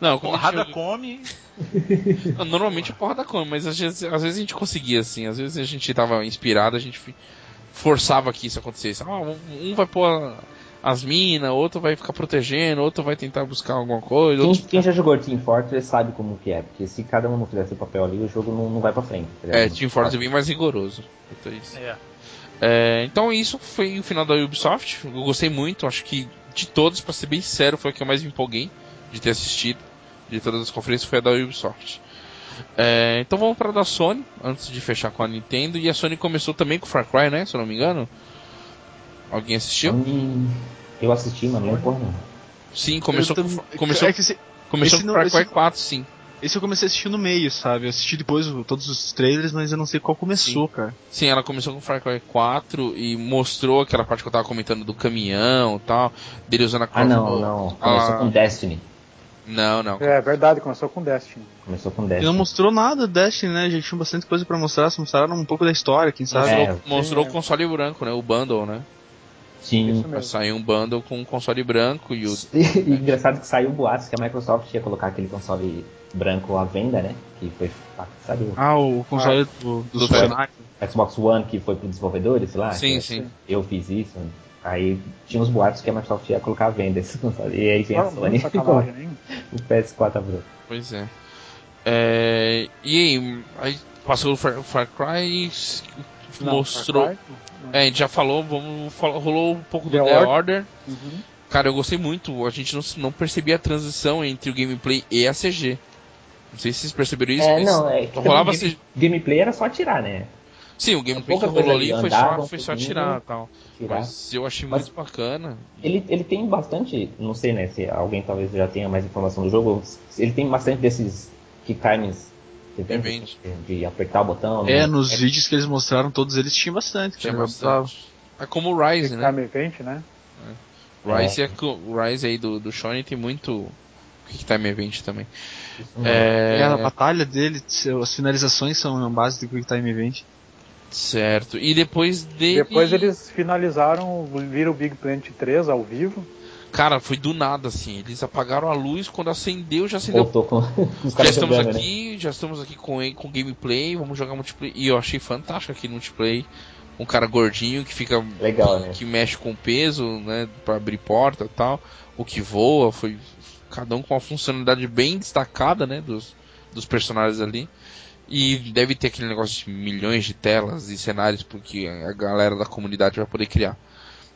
Speaker 1: Não, quando a
Speaker 5: Porrada
Speaker 1: gente-
Speaker 5: come.
Speaker 1: Não, Normalmente é porra da cama, mas às vezes, às vezes a gente conseguia, assim. Às vezes a gente tava inspirado, a gente fi- forçava que isso acontecesse. Ah, um um vai pôr a- as minas, outro vai ficar protegendo, outro vai tentar buscar alguma coisa.
Speaker 4: Quem,
Speaker 1: Outro...
Speaker 4: quem já jogou Team Fortress sabe como que é, porque se cada um não fizer seu papel ali, o jogo não, não vai pra frente. tá ligado?
Speaker 1: É, Team Fortress é bem mais rigoroso. quanto a isso.
Speaker 5: É.
Speaker 1: É, então isso foi o final da Ubisoft. Eu gostei muito, acho que de todos, pra ser bem sério, foi a que eu mais me empolguei de ter assistido. De todas as conferências foi a da Ubisoft. É, então vamos pra da Sony, antes de fechar com a Nintendo. E a Sony começou também com Far Cry, né? Se eu não me engano. Alguém assistiu?
Speaker 4: Hum, Eu assisti, mas não lembro porra nenhuma.
Speaker 1: Sim, começou,
Speaker 3: Eu
Speaker 1: com,
Speaker 3: também-
Speaker 1: começou,
Speaker 3: É que esse,
Speaker 1: começou
Speaker 3: esse
Speaker 1: com
Speaker 3: não-
Speaker 1: Far Cry
Speaker 3: esse-
Speaker 1: 4, sim.
Speaker 3: esse eu comecei a assistir no meio, sabe? Eu assisti depois o- todos os trailers, mas eu não sei qual começou, cara.
Speaker 1: Sim, ela começou com Far Cry 4 e mostrou aquela parte que eu tava comentando do caminhão e tal, dele usando a
Speaker 4: Ah, não, não. Começou
Speaker 1: Ah.
Speaker 4: com Destiny.
Speaker 1: Não, não.
Speaker 2: É verdade, começou com Destiny.
Speaker 4: Começou com
Speaker 3: E não
Speaker 4: Destiny.
Speaker 3: mostrou nada do Destiny, né? Já tinha bastante coisa pra mostrar, só mostraram um pouco da história, quem sabe.
Speaker 4: É.
Speaker 1: Mostrou, mostrou o console branco, né? O bundle, né?
Speaker 4: Sim.
Speaker 2: Isso mesmo.
Speaker 1: Saiu um bundle com um console branco e o.
Speaker 4: E, e engraçado que saiu um boato que a Microsoft ia colocar aquele console branco à venda, né? Que foi. Sabe o
Speaker 3: Ah, o console do, dos
Speaker 1: Do
Speaker 3: funcionários.
Speaker 4: Xbox One que foi pro desenvolvedores, sei lá?
Speaker 1: Sim,
Speaker 4: que
Speaker 1: sim.
Speaker 4: Eu fiz isso. Aí tinha uns boatos que a Microsoft ia colocar à venda esse console. E aí vem a
Speaker 2: Ah,
Speaker 4: Sony com
Speaker 2: sacanagem, hein?
Speaker 4: o PS4 abriu.
Speaker 1: Pois é. É, E aí, aí passou o Far, Far Cry. s-
Speaker 2: Não,
Speaker 1: mostrou.
Speaker 2: Far Cry?
Speaker 1: É, a gente já falou, vamos, fal- rolou um pouco do
Speaker 2: The
Speaker 1: The,
Speaker 2: Order.
Speaker 1: Order.
Speaker 2: Uhum.
Speaker 1: Cara, eu gostei muito. A gente não, se- não percebia a transição entre o gameplay e a CG. Não sei se vocês perceberam isso.
Speaker 4: É,
Speaker 1: mas
Speaker 4: não, é. que
Speaker 1: rolava
Speaker 4: também
Speaker 1: assim-
Speaker 4: game- Gameplay era só atirar, né?
Speaker 1: Sim, o gameplay que
Speaker 4: Pouca coisa
Speaker 1: rolou ali
Speaker 4: ali,
Speaker 1: foi
Speaker 4: andava
Speaker 1: só,
Speaker 4: um
Speaker 1: foi só
Speaker 4: pouquinho,
Speaker 1: tirar e tal.
Speaker 4: Tirar.
Speaker 1: Mas eu achei
Speaker 4: Mas-
Speaker 1: muito bacana.
Speaker 4: Ele, ele tem bastante, não sei né, se alguém talvez já tenha mais informação do jogo, ele tem bastante desses que times que tem,
Speaker 1: Event.
Speaker 4: de apertar o botão.
Speaker 3: É,
Speaker 4: né?
Speaker 3: nos vídeos que eles mostraram, todos eles tinham bastante.
Speaker 1: Tinha
Speaker 3: cara.
Speaker 1: bastante. É como o Rise, né?
Speaker 2: Time Event, né?
Speaker 1: Rise, é. co- o Rise aí do, do Shonen tem muito Quick Time Event também.
Speaker 4: Hum.
Speaker 3: É,
Speaker 1: É,
Speaker 3: a batalha dele, seu- as finalizações são na base do Quick Time Event.
Speaker 1: certo. E depois dele.
Speaker 2: Depois eles finalizaram o Little Big Planet 3 ao vivo.
Speaker 1: Cara, foi do nada assim. Eles apagaram a luz, quando acendeu, já acendeu.
Speaker 4: Voltou com os
Speaker 1: Já
Speaker 4: caras
Speaker 1: estamos
Speaker 4: jogando, né?
Speaker 1: aqui, já estamos aqui com, com gameplay, vamos jogar multiplayer. E eu achei fantástico aquele multiplayer. Um cara gordinho que fica.
Speaker 4: Legal, né?
Speaker 1: que mexe com peso, né? Pra abrir porta e tal. O que voa, foi. Cada um com uma funcionalidade bem destacada, né? Dos, dos personagens ali. E deve ter aquele negócio de milhões de telas e cenários, porque a galera da comunidade vai poder criar.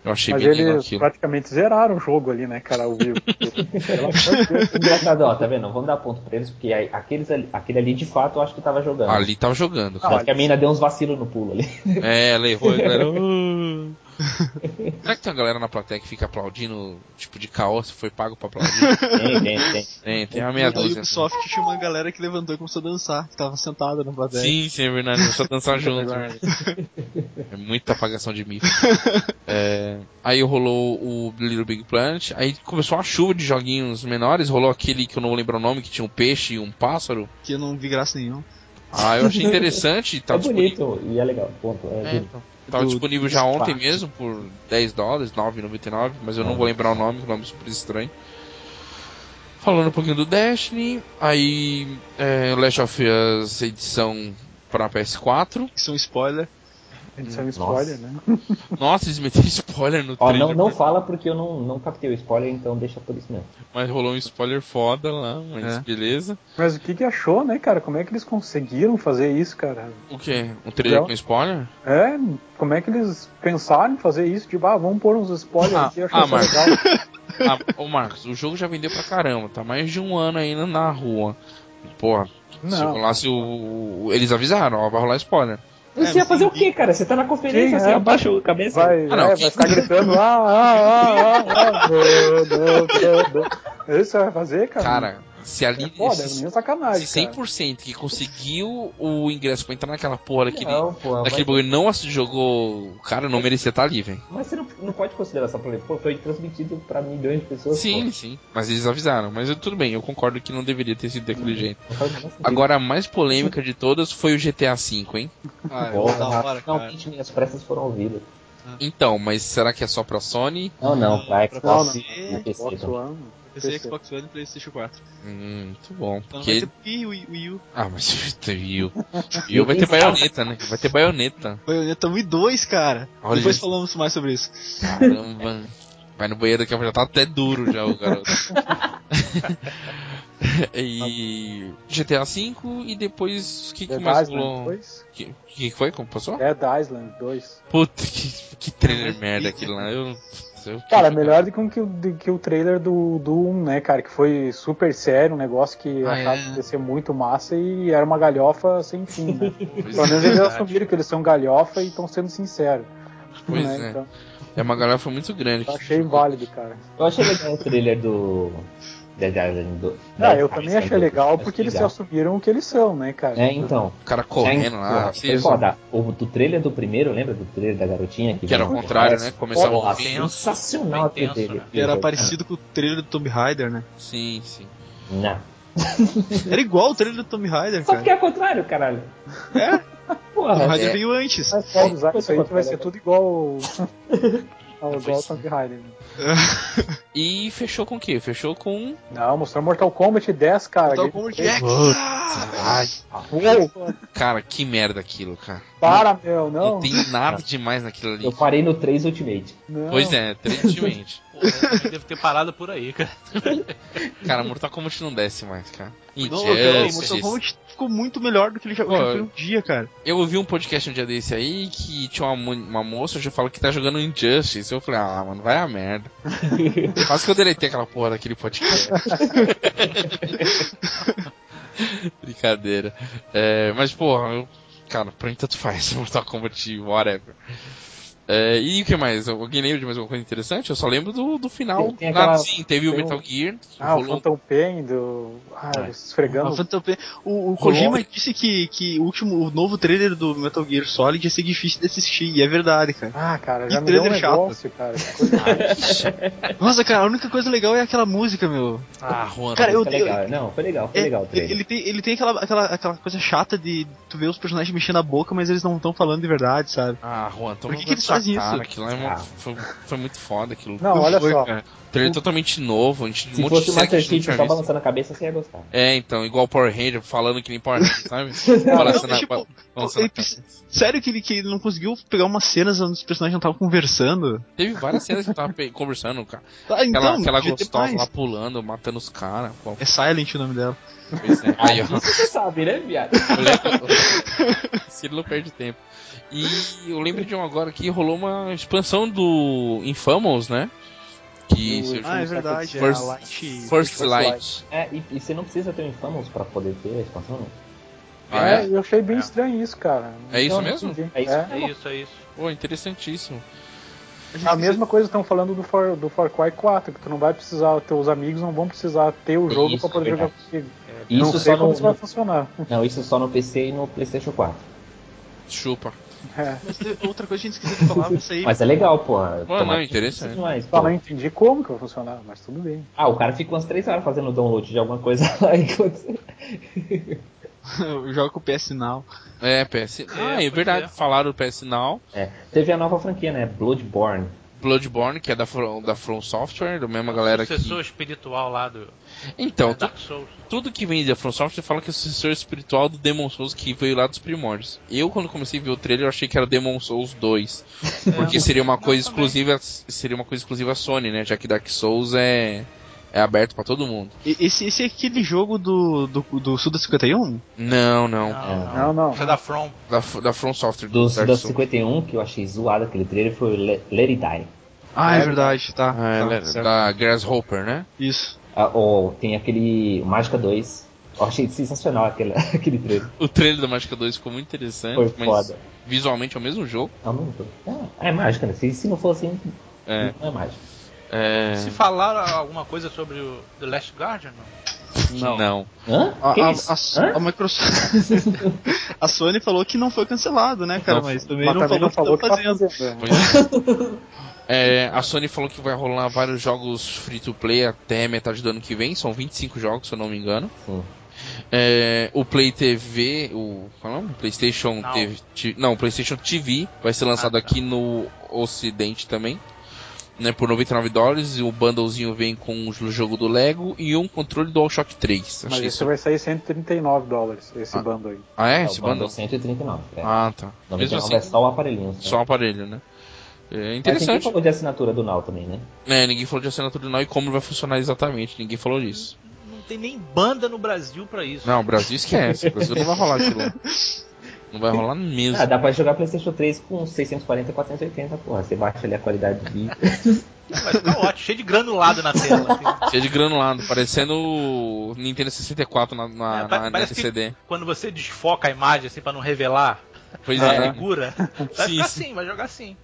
Speaker 1: Eu achei
Speaker 2: Mas
Speaker 1: bem legal
Speaker 2: eles
Speaker 1: aquilo.
Speaker 2: praticamente zeraram o jogo ali, né, cara, ao vivo. Pelo amor de Deus.
Speaker 4: Engraçado, ó, tá vendo? Vamos dar ponto pra eles, porque aí, aqueles ali- aquele ali de fato eu acho que tava jogando.
Speaker 1: Ali tava jogando.
Speaker 2: Ah.
Speaker 4: Só que a mina deu uns vacilos no pulo ali.
Speaker 1: É, ela errou, a galera. "Uh". Será que tem uma galera na plateia que fica aplaudindo, tipo, de caô, se foi pago pra aplaudir?
Speaker 4: Tem, tem, tem.
Speaker 1: Tem, tem uma meia
Speaker 3: A
Speaker 1: dúzia.
Speaker 3: Ubisoft tinha uma galera que levantou e começou a dançar, que tava sentada na plateia.
Speaker 1: Sim, sim, é verdade. Só dançar junto. É muita apagação de mim. É, aí rolou o Little Big Planet. Aí começou uma chuva de joguinhos menores. Rolou aquele que eu não vou lembrar o nome, que tinha um peixe e um pássaro.
Speaker 3: Que eu não vi graça nenhuma.
Speaker 1: Ah, eu achei interessante.
Speaker 4: É
Speaker 1: Tava Tá disponível-
Speaker 4: bonito e é legal. Ponto. É,
Speaker 1: É,
Speaker 4: bonito.
Speaker 1: então. Tava
Speaker 3: Do-
Speaker 1: disponível
Speaker 3: do
Speaker 1: já ontem
Speaker 3: Spark.
Speaker 1: mesmo por 10 dólares, 9,99, mas eu não vou lembrar o nome, que o nome é super estranho. Falando um pouquinho do Destiny, aí é, Last of Us edição pra PS4.
Speaker 3: Isso é um spoiler.
Speaker 2: Edição
Speaker 4: Nossa.
Speaker 2: spoiler, né?
Speaker 1: Nossa, eles meteram spoiler no
Speaker 4: Ó,
Speaker 1: trailer,
Speaker 4: não, não fala porque eu não, não captei o spoiler, então deixa por isso mesmo.
Speaker 1: mas rolou um spoiler foda lá, mas
Speaker 3: É.
Speaker 1: beleza.
Speaker 2: Mas o que que achou, né, cara? Como é que eles conseguiram fazer isso, cara?
Speaker 1: O que? Um trailer
Speaker 2: Não.
Speaker 1: com spoiler?
Speaker 2: É, como é que eles pensaram em fazer isso? Tipo, ah, vamos pôr uns spoilers
Speaker 1: Ah,
Speaker 2: aqui, eu
Speaker 1: ah,
Speaker 2: achei isso
Speaker 1: Marcos.
Speaker 2: legal.
Speaker 1: Ah, ô Marcos, o jogo já vendeu pra caramba, tá mais de um ano ainda na rua. Porra, se
Speaker 2: Não,
Speaker 1: rolasse o. o- Eles avisaram, ó, vai rolar spoiler.
Speaker 4: Você ia fazer o quê, cara? Você tá na conferência,
Speaker 6: Sim,
Speaker 4: assim,
Speaker 6: é.
Speaker 4: abaixa a cabeça.
Speaker 2: Vai,
Speaker 1: Ah, não.
Speaker 2: é, vai ficar gritando, ah, ah, ah, ah, ah, não, não, não, não. Isso vai fazer, cara?
Speaker 1: Cara, se ali.
Speaker 2: é foda, é
Speaker 1: se-
Speaker 2: minha sacanagem,
Speaker 1: se
Speaker 2: cara.
Speaker 1: 100% que conseguiu o ingresso pra entrar naquela porra daquele,
Speaker 4: Não, pô,
Speaker 1: daquele
Speaker 4: mas,
Speaker 1: bagulho e não assi- jogou. O cara não merecia estar ali, velho.
Speaker 4: mas você não, não pode considerar só problema. Pô, foi transmitido pra milhões de pessoas.
Speaker 1: Sim, sim. Mas eles avisaram. Mas eu- tudo bem, eu concordo que não deveria ter sido daquele jeito.
Speaker 4: Pô, não faz o menor sentido.
Speaker 1: Agora, a mais polêmica de todas foi o GTA V, hein?
Speaker 3: Ah,
Speaker 4: Porra,
Speaker 3: da hora, cara.
Speaker 4: Finalmente minhas pressas foram ouvidas.
Speaker 1: Então, mas será que é só pra Sony?
Speaker 4: Não, não, pra
Speaker 3: Pra
Speaker 4: Xbox
Speaker 3: PC,
Speaker 4: e PC,
Speaker 2: Xbox
Speaker 4: não.
Speaker 2: One.
Speaker 3: PC, Xbox One e PlayStation 4.
Speaker 1: Hum, muito bom.
Speaker 3: Então
Speaker 1: Porque...
Speaker 3: vai ter Wii, Wii, Wii U.
Speaker 1: Ah, mas e o e o vai ter baioneta, né? Vai ter baioneta.
Speaker 3: Bayonetta 1 e 2, cara.
Speaker 1: Olha
Speaker 3: Depois
Speaker 1: isso.
Speaker 3: falamos mais sobre isso.
Speaker 1: Caramba. Vai no banheiro daqui a pouco, já tá até duro já o garoto. e GTA V e depois o que, que
Speaker 2: Dead
Speaker 1: mais
Speaker 2: Island
Speaker 1: rolou? O
Speaker 2: 2.
Speaker 1: que, que foi? Como passou?
Speaker 2: Dead Island 2.
Speaker 1: Puta, que, que trailer merda aquilo lá. Eu, eu,
Speaker 2: Cara, melhor do que, o- do que o trailer do, do 1, né, cara? Que foi super sério, um negócio que
Speaker 1: Ah,
Speaker 2: achava
Speaker 1: é.
Speaker 2: que ia ser muito massa e era uma galhofa sem fim, né?
Speaker 1: Pois
Speaker 2: Pelo menos
Speaker 1: é,
Speaker 2: eles
Speaker 5: verdade.
Speaker 2: assumiram que eles são galhofa e estão sendo sinceros.
Speaker 1: Pois
Speaker 2: né?
Speaker 1: é.
Speaker 2: Então,
Speaker 1: é uma galhofa muito grande.
Speaker 2: eu achei válido, cara.
Speaker 4: Eu achei legal o trailer do Dead Island 2.
Speaker 2: Ah, eu também achei legal porque eles se assumiram o que eles são, né, cara?
Speaker 4: É, então.
Speaker 1: O cara correndo
Speaker 4: É,
Speaker 1: lá,
Speaker 4: porra,
Speaker 1: assim,
Speaker 4: foi foda. O do trailer do primeiro, lembra do trailer da garotinha?
Speaker 1: que era o contrário, né? Começava
Speaker 4: Porra,
Speaker 1: com-
Speaker 5: Tenso,
Speaker 4: sensacional
Speaker 5: bem
Speaker 4: aquele
Speaker 5: tenso,
Speaker 4: trailer.
Speaker 3: Ele né? era parecido com o trailer do Tomb Raider, né?
Speaker 1: Sim, sim.
Speaker 4: Ah, Não.
Speaker 3: Era igual o trailer do Tomb Raider,
Speaker 4: Só porque
Speaker 3: cara.
Speaker 4: é o contrário, caralho.
Speaker 3: É, o Tomb
Speaker 4: Porra.
Speaker 3: Raider
Speaker 1: É.
Speaker 3: veio antes.
Speaker 2: Mas pode usar isso aí que vai ser tudo igual ao, ao, igual
Speaker 1: é.
Speaker 2: ao Tomb Raider. né?
Speaker 1: E fechou com o quê? Fechou com. um
Speaker 2: Não, mostrou Mortal Kombat 10, cara.
Speaker 3: Mortal
Speaker 2: Game-
Speaker 1: É.
Speaker 3: Kombat X.
Speaker 1: Ai,
Speaker 2: Uou,
Speaker 1: cara, que merda aquilo, cara.
Speaker 2: para, meu,
Speaker 1: Não,
Speaker 2: não.
Speaker 1: tem nada demais naquilo ali.
Speaker 4: Eu parei no 3 Ultimate.
Speaker 2: não.
Speaker 1: Pois é, tristemente.
Speaker 5: Pô, eu devo ter parado por aí, cara.
Speaker 1: cara, Mortal Kombat não desce mais, cara.
Speaker 3: Não, cara, o
Speaker 1: Injustice.
Speaker 3: Mortal Kombat ficou muito melhor do que ele já,
Speaker 1: É, Pô,
Speaker 3: já foi um dia, cara.
Speaker 1: Eu ouvi um podcast um dia desse aí que tinha uma, mo- uma moça já falou que tá jogando Injustice. Eu falei, ah, mano, vai a merda. Quase que eu deletei aquela porra daquele podcast. Brincadeira. É, mas, porra, eu, cara, pra mim tanto faz. Mortal Kombat, whatever. É, e o que mais? Alguém lembra de mais alguma coisa interessante? Eu só lembro do, do final.
Speaker 4: Tem- tem
Speaker 1: Ah,
Speaker 4: aquela-
Speaker 1: sim, teve o
Speaker 4: tem um-
Speaker 1: Metal Gear.
Speaker 2: Ah, o
Speaker 1: rolou É. um
Speaker 2: Phantom Pain do. Ah,
Speaker 3: A
Speaker 2: esfregando.
Speaker 3: Phantom Pain- O, o Kojima disse que, que o último, o novo trailer do Metal Gear Solid ia ser difícil de assistir, e é verdade, cara.
Speaker 2: Ah, cara,
Speaker 3: Que
Speaker 2: já me deu um
Speaker 3: trailer chato.
Speaker 2: negócio, cara. Que coisa-
Speaker 1: É.
Speaker 3: Nossa, cara, a única coisa legal é aquela música, meu.
Speaker 1: Ah, Juan.
Speaker 3: Cara, eu
Speaker 4: Foi
Speaker 3: odeio.
Speaker 4: legal. Não, foi legal, foi
Speaker 3: É,
Speaker 4: legal o trailer.
Speaker 3: ele tem, ele tem aquela, aquela, aquela coisa chata de tu ver os personagens mexendo a boca, mas eles não estão falando de verdade, sabe?
Speaker 1: Ah, Juan, então não
Speaker 3: Por que que
Speaker 1: vai
Speaker 3: eles fazem
Speaker 1: sacar,
Speaker 3: isso?
Speaker 1: Aquilo lá é uma-
Speaker 4: Ah.
Speaker 1: foi, foi muito foda aquilo.
Speaker 2: Não, olha
Speaker 3: foi,
Speaker 2: só.
Speaker 3: cara.
Speaker 1: Trailer totalmente novo, a gente
Speaker 4: Se
Speaker 1: um monte
Speaker 4: fosse
Speaker 1: de
Speaker 4: o
Speaker 1: série que a
Speaker 4: Master
Speaker 1: gente não
Speaker 4: Chief
Speaker 1: tinha
Speaker 4: só
Speaker 1: visto.
Speaker 4: balançando a cabeça, você ia gostar.
Speaker 1: É, então, igual Power Ranger, falando que nem Power Ranger, sabe? assim, né, balançando
Speaker 3: tipo,
Speaker 1: ba- balançando
Speaker 3: ele
Speaker 1: a cabeça.
Speaker 3: Sério que ele, que ele não conseguiu pegar umas cenas onde os personagens não estavam conversando?
Speaker 1: Teve várias cenas que eu tava pe- conversando, cara.
Speaker 3: Tá, então,
Speaker 1: Aquela, aquela
Speaker 3: devia ter
Speaker 1: gostosa
Speaker 3: mais.
Speaker 1: lá pulando, matando os caras. pô.
Speaker 3: É Silent o nome dela.
Speaker 1: Pois é. Aí, ó,
Speaker 4: Você sabe, né, viado?
Speaker 1: eu lembro- o Ciro não perde tempo. E eu lembro de um agora que rolou uma expansão do Infamous, né? Que se eu
Speaker 3: Ah, é verdade. É
Speaker 1: First-
Speaker 3: a Light.
Speaker 1: First Light.
Speaker 2: Light.
Speaker 4: É, e, e você não precisa ter um Infamous pra poder ter a expansão, não?
Speaker 1: Ah,
Speaker 2: É,
Speaker 1: é?
Speaker 2: eu achei bem estranho isso, cara.
Speaker 1: É isso
Speaker 2: Eu não
Speaker 1: mesmo?
Speaker 2: entendi.
Speaker 4: É isso
Speaker 2: É.
Speaker 5: É isso, é isso.
Speaker 1: Pô, interessantíssimo.
Speaker 2: A mesma coisa estão falando do Far, do Far Cry 4, que tu não vai precisar, teus amigos não vão precisar ter o jogo
Speaker 1: Isso,
Speaker 2: pra poder jogar
Speaker 4: verdade.
Speaker 2: contigo.
Speaker 4: Isso
Speaker 2: não
Speaker 4: só
Speaker 2: sei como
Speaker 4: no,
Speaker 2: isso vai funcionar.
Speaker 4: Não, isso só no PC e no PlayStation 4.
Speaker 1: Chupa.
Speaker 2: É.
Speaker 3: Mas teve outra coisa que a gente esqueceu de falar, mas aí.
Speaker 4: Mas é legal, porra.
Speaker 1: Pô, não, interessante.
Speaker 4: Demais, pô.
Speaker 2: Só não entendi como que vai funcionar, mas tudo bem.
Speaker 4: Ah, o cara fica umas 3 horas fazendo download de alguma coisa lá enquanto você.
Speaker 3: Eu jogo com o PS Now.
Speaker 1: É, PS. ah,
Speaker 5: É,
Speaker 1: é
Speaker 5: pois
Speaker 1: verdade.
Speaker 5: é.
Speaker 1: Falaram o PS Now.
Speaker 4: É. Teve a nova franquia, né? Bloodborne.
Speaker 1: Bloodborne, que é da From, da From Software, da mesma galera que.
Speaker 5: É, Sucessor espiritual lá do
Speaker 1: Então, tu-
Speaker 5: É, Dark Souls.
Speaker 1: tudo que vem da From Software fala que é o sucessor espiritual do Demon Souls que veio lá dos primórdios. Eu, quando comecei a ver o trailer, eu achei que era Demon Souls 2. Porque seria uma
Speaker 5: É. Não,
Speaker 1: coisa
Speaker 5: também.
Speaker 1: exclusiva. Seria uma coisa exclusiva à Sony, né? Já que Dark Souls é. É aberto pra todo mundo.
Speaker 3: E- Esse, esse é aquele jogo do, do, do Suda 51?
Speaker 1: Não, não.
Speaker 2: Não, não.
Speaker 5: Isso é da From.
Speaker 1: Da, F- da From Software do
Speaker 4: Dos,
Speaker 1: Dark
Speaker 4: dos
Speaker 1: Souls.
Speaker 4: 51, que eu achei zoado aquele trailer, foi o Le- Let It Die.
Speaker 3: Ah, é, verdade, tá.
Speaker 1: Ah,
Speaker 3: tá,
Speaker 1: ela é
Speaker 3: certo.
Speaker 1: da Grasshopper, né?
Speaker 3: Isso.
Speaker 4: Ah, ou tem aquele Mágica 2. Eu achei sensacional aquele, aquele trailer.
Speaker 1: O trailer da Mágica 2 ficou muito interessante,
Speaker 4: Foi
Speaker 1: É, mas
Speaker 4: foda.
Speaker 1: visualmente é o mesmo jogo.
Speaker 4: Não, não tô. Ah, é mágica, né? Se, se não for assim,
Speaker 1: É.
Speaker 4: não é mágica.
Speaker 1: É,
Speaker 5: Se falaram alguma coisa sobre o The Last Guardian, não?
Speaker 1: não.
Speaker 4: Hã?
Speaker 3: A,
Speaker 4: que
Speaker 3: a-
Speaker 4: isso?
Speaker 3: a-
Speaker 4: Hã?
Speaker 3: a Microsoft. a Sony falou que não foi cancelado, né, cara?
Speaker 1: Não,
Speaker 3: mas também
Speaker 2: Mas
Speaker 3: não
Speaker 2: também
Speaker 3: falou
Speaker 2: não
Speaker 3: o que
Speaker 2: falou
Speaker 3: estão
Speaker 2: o que tá
Speaker 3: fazendo.
Speaker 2: fazendo.
Speaker 1: Pois é. É, a Sony falou que vai rolar vários jogos free to play até metade do ano que vem. São 25 jogos, se eu não me engano.
Speaker 4: Sim.
Speaker 1: É, o Play TV, o, qual é o nome? PlayStation
Speaker 5: Now.
Speaker 1: TV, ti- não, o PlayStation TV vai ser lançado
Speaker 5: Ah, tá.
Speaker 1: aqui no Ocidente também, né, por 99 dólares. E o bundlezinho vem com o jogo do Lego e um controle do DualShock 3.
Speaker 2: Mas
Speaker 1: Achei
Speaker 2: esse
Speaker 1: isso.
Speaker 2: vai sair 139 dólares, esse
Speaker 1: Ah.
Speaker 2: bando aí.
Speaker 1: é Ah, é?
Speaker 4: É,
Speaker 1: Esse
Speaker 4: o bundle
Speaker 1: bundle?
Speaker 4: 139. É.
Speaker 1: Ah, tá. Mesmo
Speaker 4: 99
Speaker 1: assim,
Speaker 4: é assim só o aparelhinho. né?
Speaker 1: só um aparelho, né? É
Speaker 4: Mas ninguém
Speaker 1: interessante.
Speaker 4: falou de assinatura do Now também, né?
Speaker 1: É, ninguém falou de assinatura não e como vai funcionar exatamente. Ninguém falou disso.
Speaker 5: Não tem nem banda no Brasil pra isso.
Speaker 1: Não, o Brasil esquece. O Brasil não vai rolar aquilo. Não vai rolar mesmo.
Speaker 4: Ah, dá pra jogar PlayStation 3 com 640 480, porra. Você baixa ali a qualidade de vídeo.
Speaker 5: Vai ficar ótimo, cheio de granulado na tela. assim.
Speaker 1: Cheio de granulado, parecendo o Nintendo 64 na, na,
Speaker 5: É,
Speaker 1: na-
Speaker 5: pa-
Speaker 1: na
Speaker 5: parece que-
Speaker 1: CD.
Speaker 5: Quando você desfoca a imagem assim pra não revelar
Speaker 1: Pois
Speaker 5: a
Speaker 1: é,
Speaker 5: figura, vai
Speaker 1: Sim,
Speaker 5: ficar
Speaker 1: sim.
Speaker 5: assim, vai jogar assim.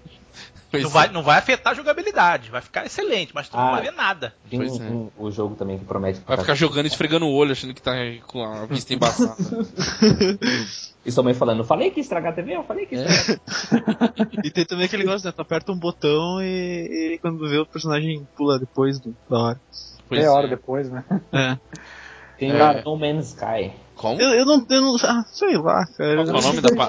Speaker 1: pois
Speaker 5: Não
Speaker 1: é.
Speaker 5: vai, não vai afetar a jogabilidade, vai ficar excelente, mas tu não
Speaker 4: Ah.
Speaker 5: vai ver nada.
Speaker 4: Tem
Speaker 1: Pois é.
Speaker 4: um- um- o jogo também que promete.
Speaker 1: Vai ficar jogando e esfregando o olho, achando que tá com a vista embaçada.
Speaker 4: E sua mãe falando, falei que ia estragar a TV? Eu falei
Speaker 1: É.
Speaker 4: que ia estragar.
Speaker 3: E tem também aquele negócio, né? Tu aperta um botão e, e quando vê o personagem pula depois do, da hora.
Speaker 1: Pois
Speaker 2: Meia hora
Speaker 1: é.
Speaker 2: depois, né?
Speaker 3: É.
Speaker 4: Tem
Speaker 1: É.
Speaker 4: lá No Man's Sky.
Speaker 1: Como?
Speaker 3: Eu, eu não. Eu não ah, sei lá, cara.
Speaker 1: Qual que é o nome da, pa-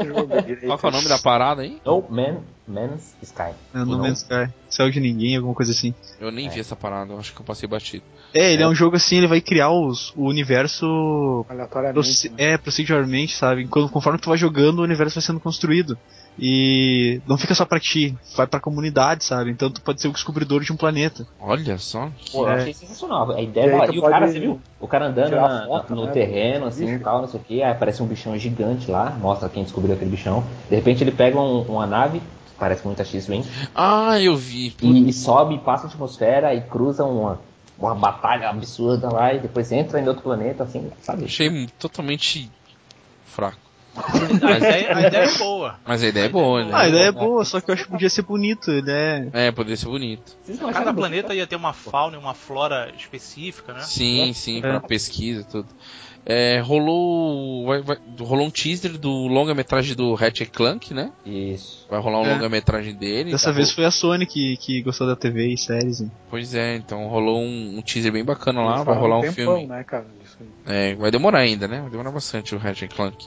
Speaker 1: Qual que é o nome da parada aí?
Speaker 4: No Man, Man's Sky.
Speaker 3: É, no
Speaker 4: Não.
Speaker 3: Man's Sky. Céu de ninguém, alguma coisa assim.
Speaker 1: Eu nem
Speaker 4: É.
Speaker 1: vi essa parada, eu acho que eu passei batido.
Speaker 3: É, ele é, um jogo assim, ele vai criar os, o universo.
Speaker 2: Aleatoriamente.
Speaker 3: proce-
Speaker 2: né?
Speaker 3: É, proceduralmente, sabe? Quando, conforme tu vai jogando, o universo vai sendo construído. E não fica só pra ti, vai pra comunidade, sabe? Então tu pode ser o descobridor de um planeta.
Speaker 1: Olha só. que-
Speaker 4: Pô, eu
Speaker 3: É.
Speaker 4: achei sensacional. A
Speaker 2: E
Speaker 4: ideia
Speaker 2: aí
Speaker 4: da hora.
Speaker 2: tu
Speaker 4: E o
Speaker 2: pode
Speaker 4: cara, você viu? O cara andando
Speaker 2: tirar
Speaker 4: na-
Speaker 2: foto,
Speaker 4: no
Speaker 2: né,
Speaker 4: terreno, assim,
Speaker 2: bicho.
Speaker 4: tal, não sei o que. Aí aparece um bichão gigante lá, mostra quem descobriu aquele bichão. De repente ele pega um- uma nave, que parece muito a X-Wing,
Speaker 1: Ah, eu vi. Puta,
Speaker 4: e, e sobe, passa a atmosfera e cruza uma, uma batalha absurda lá e depois entra em outro planeta, assim, sabe?
Speaker 1: Achei totalmente fraco.
Speaker 5: A ideia, a ideia é boa.
Speaker 1: Mas a ideia é boa,
Speaker 3: Ah, a
Speaker 1: né?
Speaker 3: ideia é boa, só que eu acho que podia ser bonito, ele é.
Speaker 1: É, poderia ser bonito.
Speaker 4: Vocês não
Speaker 5: Cada
Speaker 4: acharam
Speaker 5: planeta
Speaker 4: bonito?
Speaker 5: ia ter uma fauna e uma flora específica, né?
Speaker 1: Sim,
Speaker 2: É.
Speaker 1: sim, pra pesquisa e tudo. É, rolou, vai- vai- rolou um teaser do longa-metragem do Ratchet Clank, né?
Speaker 4: Isso.
Speaker 1: Vai rolar um
Speaker 3: É.
Speaker 1: longa-metragem dele.
Speaker 3: Dessa
Speaker 1: tá?
Speaker 3: vez foi a Sony que, que gostou da TV e séries. né?
Speaker 1: Pois é, então rolou um, um teaser bem bacana lá,
Speaker 2: Eles
Speaker 1: vai
Speaker 2: falaram
Speaker 1: rolar um
Speaker 2: tempão,
Speaker 1: filme.
Speaker 2: Né, cara, disso aí.
Speaker 1: É, vai demorar ainda, né? Vai demorar bastante o Ratchet Clank.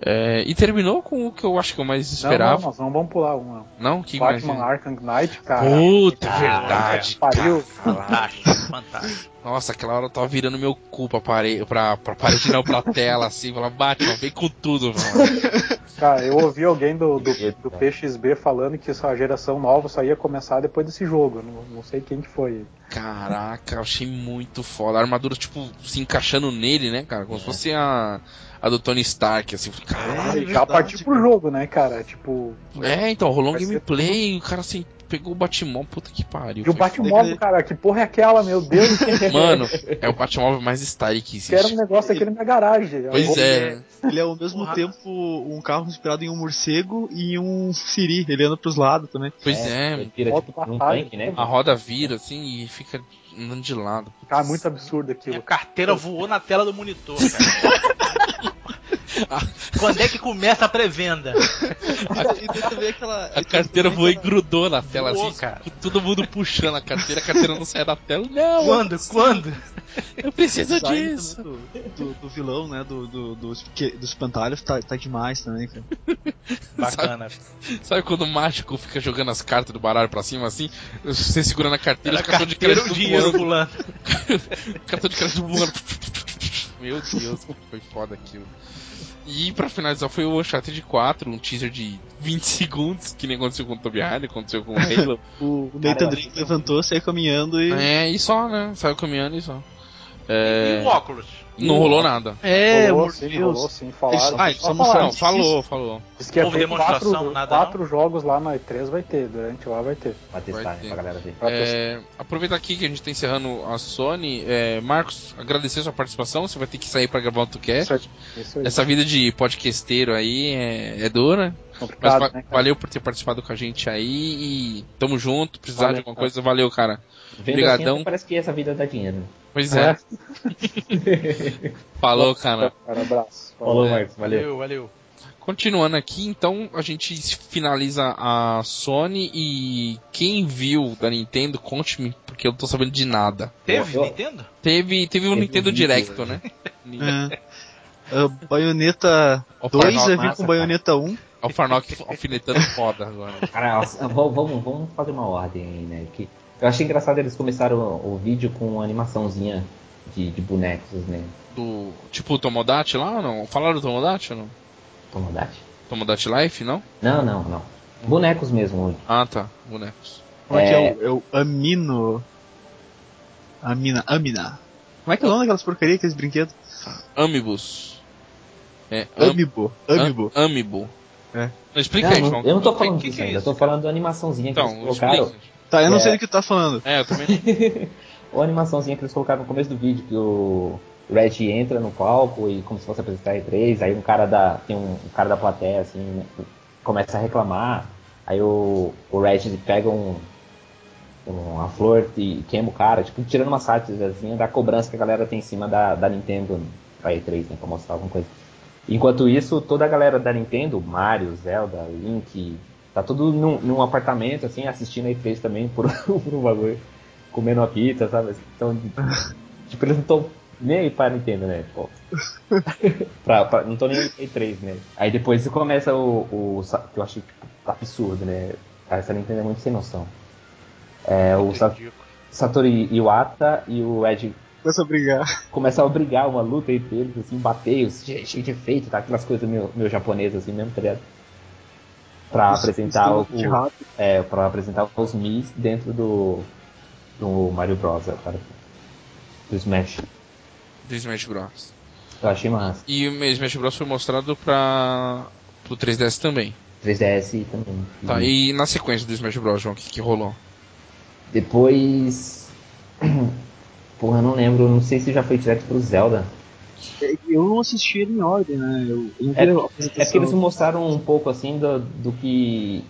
Speaker 1: É, e terminou com o que eu acho que eu mais
Speaker 2: Não, não,
Speaker 1: esperava.
Speaker 2: nós não vamos pular um, não.
Speaker 1: Não, que mais?
Speaker 2: Batman Arkham Knight, cara.
Speaker 1: Puta,
Speaker 4: Ah,
Speaker 1: verdade.
Speaker 2: Pariu.
Speaker 5: Fantástico, fantástico.
Speaker 1: Nossa, aquela hora eu tava virando meu cu pra parede, pra, pra parede não, pra tela, assim, falar, Batman, vem com tudo, mano.
Speaker 2: Cara, eu ouvi alguém do, do,
Speaker 4: Eita.
Speaker 2: do PXB falando que essa geração nova só ia começar depois desse jogo. Eu Não, não sei quem que foi.
Speaker 1: Caraca, eu achei muito foda. A armadura, tipo, se encaixando nele, né, cara? Como
Speaker 2: É.
Speaker 1: se fosse a, a do Tony Stark, assim. Falei, Caralho.
Speaker 2: Ele
Speaker 3: é
Speaker 2: já
Speaker 3: verdade,
Speaker 2: partiu pro
Speaker 3: cara.
Speaker 2: jogo, né, cara? Tipo,
Speaker 1: É, então, rolou um
Speaker 2: Vai ser
Speaker 1: gameplay, o cara assim, pegou o Batmóvel, puta que pariu.
Speaker 2: e o
Speaker 1: Foi
Speaker 2: Batmóvel, cara, que porra é aquela, meu Deus?
Speaker 1: foda. Mano, é o Batmóvel mais assim. style que
Speaker 2: que era um
Speaker 1: existe.
Speaker 2: negócio daquele na garagem.
Speaker 1: Pois é. né?
Speaker 3: Ele é ao mesmo
Speaker 5: Porra.
Speaker 3: tempo um carro inspirado em um morcego e um siri, ele anda pros lados também.
Speaker 1: Pois é, Ah,
Speaker 4: Ele vira tipo, um
Speaker 2: Batalha.
Speaker 4: tanque, né?
Speaker 1: a roda vira, assim, e fica andando de lado.
Speaker 2: Cara, tá muito absurdo
Speaker 5: Minha
Speaker 2: aquilo.
Speaker 5: carteira voou na tela do monitor, cara. Quando é que começa a pré-venda?
Speaker 3: E tem também aquela.
Speaker 1: A carteira voou e grudou na tela,
Speaker 5: Voou,
Speaker 1: assim,
Speaker 5: cara.
Speaker 1: tipo, todo mundo puxando a carteira, a carteira não sai da tela. Não,
Speaker 5: Quando? Quando?
Speaker 1: eu preciso
Speaker 3: design
Speaker 1: disso.
Speaker 3: também Do, do, do vilão, né? Do, do, do, esque- do espantalho tá, tá demais também, cara.
Speaker 5: Bacana.
Speaker 1: Sabe quando o mágico fica jogando as cartas do baralho pra cima, assim? Você segurando a carteira,
Speaker 5: Era
Speaker 1: os cartão de
Speaker 5: carteira
Speaker 1: crédito
Speaker 5: o dinheiro
Speaker 1: voando.
Speaker 5: pulando.
Speaker 1: cartão de crédito voando. Meu Deus, foi foda aquilo. E pra finalizar foi o Uncharted 4, um teaser de 20 segundos, que nem aconteceu com o Toby Hardy, aconteceu com o Halo.
Speaker 3: O, o
Speaker 4: Cara, eu
Speaker 3: É. Nathan Drake levantou, saiu caminhando e.
Speaker 1: é, e só, né? Saiu caminhando e só.
Speaker 5: E o óculos?
Speaker 1: Não rolou nada.
Speaker 3: É,
Speaker 2: rolou
Speaker 3: meu
Speaker 2: sim,
Speaker 3: Deus.
Speaker 2: rolou sim, falaram.
Speaker 3: Ah,
Speaker 2: sim.
Speaker 3: eles só
Speaker 2: Só
Speaker 3: não
Speaker 2: falaram.
Speaker 3: falaram.
Speaker 1: Não, falou, falou.
Speaker 2: Diz que ia
Speaker 5: Houve
Speaker 2: ter
Speaker 5: demonstração,
Speaker 2: quatro,
Speaker 5: nada,
Speaker 2: quatro jogos lá na E3 vai ter, durante lá vai ter.
Speaker 4: Pra
Speaker 1: Vai
Speaker 4: testar,
Speaker 1: ter.
Speaker 4: né? Pra galera ver.
Speaker 2: Pra testar.
Speaker 1: É, aproveitar aqui que a gente tá encerrando a Sony. é, Marcos, agradecer a sua participação. Você vai ter que sair pra gravar outro cast.
Speaker 2: Isso é aí.
Speaker 1: Essa vida de podcasteiro aí é, é dura. Mas
Speaker 2: Complicado,
Speaker 1: va-
Speaker 2: né, cara?
Speaker 1: valeu por ter participado com a gente aí e tamo junto. Precisar
Speaker 2: Valeu,
Speaker 1: de alguma
Speaker 2: cara.
Speaker 1: coisa, valeu, cara.
Speaker 4: Vendo
Speaker 1: Obrigadão.
Speaker 4: assim, até parece que essa vida dá dinheiro. né?
Speaker 1: Pois é, falou, cara.
Speaker 2: Cara, abraço.
Speaker 4: Falou,
Speaker 1: É.
Speaker 4: Marcos. Valeu.
Speaker 5: Valeu, valeu.
Speaker 1: Continuando aqui, então a gente finaliza a Sony e quem viu da Nintendo, conte-me, porque eu não tô sabendo de nada.
Speaker 5: Teve,
Speaker 4: Eu-
Speaker 5: Nintendo?
Speaker 1: Teve, teve um
Speaker 4: Teve um
Speaker 1: Nintendo
Speaker 4: vídeo,
Speaker 1: Directo, né?
Speaker 3: É. Ah, Baioneta
Speaker 1: Ó,
Speaker 3: 2
Speaker 1: Farnock,
Speaker 3: vai vir
Speaker 4: massa,
Speaker 3: com um, Baioneta 1.
Speaker 1: ó, o Farnock alfinetando foda agora.
Speaker 4: Cara, nossa, vamos, vamos- vamos fazer uma ordem aí, né? Que eu achei engraçado eles começaram o, o vídeo com uma animaçãozinha de, de bonecos, né?
Speaker 1: Do, tipo o Tomodachi lá ou não? Falaram do Tomodachi ou não?
Speaker 4: Tomodachi.
Speaker 1: Tomodachi Life, não?
Speaker 4: Não, não, não. Bonecos mesmo.
Speaker 1: Ah tá, bonecos.
Speaker 3: Como é que
Speaker 4: É.
Speaker 3: é o, é o Amino. Amina, Amina. Como é que é o nome daquelas porcaria, aqueles brinquedos?
Speaker 1: Amibus. É, am-
Speaker 3: Amiibo. Amiibo.
Speaker 1: Am- Amiibo.
Speaker 3: É.
Speaker 1: Não, explica aí,
Speaker 4: Não,
Speaker 1: João.
Speaker 4: não, eu não tô
Speaker 5: que-
Speaker 4: falando
Speaker 5: que
Speaker 4: disso
Speaker 5: que é
Speaker 4: ainda, eu
Speaker 5: isso,
Speaker 4: tô falando da animaçãozinha que eles
Speaker 1: Então,
Speaker 4: colocaram.
Speaker 1: explica.
Speaker 3: Tá, eu não
Speaker 4: É.
Speaker 3: sei do que tu tá falando.
Speaker 1: É, eu também não.
Speaker 4: Ou a animaçãozinha que eles colocaram no começo do vídeo, que o Red entra no palco e como se fosse apresentar a E3, aí um cara da. tem um, um cara da plateia assim, né, começa a reclamar, aí o, o Red pega um, uma flor e queima o cara, tipo, tirando uma sátirazinha da cobrança que a galera tem em cima da, da Nintendo pra E3, né? Pra mostrar alguma coisa. Enquanto isso, toda a galera da Nintendo, Mario, Zelda, Link, tá tudo num, num apartamento, assim, assistindo a E3 também por, um- por um bagulho, comendo uma pizza, sabe? Então, tipo, eles não estão nem aí pra Nintendo, né? Pô. pra, pra- não estão nem aí pra E3, né? Aí depois começa o, o sa- que eu achei absurdo, né? Cara, essa Nintendo é muito sem noção. É, o Sa-
Speaker 5: Ridículo.
Speaker 4: Satori Iwata e o Ed
Speaker 3: Começa a brigar.
Speaker 4: começam a brigar uma luta entre eles, assim, bater, che- cheio de efeito, tá? Aquelas coisas meio, meio japonesas, assim mesmo, tá ligado? Pra apresentar o,
Speaker 3: De rato.
Speaker 4: é, pra apresentar os Mis dentro do, do Mario Bros, é, cara. Do Smash.
Speaker 1: Do Smash Bros.
Speaker 4: Eu achei massa.
Speaker 1: E o Smash Bros foi mostrado pra. pro 3DS também.
Speaker 4: 3DS também.
Speaker 1: Tá, e na sequência do Smash Bros, João, o que, que rolou?
Speaker 4: Depois... Porra, eu não lembro, não sei se já foi direto pro Zelda.
Speaker 3: É que Eu não assisti ele em ordem, né? Eu, eu não vi
Speaker 4: É,
Speaker 3: a
Speaker 4: É porque
Speaker 3: apresentação.
Speaker 4: eles mostraram um pouco assim do, do que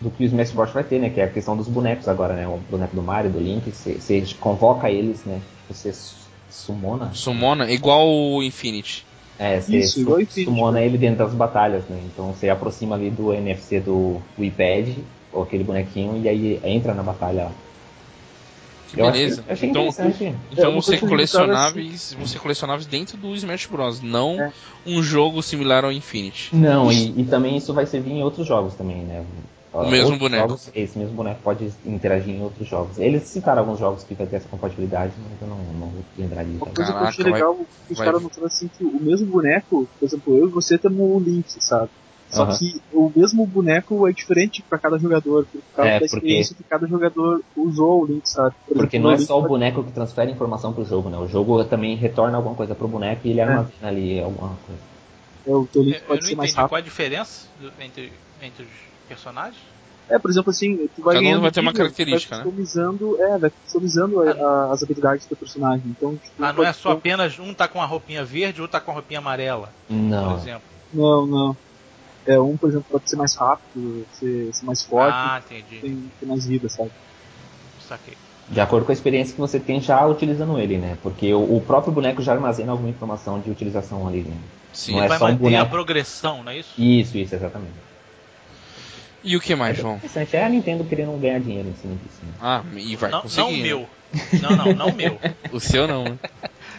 Speaker 4: do que o Smash Bros vai ter, né? Que é a questão dos bonecos agora, né? O boneco do Mario, do Link, você convoca eles, né? Você su- sumona.
Speaker 1: Summona igual o Infinity.
Speaker 4: É, você
Speaker 3: Isso, igual
Speaker 4: su-
Speaker 3: Infinity.
Speaker 4: sumona ele dentro das batalhas, né? Então você aproxima ali do NFC do iPad, ou aquele bonequinho, e aí entra na batalha.
Speaker 1: Que
Speaker 4: Eu achei-
Speaker 1: beleza.
Speaker 4: eu assim. achei
Speaker 1: então,
Speaker 4: interessante.
Speaker 1: então
Speaker 3: Eu não
Speaker 1: você
Speaker 3: consigo
Speaker 1: colecionáveis. Você colecionáveis dentro do Smash Bros. Não
Speaker 4: É.
Speaker 1: um jogo similar ao Infinity.
Speaker 4: Não, e, e também isso vai servir em outros jogos também, né?
Speaker 1: O mesmo
Speaker 4: Outros
Speaker 1: boneco.
Speaker 4: jogos, esse mesmo boneco pode interagir em outros jogos. Eles citaram alguns jogos que vai ter essa compatibilidade, mas eu não, não vou lembrar disso.
Speaker 3: Uma coisa que eu
Speaker 1: Caraca,
Speaker 3: achei
Speaker 1: vai-
Speaker 3: legal, é que os
Speaker 1: vai-
Speaker 3: caras mostraram assim que o mesmo boneco, por exemplo, eu e você temos o Link, sabe? Só
Speaker 4: Aham.
Speaker 3: que o mesmo boneco é diferente pra cada jogador, por causa
Speaker 4: É,
Speaker 3: da
Speaker 4: porque-
Speaker 3: experiência que cada jogador usou o Link, sabe? Por
Speaker 4: Porque
Speaker 3: exemplo,
Speaker 4: não é
Speaker 3: Link
Speaker 4: só o
Speaker 3: pode-
Speaker 4: boneco que transfere informação pro jogo, né? O jogo também retorna alguma coisa pro boneco e ele armazena ali alguma coisa.
Speaker 3: é, o teu Link
Speaker 5: Eu, eu
Speaker 3: pode
Speaker 5: não
Speaker 3: ser mais
Speaker 5: entendi
Speaker 3: rápido.
Speaker 5: qual a diferença do- entre, entre os personagens.
Speaker 3: É, por exemplo, assim, tu vai
Speaker 1: Cada um
Speaker 3: ganhando
Speaker 1: vai ter uma
Speaker 3: nível,
Speaker 1: característica, né?
Speaker 3: vai customizando, É, vai customizando a- a- as habilidades do personagem. Então, tipo,
Speaker 5: Ah, não
Speaker 3: pode
Speaker 5: é só
Speaker 3: ter-
Speaker 5: apenas um tá com a roupinha verde, outro tá com a roupinha amarela, por
Speaker 4: Não.
Speaker 5: exemplo.
Speaker 3: um- Não, não. É, um, por exemplo, pode ser mais rápido, ser, ser mais forte,
Speaker 5: Ah, entendi.
Speaker 3: tem, tem mais vida, sabe?
Speaker 5: Saquei.
Speaker 4: De acordo com a experiência que você tem já utilizando ele, né? Porque o, o próprio boneco já armazena alguma informação de utilização ali, né?
Speaker 1: Sim.
Speaker 4: Não
Speaker 5: Ele
Speaker 4: é
Speaker 5: vai
Speaker 4: só um
Speaker 5: manter a
Speaker 4: boneco.
Speaker 5: progressão, não é isso?
Speaker 4: Isso, isso, exatamente.
Speaker 1: E o que mais, João?
Speaker 4: Interessante. É a Nintendo querendo ganhar dinheiro em cima disso, né?
Speaker 1: Ah, e vai
Speaker 5: não,
Speaker 1: conseguir.
Speaker 5: não o
Speaker 1: né?
Speaker 5: meu. Não, não, não o meu.
Speaker 1: O seu não, né?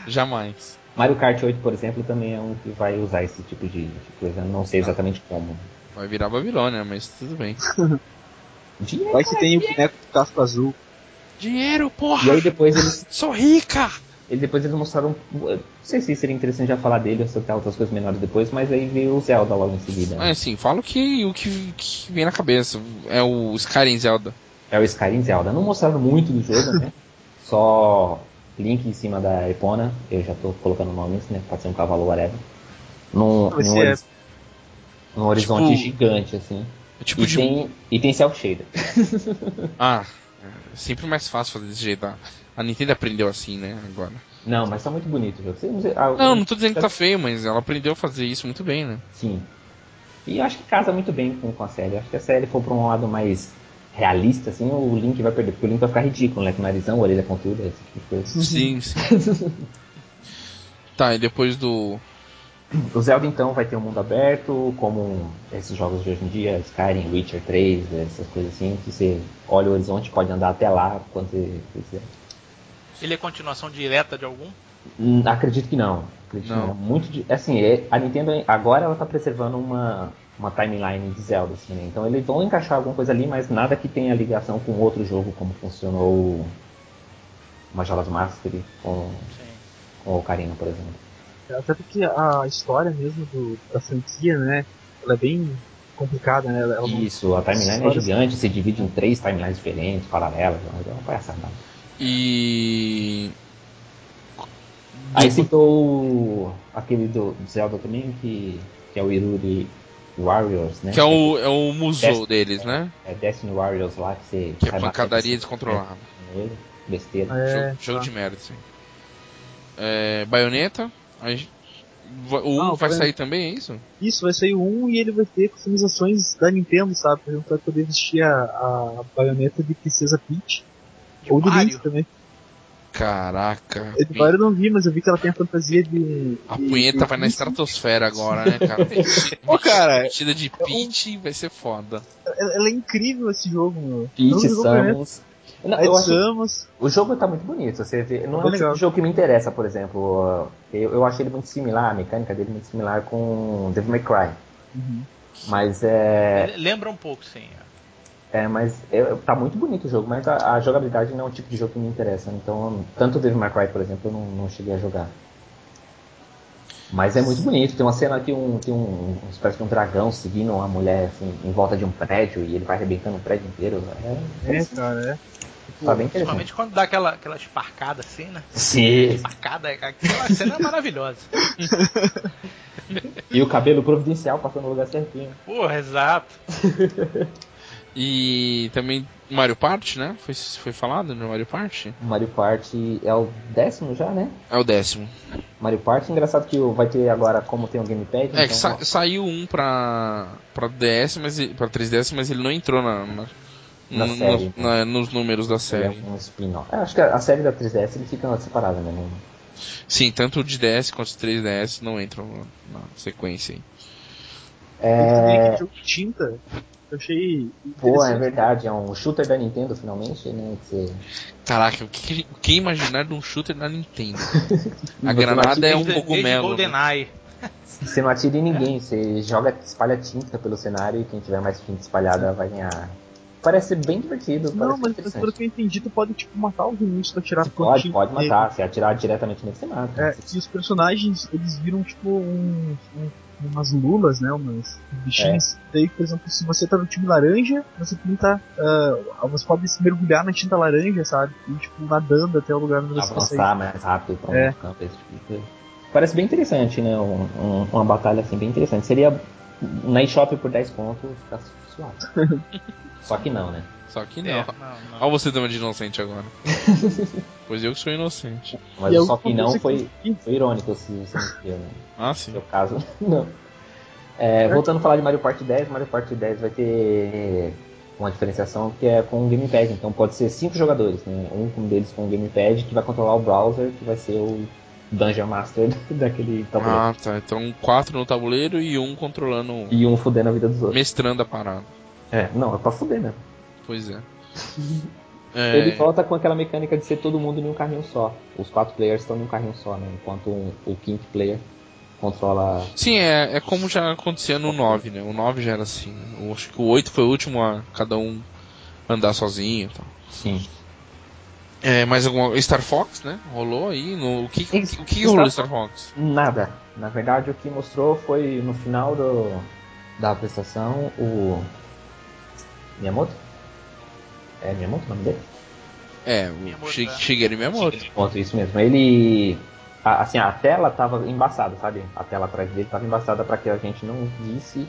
Speaker 1: Jamais.
Speaker 4: Mario Kart 8, por exemplo, também é um que vai usar esse tipo de de coisa. Não sei exatamente como.
Speaker 1: Vai virar Babilônia, mas tudo bem.
Speaker 4: Dinheiro.
Speaker 3: Vai que tem o boneco do casco azul.
Speaker 1: Dinheiro,
Speaker 4: E
Speaker 1: porra!
Speaker 4: aí depois eles,
Speaker 1: Sou rica!
Speaker 4: e depois eles mostraram. eu Não sei se seria interessante já falar dele ou soltar outras coisas menores depois, mas aí veio o Zelda logo em seguida.
Speaker 1: É
Speaker 4: né?
Speaker 1: assim, falo que o que, que vem na cabeça. É o Skyrim Zelda.
Speaker 4: É o Skyrim Zelda. Não mostraram muito do jogo, né? Só Link em cima da Epona, eu já tô colocando nomes, né? Pode ser um cavalo whatever. Num,
Speaker 3: Vai
Speaker 4: num,
Speaker 3: ser-
Speaker 4: horiz- num horizonte
Speaker 1: Tipo-
Speaker 4: gigante, assim.
Speaker 1: É tipo
Speaker 4: e,
Speaker 1: de.
Speaker 4: tem, e tem self-shader.
Speaker 1: Ah, é sempre mais fácil fazer desse jeito. A, a Nintendo aprendeu assim, né? Agora.
Speaker 4: Não, mas tá muito bonito o jogo. Você- você- ah,
Speaker 1: Não,
Speaker 4: eu-
Speaker 1: não tô dizendo que tá feio, mas ela aprendeu a fazer isso muito bem, né?
Speaker 4: Sim. E eu acho que casa muito bem com, com a série. Eu acho que a série for pra um lado mais realista, assim, o Link vai perder, porque o Link vai ficar ridículo, né? Com narizão, orelha pontuda, esse tipo de coisa.
Speaker 1: Sim, sim. tá, e depois do.
Speaker 4: O Zelda, então, vai ter um mundo aberto, como um, esses jogos de hoje em dia, Skyrim, Witcher 3, essas coisas assim, que você olha o horizonte, pode andar até lá quando você quiser.
Speaker 5: Ele é continuação direta de algum?
Speaker 4: Hum, Acredito que não. Acredito
Speaker 1: Não.
Speaker 4: Que não. Muito de- assim, é- a Nintendo agora ela tá preservando uma, uma timeline de Zelda, assim, né? Então eles vão encaixar alguma coisa ali, mas nada que tenha ligação com outro jogo, como funcionou o Majora's Mastery com,
Speaker 5: Sim.
Speaker 4: com o Ocarina, por exemplo.
Speaker 3: Até porque É, a história mesmo do- da franquia, né? Ela é bem complicada, né? Ela, ela não-
Speaker 4: Isso, Então, a timeline é
Speaker 3: Histórias-
Speaker 4: gigante, se divide em três timelines diferentes, paralelas, é uma palhaçada.
Speaker 1: E.
Speaker 4: Aí citou o- aquele do do Zelda também, que, que é o Iruri Warriors, né?
Speaker 1: Que é o, é o museu
Speaker 4: Destiny,
Speaker 1: deles, né?
Speaker 4: É Destiny Warriors lá, que você
Speaker 1: Que é
Speaker 4: sai batendo
Speaker 1: pancadaria descontrolada.
Speaker 4: nele, besteira.
Speaker 3: É,
Speaker 1: jogo jogo
Speaker 3: tá.
Speaker 1: de merda, sim. É, baioneta. aí- va- o
Speaker 3: Ah,
Speaker 1: 1
Speaker 3: o
Speaker 1: vai
Speaker 4: tá
Speaker 3: Baioneta.
Speaker 1: sair também, é isso?
Speaker 3: Isso, vai sair o 1 e ele vai ter customizações da Nintendo, sabe? Por exemplo, vai poder vestir a, a baioneta de Princesa Peach.
Speaker 5: De
Speaker 3: Ou do
Speaker 5: Mario?
Speaker 3: Link também.
Speaker 1: Caraca.
Speaker 3: Eu de Mario eu não vi, mas eu vi que ela tem a fantasia de.
Speaker 1: A
Speaker 3: de-
Speaker 1: punheta
Speaker 3: de
Speaker 1: vai na
Speaker 3: Peach.
Speaker 1: estratosfera agora, né, cara? Vestida-
Speaker 3: Ô, cara,
Speaker 1: Vestida de Peach vai ser foda.
Speaker 3: ela, ela é incrível esse jogo, é meu.
Speaker 4: Peach,
Speaker 3: Não jogou Bayonetta.
Speaker 4: Samus. Não, eu
Speaker 3: Aí
Speaker 4: acho-
Speaker 3: Samus.
Speaker 4: o jogo tá muito bonito, você vê. Não é
Speaker 3: Tá
Speaker 4: o tipo
Speaker 3: legal.
Speaker 4: de jogo que me interessa, por exemplo. ah, Eu, eu achei ele muito similar, a mecânica dele muito similar com Devil May Cry. Mas é,
Speaker 5: Ele Lembra um pouco, sim.
Speaker 4: é mas é, tá muito bonito o jogo, mas a, a jogabilidade não é um tipo de jogo que me interessa. Então, tanto o Devil May Cry, por exemplo, eu não, não cheguei a jogar. Mas é muito bonito. Tem uma cena que um, tem um, uma espécie de um dragão seguindo uma mulher assim, em volta de um prédio e ele vai arrebentando o prédio inteiro. É,
Speaker 3: É, cara, é.
Speaker 4: tá bem interessante.
Speaker 5: Principalmente quando dá aquela, aquela esparcada assim, né?
Speaker 4: Sim.
Speaker 5: Esparcada, aquela cena é maravilhosa.
Speaker 4: E o cabelo providencial passando no lugar certinho.
Speaker 5: Porra, exato.
Speaker 1: E também Mario Party, né? Foi, foi falado no Mario Party?
Speaker 4: O Mario Party é o décimo já, né?
Speaker 1: É o décimo.
Speaker 4: Mario Party, engraçado que o- vai ter agora, como tem um gamepad,
Speaker 1: É, que sa- saiu um pra, pra DS, mas ele- pra 3DS, mas ele não entrou na, na-
Speaker 4: Na
Speaker 1: no-
Speaker 4: série, então.
Speaker 1: no- na- nos números da
Speaker 4: ele é
Speaker 1: série.
Speaker 4: um spin-off. É, acho que a a série da 3DS ele fica separada, né? Não-
Speaker 1: Sim, tanto o de DS quanto o 3DS não entram na, na sequência aí.
Speaker 3: Tem também
Speaker 4: É...
Speaker 3: aquele jogo de tinta. Eu achei.
Speaker 4: Pô, é
Speaker 3: interessante.
Speaker 4: verdade, é um shooter da Nintendo finalmente, né? Que você...
Speaker 1: Caraca, o que, que- o que imaginar de um shooter da Nintendo? A
Speaker 4: Você
Speaker 1: granada
Speaker 4: não
Speaker 1: é
Speaker 4: atira
Speaker 1: um
Speaker 5: Desde- desde
Speaker 1: cogumelo. né?
Speaker 5: GoldenEye.
Speaker 4: Você não atira em
Speaker 3: É.
Speaker 4: ninguém, você joga, espalha tinta pelo cenário e quem tiver mais tinta espalhada vai ganhar. Parece ser bem divertido,
Speaker 3: Não,
Speaker 4: parece
Speaker 3: mas mas pelo
Speaker 4: interessante.
Speaker 3: que eu assim, entendi, tu pode tipo, matar os inimigos pra tirar
Speaker 4: Você
Speaker 3: com
Speaker 4: pode,
Speaker 3: tinta
Speaker 4: pode
Speaker 3: nele.
Speaker 4: matar, se atirar diretamente nele, você mata.
Speaker 3: É, e os personagens, eles viram tipo um, um- umas lulas, né? Umas
Speaker 4: É.
Speaker 3: bichinhas. Daí, por exemplo, se você tá no time laranja, você pinta. ah, você pode se mergulhar na tinta laranja, sabe? E tipo, nadando até o lugar onde você tá vai sair.
Speaker 4: avançar mais rápido pra um
Speaker 3: É.
Speaker 4: campo, esse tipo de coisa. Parece bem interessante, né? Um- um- uma batalha assim bem interessante. Seria na eShop por 10 pontos, tá suave. Só que não, né?
Speaker 1: Só que
Speaker 5: É,
Speaker 1: não.
Speaker 5: não, não.
Speaker 1: Olha você dando de inocente agora. pois eu que sou inocente.
Speaker 4: Mas
Speaker 3: E é a
Speaker 4: o só
Speaker 3: última
Speaker 4: que não
Speaker 3: coisa
Speaker 4: foi,
Speaker 3: que-
Speaker 4: foi irônico se você não viu, né?
Speaker 1: Ah,
Speaker 4: No
Speaker 1: sim.
Speaker 4: seu caso, não. É, voltando a falar de Mario Party 10, Mario Party 10 vai ter uma diferenciação que é com o gamepad, então pode ser cinco jogadores, né? Um deles com o gamepad que vai controlar o browser, que vai ser o Dungeon Master daquele tabuleiro.
Speaker 1: Ah, tá. Então quatro no tabuleiro e um controlando,
Speaker 4: E um fudendo a vida dos outros.
Speaker 1: mestrando a parada.
Speaker 4: É, não, é pra fuder mesmo.
Speaker 1: Pois é.
Speaker 4: Ele
Speaker 1: É,
Speaker 4: volta com aquela mecânica de ser todo mundo em um carrinho só. Os quatro players estão num carrinho só, né? Enquanto um- o quinto player controla.
Speaker 1: Sim, é, é como já acontecia no 9, né? O 9 já era assim. Eu acho que o 8 foi o último a cada um andar sozinho e tal.
Speaker 4: Sim.
Speaker 1: É, mais alguma. Star Fox, né? Rolou aí. No... O que, o que, o que
Speaker 4: Star
Speaker 1: rolou no
Speaker 4: Fox.
Speaker 1: Star Fox?
Speaker 4: Nada. Na verdade, o que mostrou foi no final do, da apresentação o. Miyamoto? É Miyamoto o nome dele?
Speaker 1: É, o
Speaker 5: Miyamoto,
Speaker 1: Shi-
Speaker 5: né?
Speaker 1: Shigeru Miyamoto.
Speaker 4: Ponto, isso mesmo. Ele. a- Assim, a tela tava embaçada, sabe? A tela atrás dele tava embaçada pra que a gente não visse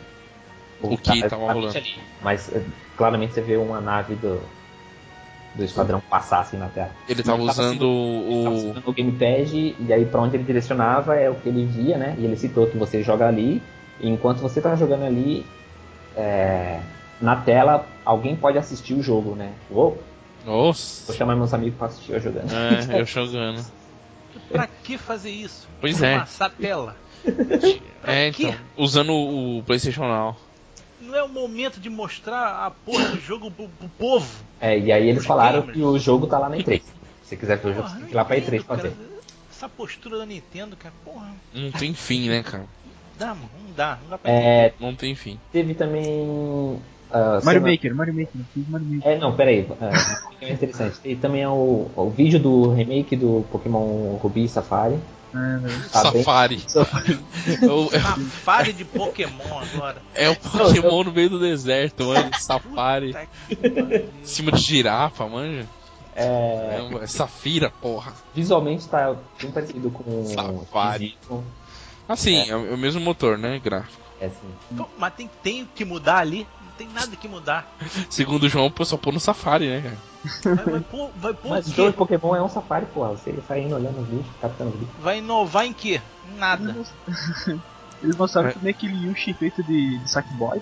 Speaker 1: O que
Speaker 4: tá-
Speaker 1: tava rolando.
Speaker 4: ali. Mas eh, claramente você vê uma nave do, do esquadrão passar assim na tela.
Speaker 1: Ele tava
Speaker 4: Ele tava
Speaker 1: usando
Speaker 4: Tava assim.
Speaker 1: o. o-
Speaker 4: usando O gamepad, e aí pra onde ele direcionava é o que ele via, né? E ele citou que você joga ali, e enquanto você tá jogando ali, é, na tela, alguém pode assistir o jogo, né? Uou,
Speaker 1: Nossa!
Speaker 4: vou chamar meus amigos pra assistir eu jogando.
Speaker 1: É, eu jogando.
Speaker 5: Pra que fazer isso?
Speaker 1: Pois é.
Speaker 5: Passar tela.
Speaker 1: É,
Speaker 5: que?
Speaker 1: então. Usando o PlayStation Now.
Speaker 5: Não é o momento de mostrar a porra do jogo pro, pro povo.
Speaker 4: É, e aí eles
Speaker 5: Os
Speaker 4: falaram
Speaker 5: gamers.
Speaker 4: que o jogo tá lá na E3. Se você quiser ver o jogo,
Speaker 5: Porra,
Speaker 4: você
Speaker 5: não
Speaker 4: tem que ir lá pra
Speaker 5: entendo,
Speaker 4: E3 pra
Speaker 5: cara.
Speaker 4: ver.
Speaker 5: Essa postura da Nintendo, cara, porra, não
Speaker 1: Não tem fim, né, cara?
Speaker 5: dá, mano. Não dá, não dá pra entender.
Speaker 4: É,
Speaker 1: Não tem fim.
Speaker 4: teve também. ah,
Speaker 3: Mario
Speaker 4: cena-
Speaker 3: Maker, Mario Maker, eu fiz Mario Maker.
Speaker 4: É, não, peraí. ah, É interessante. Tem também o, o vídeo do remake do Pokémon Ruby e Safari.
Speaker 3: Ah,
Speaker 4: Tá bem.
Speaker 1: Safari. É o- é
Speaker 5: Uma falha de Pokémon agora.
Speaker 1: É o Pokémon no meio do deserto, mano. Safari.
Speaker 5: Puta que pariu.
Speaker 1: Em cima de girafa, manja.
Speaker 4: É,
Speaker 1: É, um- é safira, porra.
Speaker 4: visualmente tá bem parecido com
Speaker 1: Safari.
Speaker 4: Digimon.
Speaker 1: Assim, é, o é o mesmo motor, né? Gráfico.
Speaker 4: É assim.
Speaker 5: Pô, Então, Mas tem, tem que mudar ali. Não tem nada que mudar.
Speaker 1: Segundo o João, pô, só pôr no safari, né, cara?
Speaker 5: Vai, vai pôr, vai pôr
Speaker 4: Mas
Speaker 5: o
Speaker 4: o
Speaker 5: quê?
Speaker 4: jogo de Pokémon é um Safari, porra. Você saindo olhando os tá vídeos, captando os vídeos.
Speaker 5: Vai inovar em quê? Nada.
Speaker 3: Eles mostraram
Speaker 1: É.
Speaker 3: também aquele Yoshi feito de, de Sackboy.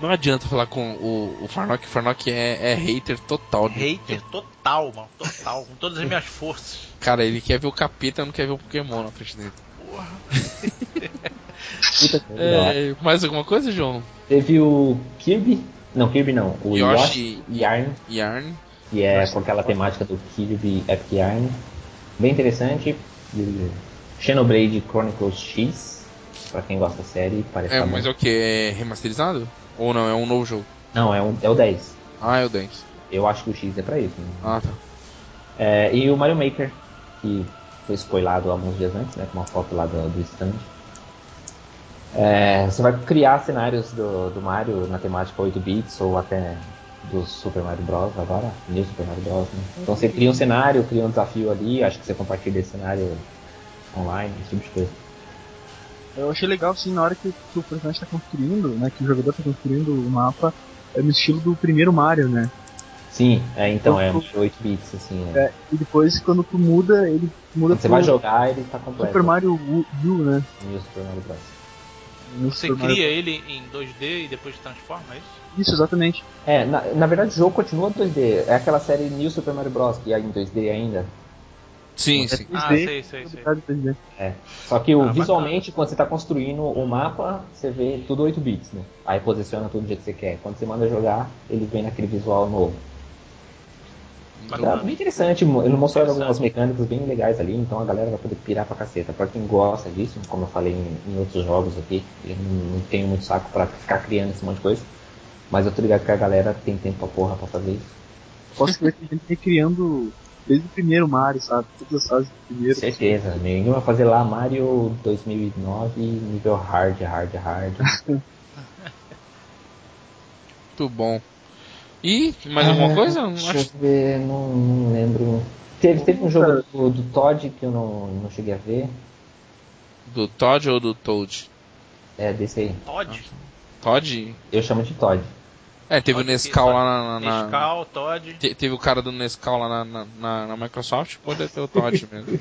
Speaker 1: Não adianta falar com o, o Farnock. O Farnock é, é hater total. né?
Speaker 5: Hater total, mano. Total. Com todas as minhas forças.
Speaker 1: Cara, ele quer ver o capeta, não quer ver o Pokémon na frente dele.
Speaker 4: Puta que pariu.
Speaker 1: É, mais alguma coisa, João?
Speaker 4: Teve o Kirby. Não, Kirby não. O
Speaker 1: Yoshi.
Speaker 4: Yoshi, Yarn,
Speaker 1: Yarn?
Speaker 4: que é com aquela temática do Kirby Epic Yarn. Bem interessante. E Xenoblade Chronicles X. Pra quem gosta da série, parece
Speaker 1: É,
Speaker 4: tá
Speaker 1: mas é
Speaker 4: bom.
Speaker 1: o que? É remasterizado? Ou não? É um novo jogo?
Speaker 4: Não, é, um, é o 10.
Speaker 1: Ah, é o 10.
Speaker 4: Eu acho que o X é pra isso. né?
Speaker 1: Ah, tá.
Speaker 4: É, e o Mario Maker, que foi spoilado alguns dias antes, né? Com uma foto lá do, do stand. É, você vai criar cenários do, do Mario na temática 8 bits ou até do Super Mario Bros. agora, New Super Mario Bros. Né? Então você cria um cenário, cria um desafio ali, acho que você compartilha esse cenário online, esse tipo de coisa.
Speaker 3: Eu achei legal, assim, na hora que, que o personagem tá construindo, né, que o jogador tá construindo o mapa, é no estilo do primeiro Mario, né?
Speaker 4: Sim, é, então é
Speaker 3: Uhum.
Speaker 4: 8 bits, assim. né?
Speaker 3: É, e depois, quando tu muda, ele muda
Speaker 4: Quando você
Speaker 3: pro
Speaker 4: vai jogar, então. ele está completo.
Speaker 3: Super Mario U, U, né?
Speaker 4: New Super Mario Bros.
Speaker 3: No
Speaker 5: Você
Speaker 3: Super Mario-
Speaker 5: cria ele em 2D e depois transforma, é isso?
Speaker 3: Isso, exatamente.
Speaker 4: É, na, na verdade o jogo continua 2D. É aquela série New Super Mario Bros. que é em 2D ainda.
Speaker 1: Sim,
Speaker 4: é
Speaker 3: É
Speaker 1: sim.
Speaker 5: Ah,
Speaker 3: 3D,
Speaker 5: sei, sei, sei.
Speaker 3: 3D.
Speaker 4: Só que o-
Speaker 5: Ah,
Speaker 4: visualmente, quando você está construindo o mapa, você vê tudo 8 bits, né? Aí posiciona tudo do jeito que você quer. Quando você manda jogar, ele vem naquele visual novo. Tá
Speaker 5: Bacana.
Speaker 4: bem Uhum. interessante, mo- ele mostrou algumas mecânicas bem legais ali, então a galera vai poder pirar pra caceta. Pra quem gosta disso, como eu falei em, em outros jogos aqui, eu não, não tenho muito saco pra ficar criando esse monte de coisa. Mas eu tô ligado que a galera tem tempo pra porra pra fazer isso.
Speaker 3: Posso ver que a gente recriando desde o primeiro Mario, sabe? Todas as fases do primeiro.
Speaker 4: Certeza, ninguém vai fazer lá Mario 2009 nível hard, hard, hard.
Speaker 1: Muito bom. E mais alguma
Speaker 4: É,
Speaker 1: coisa?
Speaker 4: Deixa
Speaker 1: Acho-
Speaker 4: eu ver, não, não lembro. Teve, teve um jogo do, do Todd que eu não, não cheguei a ver.
Speaker 1: Do Todd ou do Toad?
Speaker 4: É, desse aí.
Speaker 5: Todd,
Speaker 1: Todd?
Speaker 4: Eu chamo de Todd.
Speaker 1: É, teve o
Speaker 5: Todd,
Speaker 1: Nescau
Speaker 5: Todd.
Speaker 1: lá na. na- na-
Speaker 5: Nescau, Todd.
Speaker 1: te- teve o cara do Nescau lá na, na, na- na Microsoft, pode ter o Todd mesmo.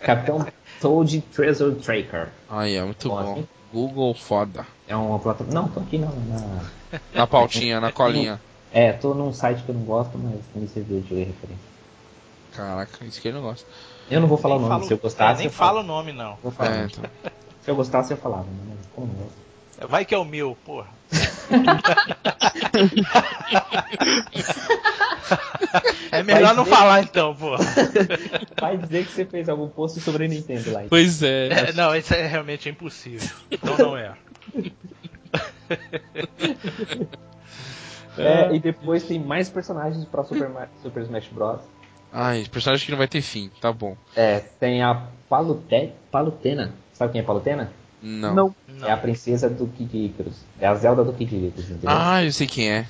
Speaker 4: Capitão Toad Treasure Tracker.
Speaker 1: Aí, é muito
Speaker 4: Bom,
Speaker 1: bom.
Speaker 4: assim.
Speaker 1: Google foda.
Speaker 4: É uma plataforma. Não, tô aqui não. na-
Speaker 1: Na pautinha, na colinha.
Speaker 4: É, tô num site que eu não gosto, mas me serviu de referência.
Speaker 1: Caraca, isso que ele não gosta.
Speaker 4: Eu não vou falar
Speaker 5: Nem
Speaker 4: o nome,
Speaker 5: falo-
Speaker 4: se eu gostasse.
Speaker 5: é, nem
Speaker 4: eu falo.
Speaker 5: fala o nome, não.
Speaker 4: Vou falar.
Speaker 1: É, então.
Speaker 4: Se eu gostasse, eu falava, né, mas como não gosto?
Speaker 5: Vai que é o meu, porra. é melhor
Speaker 4: Mas
Speaker 5: não
Speaker 4: nem-
Speaker 5: falar então, porra.
Speaker 4: Vai dizer que você fez algum post sobre a Nintendo lá. então.
Speaker 1: Pois é.
Speaker 5: É, não, isso é realmente impossível. Então não é.
Speaker 4: É, e depois tem mais personagens pra Super, Mar- Super Smash Bros.
Speaker 1: Ai, personagem que não vai ter fim, tá bom.
Speaker 4: É, tem a Palute... Palutena. Sabe quem é Palutena?
Speaker 1: Não.
Speaker 3: Não.
Speaker 5: Não.
Speaker 4: É a princesa do Kid Icarus. É a Zelda do Kid Icarus, entendeu?
Speaker 1: Ah, eu sei quem é.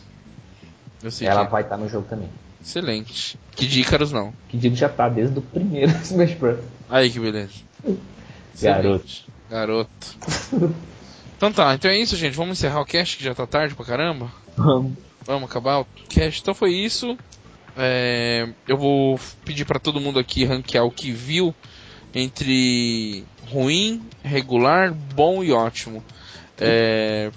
Speaker 1: Eu sei
Speaker 4: Ela
Speaker 1: quem é.
Speaker 4: vai estar no jogo também.
Speaker 1: Excelente. Que de Icarus não.
Speaker 4: Que Dino já tá desde o primeiro Smash Bros.
Speaker 1: Aí que beleza.
Speaker 4: Garoto.
Speaker 1: Excelente. Garoto. Então tá, então é isso, gente. Vamos encerrar o cast que já tá tarde pra caramba.
Speaker 3: Vamos.
Speaker 1: Vamos acabar o cast. Então foi isso. É, eu vou pedir pra todo mundo aqui ranquear o que viu entre ruim, regular, bom e ótimo. É,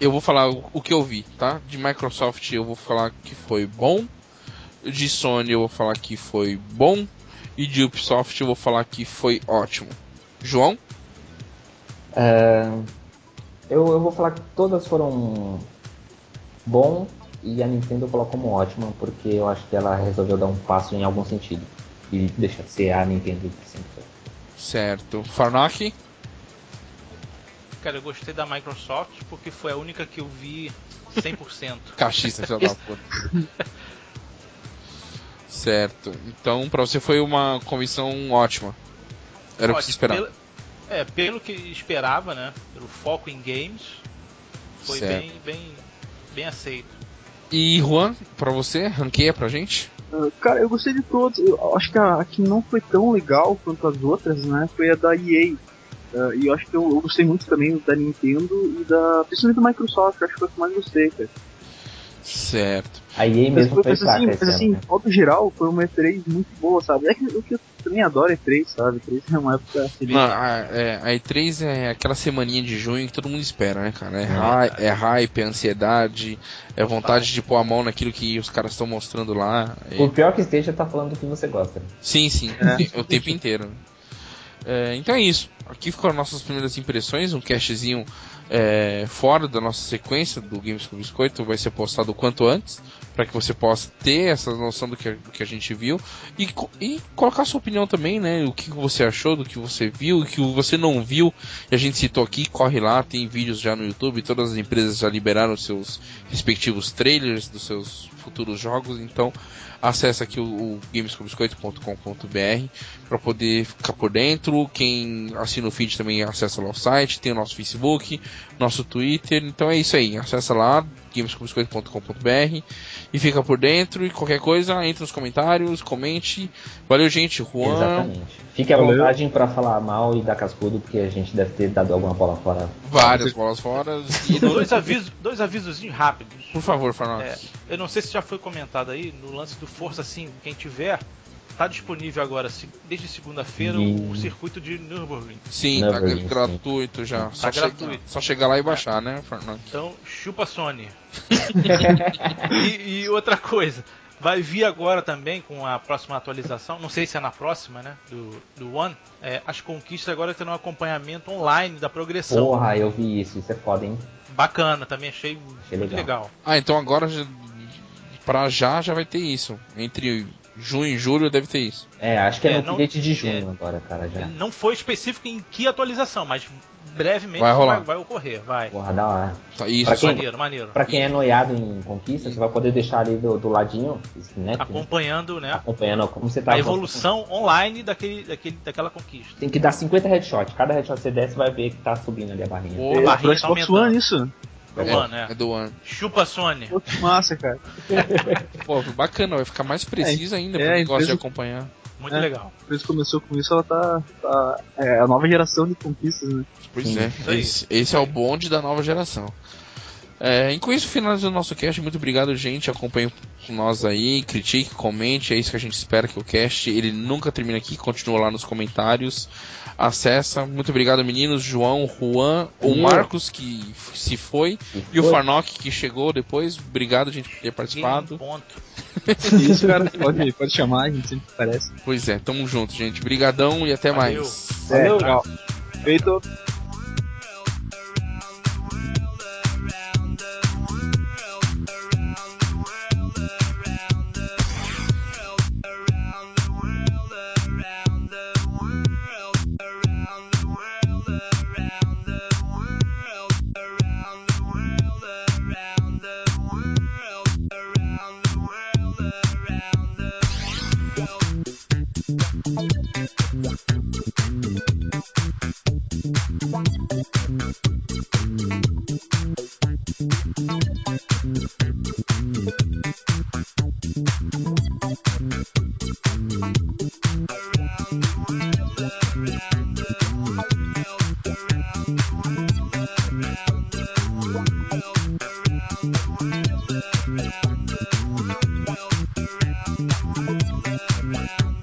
Speaker 1: eu vou falar o o que eu vi, tá? De Microsoft eu vou falar que foi bom. De Sony eu vou falar que foi bom. E de Ubisoft eu vou falar que foi ótimo. João?
Speaker 4: Eu, eu vou falar que todas foram bom e a Nintendo eu coloco como ótima, porque eu acho que ela resolveu dar um passo em algum sentido. E deixar de ser a Nintendo que sempre foi.
Speaker 1: Certo. Farnak?
Speaker 5: Cara, eu gostei da Microsoft porque foi a única que eu vi 100%.
Speaker 1: Cachista, filha da puta. certo. Então, pra você foi uma comissão ótima. Era o que
Speaker 5: Ótimo.
Speaker 1: se esperava.
Speaker 5: Pelo, é, pelo que esperava, né? Pelo foco em games, foi
Speaker 1: Certo.
Speaker 5: bem, bem, bem aceito.
Speaker 1: E Juan, pra você, ranqueia pra gente?
Speaker 3: Ah, Cara, eu gostei de todos. Eu acho que a, a que não foi tão legal quanto as outras, né? Foi a da EA. Ah, e eu acho que eu, eu gostei muito também da Nintendo e da. Principalmente da Microsoft, eu acho que foi a que eu mais gostei, cara.
Speaker 1: Certo.
Speaker 4: A EA
Speaker 3: Mas, foi-
Speaker 4: mesmo foi
Speaker 3: mas assim,
Speaker 4: fraca
Speaker 3: mas
Speaker 4: esse
Speaker 3: assim,
Speaker 4: ano. né?
Speaker 3: de modo geral, foi uma E3 muito boa, sabe? É que eu, que eu também adoro E3, sabe? E3 é uma época feliz.
Speaker 1: Não, a, é, a E3 é aquela semaninha de junho que todo mundo espera, né, cara? É, hy- é hype, é ansiedade, é vontade de pôr a mão naquilo que os caras estão mostrando lá.
Speaker 4: né?
Speaker 1: É-
Speaker 4: O pior que esteja tá falando do que você gosta.
Speaker 1: Sim, sim, o tempo inteiro. É, então é isso. Aqui ficaram nossas primeiras impressões, um castzinho é, fora da nossa sequência do Games com Biscoito, vai ser postado o quanto antes, para que você possa ter essa noção do que, do que a gente viu e, co- e colocar sua opinião também, né? O que você achou, do que você viu, o que você não viu, e a gente citou aqui, corre lá, tem vídeos já no YouTube, todas as empresas já liberaram seus respectivos trailers dos seus futuros jogos, então acessa aqui o, o gamescombiscoito.com.br para poder ficar por dentro. Quem assina o feed também acessa lá o site, tem o nosso Facebook, nosso Twitter. Então é isso aí, acessa lá gamescombiscoito.com.br e fica por dentro. E qualquer coisa, entre nos comentários, comente. Valeu, gente. Juan,
Speaker 4: Exatamente. Fique à
Speaker 3: Valeu.
Speaker 4: vontade pra falar mal e dar cascudo, porque a gente deve ter dado alguma bola fora.
Speaker 1: várias bolas fora. E no-
Speaker 5: Dois avisos, dois avisozinhos rápidos.
Speaker 1: Por favor, Fernando.
Speaker 5: É, eu não sei se já foi comentado aí no lance do Força 5. Quem tiver, tá disponível agora se- desde segunda-feira
Speaker 4: Hum.
Speaker 5: o circuito de Nürburgring.
Speaker 1: Sim,
Speaker 4: Não,
Speaker 1: tá
Speaker 4: Bruno, sim.
Speaker 1: gratuito já. Só, chegar-
Speaker 5: gratuito.
Speaker 1: só chegar lá e baixar, né, Fernando?
Speaker 5: Então, chupa Sony. e, e outra coisa, vai vir agora também com a próxima atualização, não sei se é na próxima, né? Do, do One, é, as conquistas agora terão acompanhamento online da progressão.
Speaker 4: Porra, eu vi isso, isso é foda, hein?
Speaker 5: Bacana, também achei,
Speaker 4: Achei
Speaker 5: muito
Speaker 4: legal.
Speaker 5: legal.
Speaker 1: Ah, então agora já- pra já já vai ter isso. Entre junho e julho deve ter isso.
Speaker 4: É, acho que é,
Speaker 5: É,
Speaker 4: no
Speaker 5: não-
Speaker 4: bilhete de
Speaker 5: é.
Speaker 4: junho agora, cara, já.
Speaker 5: Não foi específico em que atualização, mas brevemente
Speaker 1: Vai rolar.
Speaker 5: vai ocorrer, vai.
Speaker 4: Porra, da hora.
Speaker 1: Tá, isso.
Speaker 4: Pra quem-
Speaker 5: Maneiro, maneiro.
Speaker 4: Pra quem é noiado em conquista, você vai poder deixar ali do, do ladinho, né?
Speaker 5: acompanhando né,
Speaker 4: Acompanhando como você tá.
Speaker 5: a evolução online daquele, daquele, daquela conquista.
Speaker 4: Tem que dar 50 headshots. Cada headshot que você desce, você vai ver que tá subindo ali a barrinha.
Speaker 1: Pô,
Speaker 3: É,
Speaker 5: barrinha
Speaker 3: pro
Speaker 5: tá
Speaker 3: Xbox
Speaker 5: aumentando.
Speaker 3: One, isso?
Speaker 5: Do
Speaker 1: é,
Speaker 5: One, né?
Speaker 1: é do ano.
Speaker 5: Chupa Sony.
Speaker 3: Pô, que massa, cara.
Speaker 1: Pô, bacana, vai ficar mais preciso ainda
Speaker 3: é,
Speaker 1: pra quem
Speaker 3: a
Speaker 1: gosta de
Speaker 3: empresa-
Speaker 1: acompanhar.
Speaker 5: Muito
Speaker 3: É.
Speaker 5: legal.
Speaker 3: A empresa começou com isso, ela tá. tá- é a nova geração de conquistas, né?
Speaker 1: Pois
Speaker 4: Sim,
Speaker 1: é,
Speaker 5: isso aí.
Speaker 1: esse, esse é o bonde da nova geração. É, e com isso finalizando o nosso cast, muito obrigado gente, acompanhe com nós aí, critique, comente, é isso que a gente espera que o cast, ele nunca termina aqui, continua lá nos comentários, acessa, muito obrigado meninos, João, Juan, o
Speaker 4: Valeu.
Speaker 1: Marcos que f- se foi, e o
Speaker 4: Foi.
Speaker 1: Farnock que chegou depois, obrigado gente por ter participado.
Speaker 5: Game ponto.
Speaker 3: E isso, cara, pode, pode chamar, a gente sempre aparece.
Speaker 1: Pois é, tamo junto, gente. Brigadão e até
Speaker 5: Valeu.
Speaker 1: mais.
Speaker 3: É,
Speaker 4: Valeu.
Speaker 3: legal. Feito.
Speaker 6: Thank you.